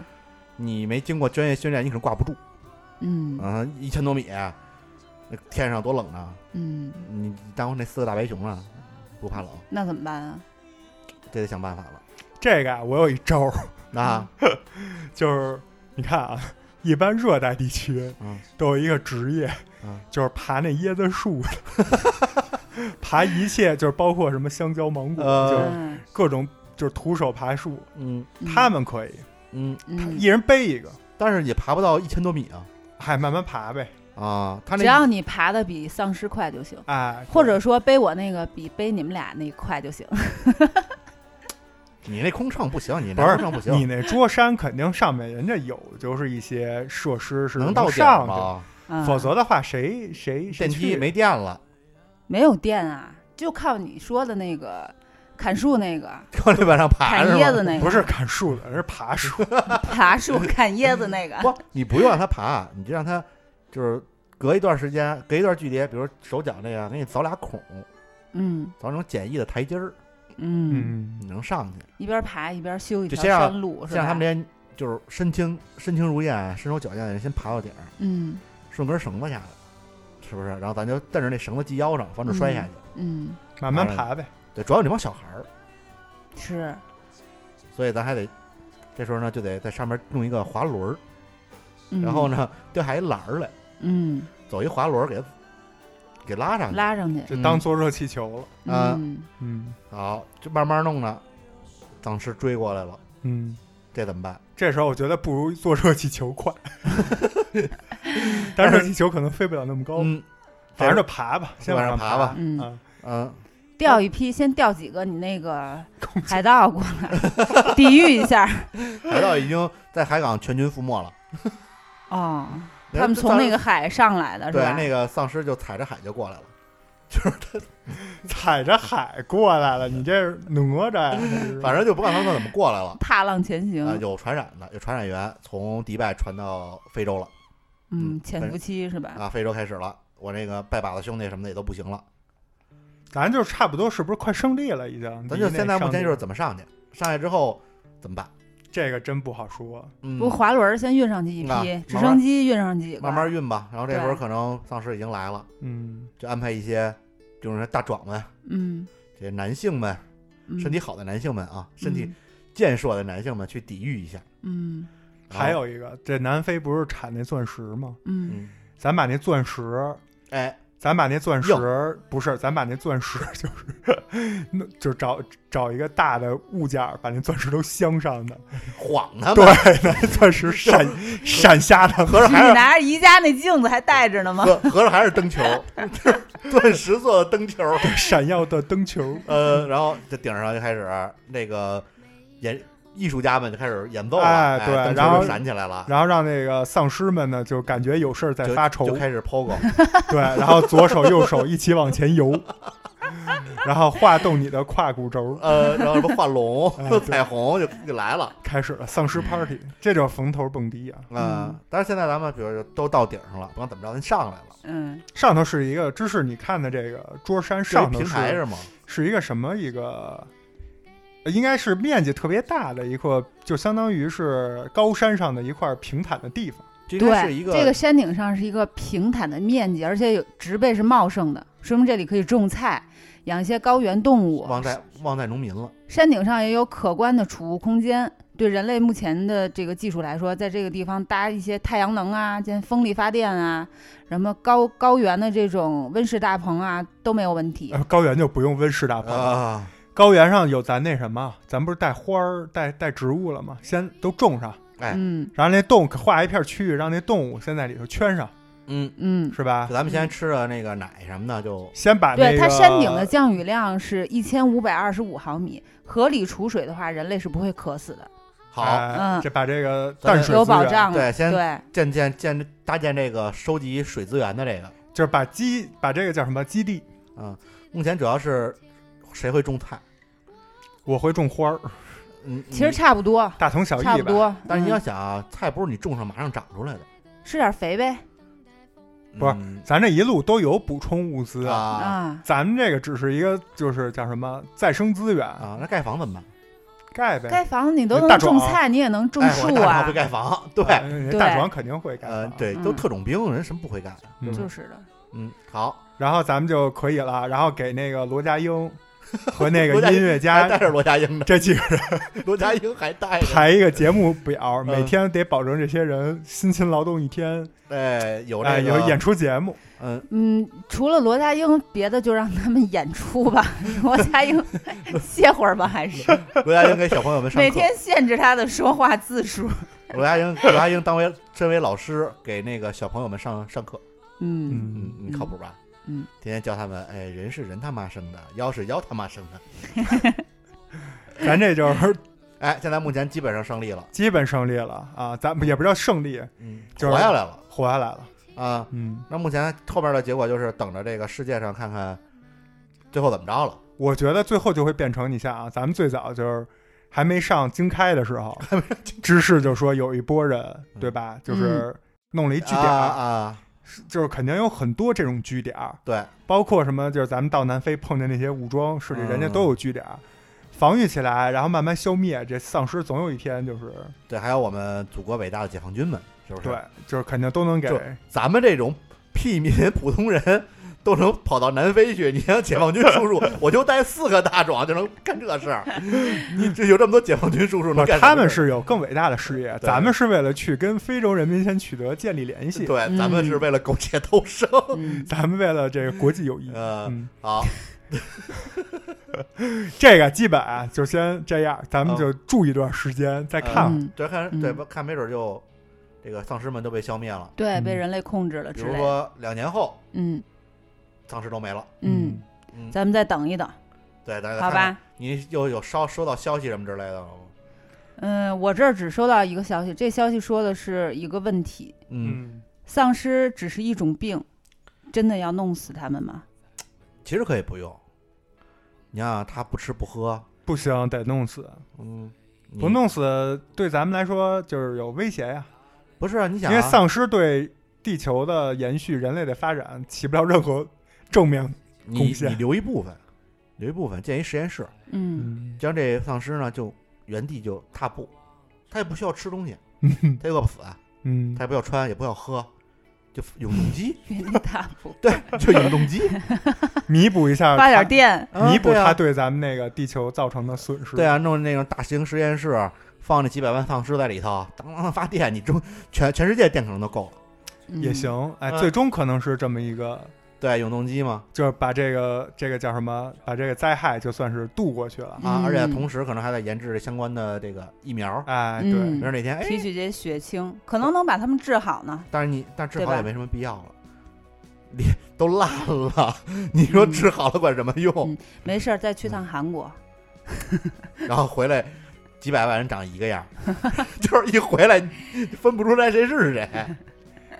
Speaker 2: 你没经过专业训练，你可能挂不住。
Speaker 1: 嗯
Speaker 2: 啊，一千多米，那天上多冷啊！
Speaker 1: 嗯，
Speaker 2: 你当那四个大白熊啊，不怕冷，
Speaker 1: 那怎么办啊？
Speaker 2: 这得想办法了。
Speaker 3: 这个啊，我有一招儿，
Speaker 2: 那
Speaker 3: 就是你看啊，一般热带地区
Speaker 2: 嗯
Speaker 3: 都有一个职业
Speaker 2: 嗯，
Speaker 3: 就是爬那椰子树的， 爬一切就是包括什么香蕉、芒果，
Speaker 2: 呃
Speaker 3: 就是
Speaker 1: 嗯
Speaker 3: 各种就是徒手爬树。
Speaker 2: 嗯
Speaker 3: 他们可以，
Speaker 2: 嗯，
Speaker 1: 嗯
Speaker 3: 一人背一个，
Speaker 2: 但是也爬不到一千多米啊
Speaker 3: 嗨，慢慢爬呗。
Speaker 2: 啊！他
Speaker 1: 只
Speaker 2: 那
Speaker 1: 要你爬的比丧尸快就行，
Speaker 3: 哎，
Speaker 1: 或者说背我那个比背你们俩那快就 行。
Speaker 2: 你那空乘不行，你
Speaker 3: 不
Speaker 2: 那
Speaker 3: 是
Speaker 2: 空乘不
Speaker 3: 你
Speaker 2: 行，
Speaker 3: 那桌山肯定上面人家有，就是一些设施是
Speaker 2: 到点儿
Speaker 3: 上去，
Speaker 2: 吗？
Speaker 1: 嗯
Speaker 3: 否则的话谁谁谁
Speaker 2: 电梯
Speaker 3: 去
Speaker 2: 没电了，
Speaker 1: 没有电啊，就靠你说的那个砍树那个
Speaker 2: 往那往上爬
Speaker 1: 砍
Speaker 2: 是
Speaker 1: 椰子
Speaker 2: 吗？
Speaker 1: 那个，
Speaker 3: 不是砍树的，而是爬树。
Speaker 1: 爬树 砍椰子那个。
Speaker 2: 不，你不用让他爬，你就让他就是隔一段时间，隔一段距离，比如手脚那样，给你凿俩孔，
Speaker 1: 嗯
Speaker 2: 凿那种简易的台阶儿，
Speaker 1: 嗯，
Speaker 3: 嗯，
Speaker 2: 你能上去。
Speaker 1: 一边爬一边修一条
Speaker 2: 就先让
Speaker 1: 山路是吧？
Speaker 2: 像他们这些就是身轻身轻如燕、啊身手矫健的人，先爬到顶儿，
Speaker 1: 嗯
Speaker 2: 顺根绳子下来，是不是？然后咱就蹬着那绳子系腰上，防止摔下去。
Speaker 1: 嗯
Speaker 3: 慢慢爬呗。
Speaker 2: 对，主要有这帮小孩儿，
Speaker 1: 是
Speaker 2: 所以咱还得这时候呢，就得在上面弄一个滑轮儿，
Speaker 1: 嗯
Speaker 2: 然后呢掉下一栏儿来，
Speaker 1: 嗯
Speaker 2: 走一滑轮儿给它给拉上去。
Speaker 1: 拉上去
Speaker 2: 嗯
Speaker 3: 就当做热气球了。
Speaker 2: 啊
Speaker 1: 嗯
Speaker 3: 嗯
Speaker 2: 好，就慢慢弄呢，丧尸追过来了，
Speaker 3: 嗯，
Speaker 2: 这怎么办？
Speaker 3: 这时候我觉得不如坐热气 球快，但是热气球可能飞不了那么高，
Speaker 2: 嗯，
Speaker 3: 反正就爬吧，先往
Speaker 2: 往上
Speaker 3: 爬
Speaker 2: 爬吧
Speaker 1: 嗯，
Speaker 3: 啊，
Speaker 2: 嗯，
Speaker 1: 钓一批，先钓几个你那个海盗过来， 抵御一下
Speaker 2: 海盗已经在海港全军覆没了。
Speaker 1: 哦。 他们从那个海上来的是
Speaker 2: 对
Speaker 1: 吧？
Speaker 2: 那个丧尸就踩着海就过来了。
Speaker 3: 踩着海过来了，你这是哪 吒呀？
Speaker 2: 反正就不管他们怎么过来了。
Speaker 1: 踏浪前
Speaker 2: 啊、
Speaker 1: 行，
Speaker 2: 有传染的，有传染源从迪拜传到非洲了
Speaker 1: 嗯
Speaker 2: 嗯，
Speaker 1: 潜伏期是吧？
Speaker 2: 啊，非洲开始了。我那个拜把子兄弟什么的也都不行了，
Speaker 3: 咱就差不多，是不是快胜利了？已
Speaker 1: 嗯
Speaker 3: 经，
Speaker 2: 咱就现在目前就是怎
Speaker 3: 么
Speaker 2: 么上去，上去之后怎么办？
Speaker 3: 这个真不好说。
Speaker 2: 嗯，
Speaker 1: 不，滑轮儿先运上去一
Speaker 2: 啊
Speaker 1: 批，直
Speaker 2: 慢慢
Speaker 1: 升机运上去几个，
Speaker 2: 慢慢运吧。然后这会儿
Speaker 1: 对
Speaker 2: 可能丧尸已经来了，
Speaker 3: 嗯，
Speaker 2: 就安排一些，就是说大壮们、
Speaker 1: 嗯
Speaker 2: 这些男性们
Speaker 1: 嗯
Speaker 2: 身体好的男性们啊，身体健硕的男性们去抵御一下。
Speaker 1: 嗯
Speaker 2: 然后
Speaker 3: 还，有一个，这南非不是产那钻石吗？
Speaker 1: 嗯
Speaker 2: 嗯，
Speaker 3: 咱把那钻石，
Speaker 2: 哎，
Speaker 3: 咱把那钻石不是，咱把那钻石就是， 那就找找一个大的物件儿，把那钻石都镶上的，
Speaker 2: 晃他
Speaker 3: 对
Speaker 2: 们，，
Speaker 3: 那钻石闪闪瞎 他们。
Speaker 2: 合着
Speaker 1: 你
Speaker 2: 还是
Speaker 1: 拿着宜家那镜子还戴着呢吗？
Speaker 2: 合合着还是灯球， 钻石做的灯球。
Speaker 3: 闪耀的灯球，
Speaker 2: 呃，然后就顶上就开始那个演艺术家们就开始演奏了，
Speaker 3: 哎
Speaker 2: 哎，
Speaker 3: 对
Speaker 2: 灯球
Speaker 3: 然后
Speaker 2: 就闪起来了，
Speaker 3: 然后让那个丧尸们呢，就感觉有事儿在
Speaker 2: 就
Speaker 3: 发愁
Speaker 2: 就，开始 POGO。
Speaker 3: 对，然后左手右手一起往前游， 然后画动你的胯骨轴，
Speaker 2: 呃，然后什么画龙
Speaker 3: 哎、对
Speaker 2: 彩虹就就来了。
Speaker 3: 开始了丧尸 party，这叫逢头蹦迪啊！
Speaker 2: 嗯，但是现在咱们比如说都到顶上了，不管怎么着，咱上来了，
Speaker 1: 嗯，
Speaker 3: 上头是一个，芝士你看的这个桌山
Speaker 2: 是一
Speaker 3: 上头
Speaker 2: 平台
Speaker 3: 是
Speaker 2: 是吗？
Speaker 3: 是一个什么一个？呃应该是面积特别大的一块，就相当于是高山上的一块平坦的地方。
Speaker 2: 这应
Speaker 1: 对，
Speaker 2: 该是一
Speaker 1: 这个山顶上是一个平坦的面积，而且有植被是茂盛的，说明这里可以种菜，养一些高原动物。
Speaker 2: 忘带忘带农民了。
Speaker 1: 山顶上也有可观的储物空间。对人类目前的这个技术来说，在这个地方搭一些太阳能啊、建风力发电啊、什么高高原的这种温室大棚啊都没有问题。
Speaker 3: 呃高原就不用温室大棚，
Speaker 2: 啊，
Speaker 3: 高原上有咱那什么，咱不是带花儿、带带植物了吗？先都种上，
Speaker 2: 哎
Speaker 1: 嗯
Speaker 3: 然后那动物划一片区域，让那动物先在里头圈上，
Speaker 2: 嗯，
Speaker 1: 嗯，
Speaker 3: 是吧
Speaker 2: 就？咱们先吃的那个奶什么的，就
Speaker 3: 先把那
Speaker 1: 对，
Speaker 3: 个
Speaker 1: 它山顶的降雨量是一千五百二十五毫米，合理储水的话，人类是不会渴死的，
Speaker 2: 好。
Speaker 3: 哎
Speaker 1: 嗯
Speaker 3: 这把这个
Speaker 2: 咱
Speaker 3: 淡
Speaker 2: 们
Speaker 3: 水
Speaker 1: 是有
Speaker 3: 资源
Speaker 1: 保障
Speaker 2: 对
Speaker 1: 的。
Speaker 2: 先
Speaker 1: 对，
Speaker 2: 建建建搭建这个收集水资源的这个，
Speaker 3: 就是把基把这个叫什么基地，
Speaker 2: 嗯，目前主要是谁会种菜？
Speaker 3: 我会种花儿，
Speaker 2: 嗯，
Speaker 1: 其实
Speaker 2: 你
Speaker 1: 差不多，
Speaker 3: 大同小异
Speaker 1: 差不
Speaker 3: 吧。
Speaker 1: 多。
Speaker 2: 但是你要
Speaker 1: 嗯
Speaker 2: 想啊，菜不是你种上马上长出来的，
Speaker 1: 施点肥呗
Speaker 3: 不是
Speaker 2: 嗯
Speaker 3: 咱这一路都有补充物资，
Speaker 2: 啊
Speaker 1: 啊，
Speaker 3: 咱们这个只是一个就是叫什么再生资源，
Speaker 2: 啊，那盖房怎么办？
Speaker 3: 盖呗。
Speaker 1: 盖房子你都
Speaker 3: 大
Speaker 1: 能
Speaker 3: 壮
Speaker 1: 种菜，你也能种
Speaker 2: 哎我
Speaker 1: 树
Speaker 2: 大壮
Speaker 1: 啊
Speaker 2: 会，盖房，对，
Speaker 3: 哎人家
Speaker 1: 对
Speaker 3: 大壮肯定会盖
Speaker 2: 呃
Speaker 3: 房，，
Speaker 2: 对，都
Speaker 1: 嗯
Speaker 2: 特种兵，人什么不会干？
Speaker 3: 嗯
Speaker 1: 就是的。
Speaker 2: 嗯，好，
Speaker 3: 然后咱们就可以了，然后给那个罗家英和那
Speaker 2: 罗
Speaker 3: 个
Speaker 2: 家英
Speaker 3: 音乐
Speaker 2: 还哎带
Speaker 3: 家
Speaker 2: 着罗家英呢，
Speaker 3: 这几个人
Speaker 2: 罗家英还带着，
Speaker 3: 排一个节目表，
Speaker 2: 嗯
Speaker 3: 每天得保证这些人辛勤劳动一天，
Speaker 2: 哎，有
Speaker 3: 哎，
Speaker 2: 这
Speaker 3: 有
Speaker 2: 个
Speaker 3: 演，出节目，
Speaker 2: 嗯，
Speaker 1: 嗯，除了罗家英，别的就让他们演出吧。罗家英歇会儿吧，还是
Speaker 2: 罗家英给小朋友们上
Speaker 1: 每
Speaker 2: 课，
Speaker 1: 天限制他的说话字数。
Speaker 2: 罗家英，罗家英当为身为老师给那个小朋友们上上课，
Speaker 1: 嗯，
Speaker 3: 嗯，
Speaker 2: 嗯，靠谱吧？
Speaker 1: 嗯，
Speaker 2: 天天教他们，哎，人是人他妈生的，妖是妖他妈生的，嗯
Speaker 3: 咱这就是
Speaker 2: 哎，现在目前基本上胜利了，
Speaker 3: 基本胜利了啊，咱们也不叫胜利，
Speaker 2: 嗯，
Speaker 3: 就是
Speaker 2: 活下来了
Speaker 3: 活下来了，
Speaker 2: 啊。
Speaker 3: 嗯，
Speaker 2: 那目前后边的结果就是等着这个世界上看看最后怎么着了，
Speaker 3: 我觉得最后就会变成你像啊，咱们最早就是。还没上经开的时 候，知识就说有一波人，对吧？就是弄了一据
Speaker 2: 嗯
Speaker 3: 点，
Speaker 2: 啊啊，
Speaker 3: 就是肯定有很多这种据点儿，
Speaker 2: 对，
Speaker 3: 包括什么，就是咱们到南非碰见那些武装势力，
Speaker 2: 嗯
Speaker 3: 人家都有据点儿，防御起来，然后慢慢消灭这丧尸，总有一天就是
Speaker 2: 对，还有我们祖国伟大的解放军们，是不是？
Speaker 3: 对，，就是肯定都能给
Speaker 2: 就咱们这种屁民普通人都能跑到南非去，你 让解放军叔 叔，我就带四个大壮就能干这事儿， 你这有这么多解放军叔叔
Speaker 3: 不
Speaker 2: 能
Speaker 3: 是。
Speaker 2: 干什么事儿？
Speaker 3: 他们是有更伟大的事业，
Speaker 2: 对
Speaker 3: 咱们是为了去跟非洲人民先取得建立联系，
Speaker 2: 对，咱们是为了苟且偷生。
Speaker 1: 嗯
Speaker 3: 咱们为了这个国际友 谊，
Speaker 2: 呃，
Speaker 3: 嗯，
Speaker 2: 好，
Speaker 3: 这个基本啊就先这样，咱们就住一段时间再看。
Speaker 1: 嗯，
Speaker 2: 这看
Speaker 1: 嗯
Speaker 2: 对吧？看没准就这个丧尸们都被消灭了，
Speaker 1: 对，被
Speaker 3: 嗯
Speaker 1: 人类控制了
Speaker 2: 比
Speaker 1: 之
Speaker 2: 如
Speaker 1: 类的。
Speaker 2: 说两年后
Speaker 1: 嗯
Speaker 2: 丧尸都没了。
Speaker 1: 嗯，
Speaker 2: 嗯，
Speaker 1: 咱们再等一等，
Speaker 2: 对，大家
Speaker 1: 好
Speaker 2: 看看
Speaker 1: 吧？
Speaker 2: 你又有收收到消息什么之类的了吗？
Speaker 1: 嗯，我这儿只收到一个消息，这消息说的是一个问题：
Speaker 2: 嗯，
Speaker 3: 嗯，
Speaker 1: 丧尸只是一种病，真的要弄死他们吗？
Speaker 2: 其实可以不用。你看啊他不吃不喝，
Speaker 3: 不行，得弄死，
Speaker 2: 嗯，你
Speaker 3: 不弄死对咱们来说就是有威胁呀、
Speaker 2: 不是啊？你想
Speaker 3: 因为
Speaker 2: 啊
Speaker 3: 丧尸对地球的延续、人类的发展起不了任何正面。
Speaker 2: 你
Speaker 3: 贡献
Speaker 2: 你留一部分，留一部分建一实验室，
Speaker 1: 嗯
Speaker 3: 嗯，
Speaker 2: 将这丧尸呢就原地就踏
Speaker 3: 嗯
Speaker 2: 步，他也不需要吃东西，他也饿不死，他也不要穿，也不要喝，就永动机，
Speaker 1: 原地踏步，
Speaker 2: 对，
Speaker 3: 嗯
Speaker 2: 就永动 机，
Speaker 3: 弥补一下它，
Speaker 1: 发点电，
Speaker 2: 啊
Speaker 3: 弥补
Speaker 2: 对啊
Speaker 3: 它对咱们那个地球造成的损失。
Speaker 2: 对啊，弄那种大型实验室，放那几百万丧尸在里头，当当发电，你中全全世界电可能都够了。
Speaker 1: 嗯
Speaker 3: 也。行，哎，
Speaker 2: 嗯
Speaker 3: 最终可能是这么一个，
Speaker 2: 对，永动机嘛，
Speaker 3: 就是把这个这个叫什么，把这个灾害就算是度过去了。
Speaker 2: 啊，
Speaker 1: 嗯
Speaker 2: 而且同时可能还在研制相关的这个疫苗。
Speaker 3: 哎，对，
Speaker 1: 嗯
Speaker 2: 比如哪天，哎，
Speaker 1: 提取这些血清，可能能把他们治好呢。
Speaker 2: 但是你但治
Speaker 1: 对
Speaker 2: 好
Speaker 1: 吧
Speaker 2: 也没什么必要了，脸都烂了， 你说
Speaker 1: 嗯
Speaker 2: 治好了管什么用
Speaker 1: 嗯？没事儿，再去趟韩国，
Speaker 2: 然后回来几百万人长一个样儿， 就是一回来分不出来谁是谁。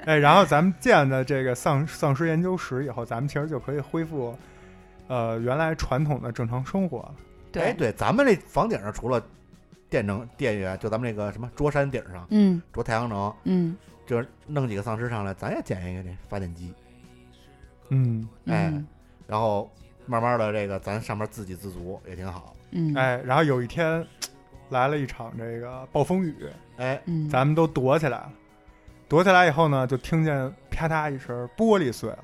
Speaker 3: 哎，然后咱们建的这个丧丧尸研究室以后，咱们其实就可以恢复，呃，原来传统的正常生活了。
Speaker 2: 哎，
Speaker 1: 对，
Speaker 2: 对，咱们这房顶上除了电能电源，就咱们这个什么桌山顶上
Speaker 1: 嗯
Speaker 2: 着太阳能，
Speaker 1: 嗯
Speaker 2: 就是弄几个丧尸上来，咱也建一个这发电机，
Speaker 3: 嗯，
Speaker 2: 哎
Speaker 1: 嗯
Speaker 2: 然后慢慢的这个咱上面自给自足也挺好。
Speaker 1: 嗯，
Speaker 3: 哎，然后有一天来了一场这个暴风雨，
Speaker 2: 哎，
Speaker 1: 嗯，
Speaker 3: 咱们都躲起来了。躲起来以后呢，就听见啪嗒一声玻璃碎了，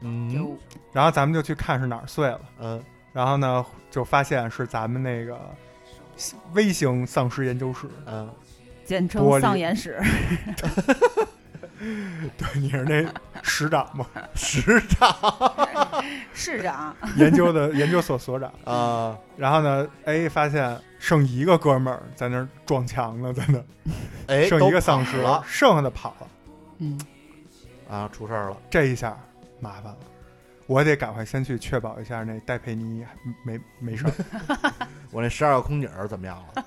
Speaker 2: 嗯
Speaker 1: 就
Speaker 3: 然后咱们就去看是哪儿碎了，
Speaker 2: 嗯，
Speaker 3: 然后呢就发现是咱们那个微型丧尸研究室。
Speaker 2: 嗯，
Speaker 1: 简
Speaker 3: 玻璃
Speaker 1: 称丧眼史，
Speaker 3: 对，你是那室长吗？
Speaker 2: 时长
Speaker 1: 市长，
Speaker 3: 研究的研究所所长。
Speaker 2: 啊，
Speaker 3: 然后呢，A 发现剩一个哥们儿在那儿撞墙呢，在那儿
Speaker 2: 哎，
Speaker 3: 剩
Speaker 2: 都
Speaker 3: 一个丧尸
Speaker 2: 跑了
Speaker 3: 剩下的跑了。
Speaker 1: 嗯，
Speaker 2: 啊，出事儿了，
Speaker 3: 这一下麻烦了，我得赶快先去确保一下那戴佩妮没没 事儿。
Speaker 2: 我那十二个空姐儿怎么样了？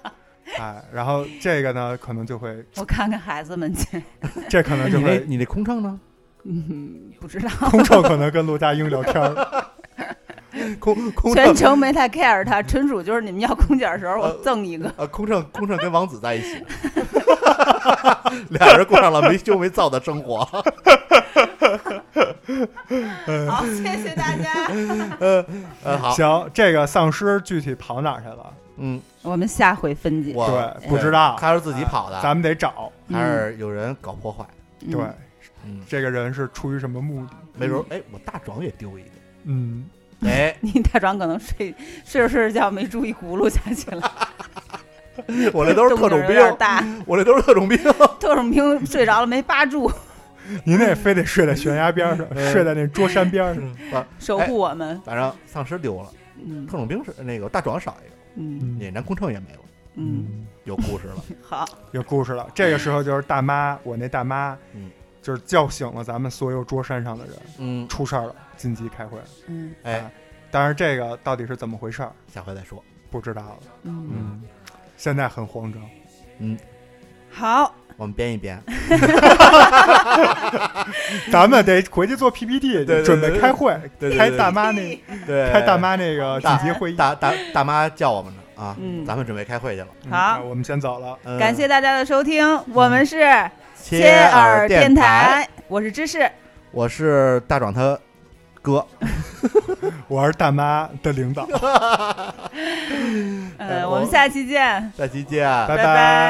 Speaker 3: 哎，然后这个呢，可能就 会，
Speaker 1: 我看看孩子们去，
Speaker 3: 这可能就
Speaker 2: 你那
Speaker 3: 会，
Speaker 2: 你那空乘呢？
Speaker 1: 嗯，不知道，
Speaker 3: 空乘可能跟陆佳英聊天儿，
Speaker 2: 空空乘
Speaker 1: 全程没太 care 他，纯属就是你们要空姐的时候，我
Speaker 2: 呃
Speaker 1: 赠一个，
Speaker 2: 啊，空乘空乘跟王子在一起，俩人过上了没羞没臊的生活。
Speaker 1: 好，谢谢大家，
Speaker 2: 呃， 好，
Speaker 3: 行，这个丧尸具体跑哪儿去了？
Speaker 2: 嗯，
Speaker 1: 我们下回分解，
Speaker 2: 我
Speaker 3: 对不知道
Speaker 2: 他是自己跑的，
Speaker 3: 咱们得找。
Speaker 2: 还是有人搞破坏。
Speaker 1: 嗯
Speaker 3: 对，，
Speaker 2: 嗯，
Speaker 3: 这个人是出于什么目的？
Speaker 2: 没准儿哎，我大壮也丢一个，
Speaker 3: 嗯，
Speaker 2: 哎，
Speaker 1: 你大壮可能睡睡着睡着觉没注意轱辘下去了，
Speaker 2: 我这都是特种
Speaker 1: 动静有
Speaker 2: 兵，嗯
Speaker 1: 点大，
Speaker 2: 我这都是特种兵，
Speaker 1: 特种兵睡着了没扒住，
Speaker 3: 您嗯那非得睡在悬崖边 上，
Speaker 2: 嗯
Speaker 3: 睡在那桌山边上。
Speaker 1: 守护我们，
Speaker 2: 反正丧尸丢了，
Speaker 1: 嗯
Speaker 2: 特种兵是那个大壮少一个，
Speaker 1: 嗯
Speaker 3: 嗯
Speaker 2: 那男空乘也没了，
Speaker 1: 嗯，，
Speaker 2: 有故事了。
Speaker 1: 好，
Speaker 3: 有故事了。这个时候就是大妈，我那大妈，
Speaker 2: 嗯
Speaker 3: 就是叫醒了咱们所有桌山上的人，
Speaker 2: 嗯，
Speaker 3: 出事儿了，紧急开会。
Speaker 1: 嗯
Speaker 2: 哎，
Speaker 3: 当然，这个到底是怎么回事儿，
Speaker 2: 下回再说。
Speaker 3: 不知道了。
Speaker 1: 嗯，
Speaker 3: 嗯，现在很慌张。
Speaker 1: 嗯好，
Speaker 2: 我们编一编，
Speaker 3: 咱们得回去做 PPT，
Speaker 2: 对对
Speaker 3: 准备开会，
Speaker 2: 对对对
Speaker 3: 开大妈那
Speaker 2: 对
Speaker 3: 开大妈那个紧
Speaker 2: 大
Speaker 3: 急会议。
Speaker 2: 大大大妈叫我们呢啊，
Speaker 1: 嗯
Speaker 2: 咱们准备开会去了。
Speaker 3: 嗯
Speaker 1: 好
Speaker 3: 我们先走了。
Speaker 2: 嗯
Speaker 1: 感谢大家的收听，我们是
Speaker 2: 切
Speaker 1: 耳
Speaker 2: 电台，
Speaker 1: 台，我是芝士，
Speaker 2: 我是大壮他哥，
Speaker 3: 我是大妈的领 导，
Speaker 1: 呃，
Speaker 2: 我
Speaker 1: 我们下期见，
Speaker 2: 下期见，
Speaker 3: 拜
Speaker 1: 拜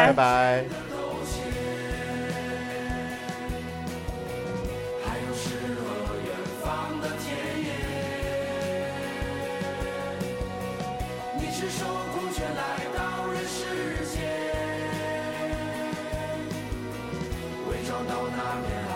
Speaker 2: 拜拜。
Speaker 5: 还有诗和远方的田野。你赤手空拳来到人世间，为找到那片海。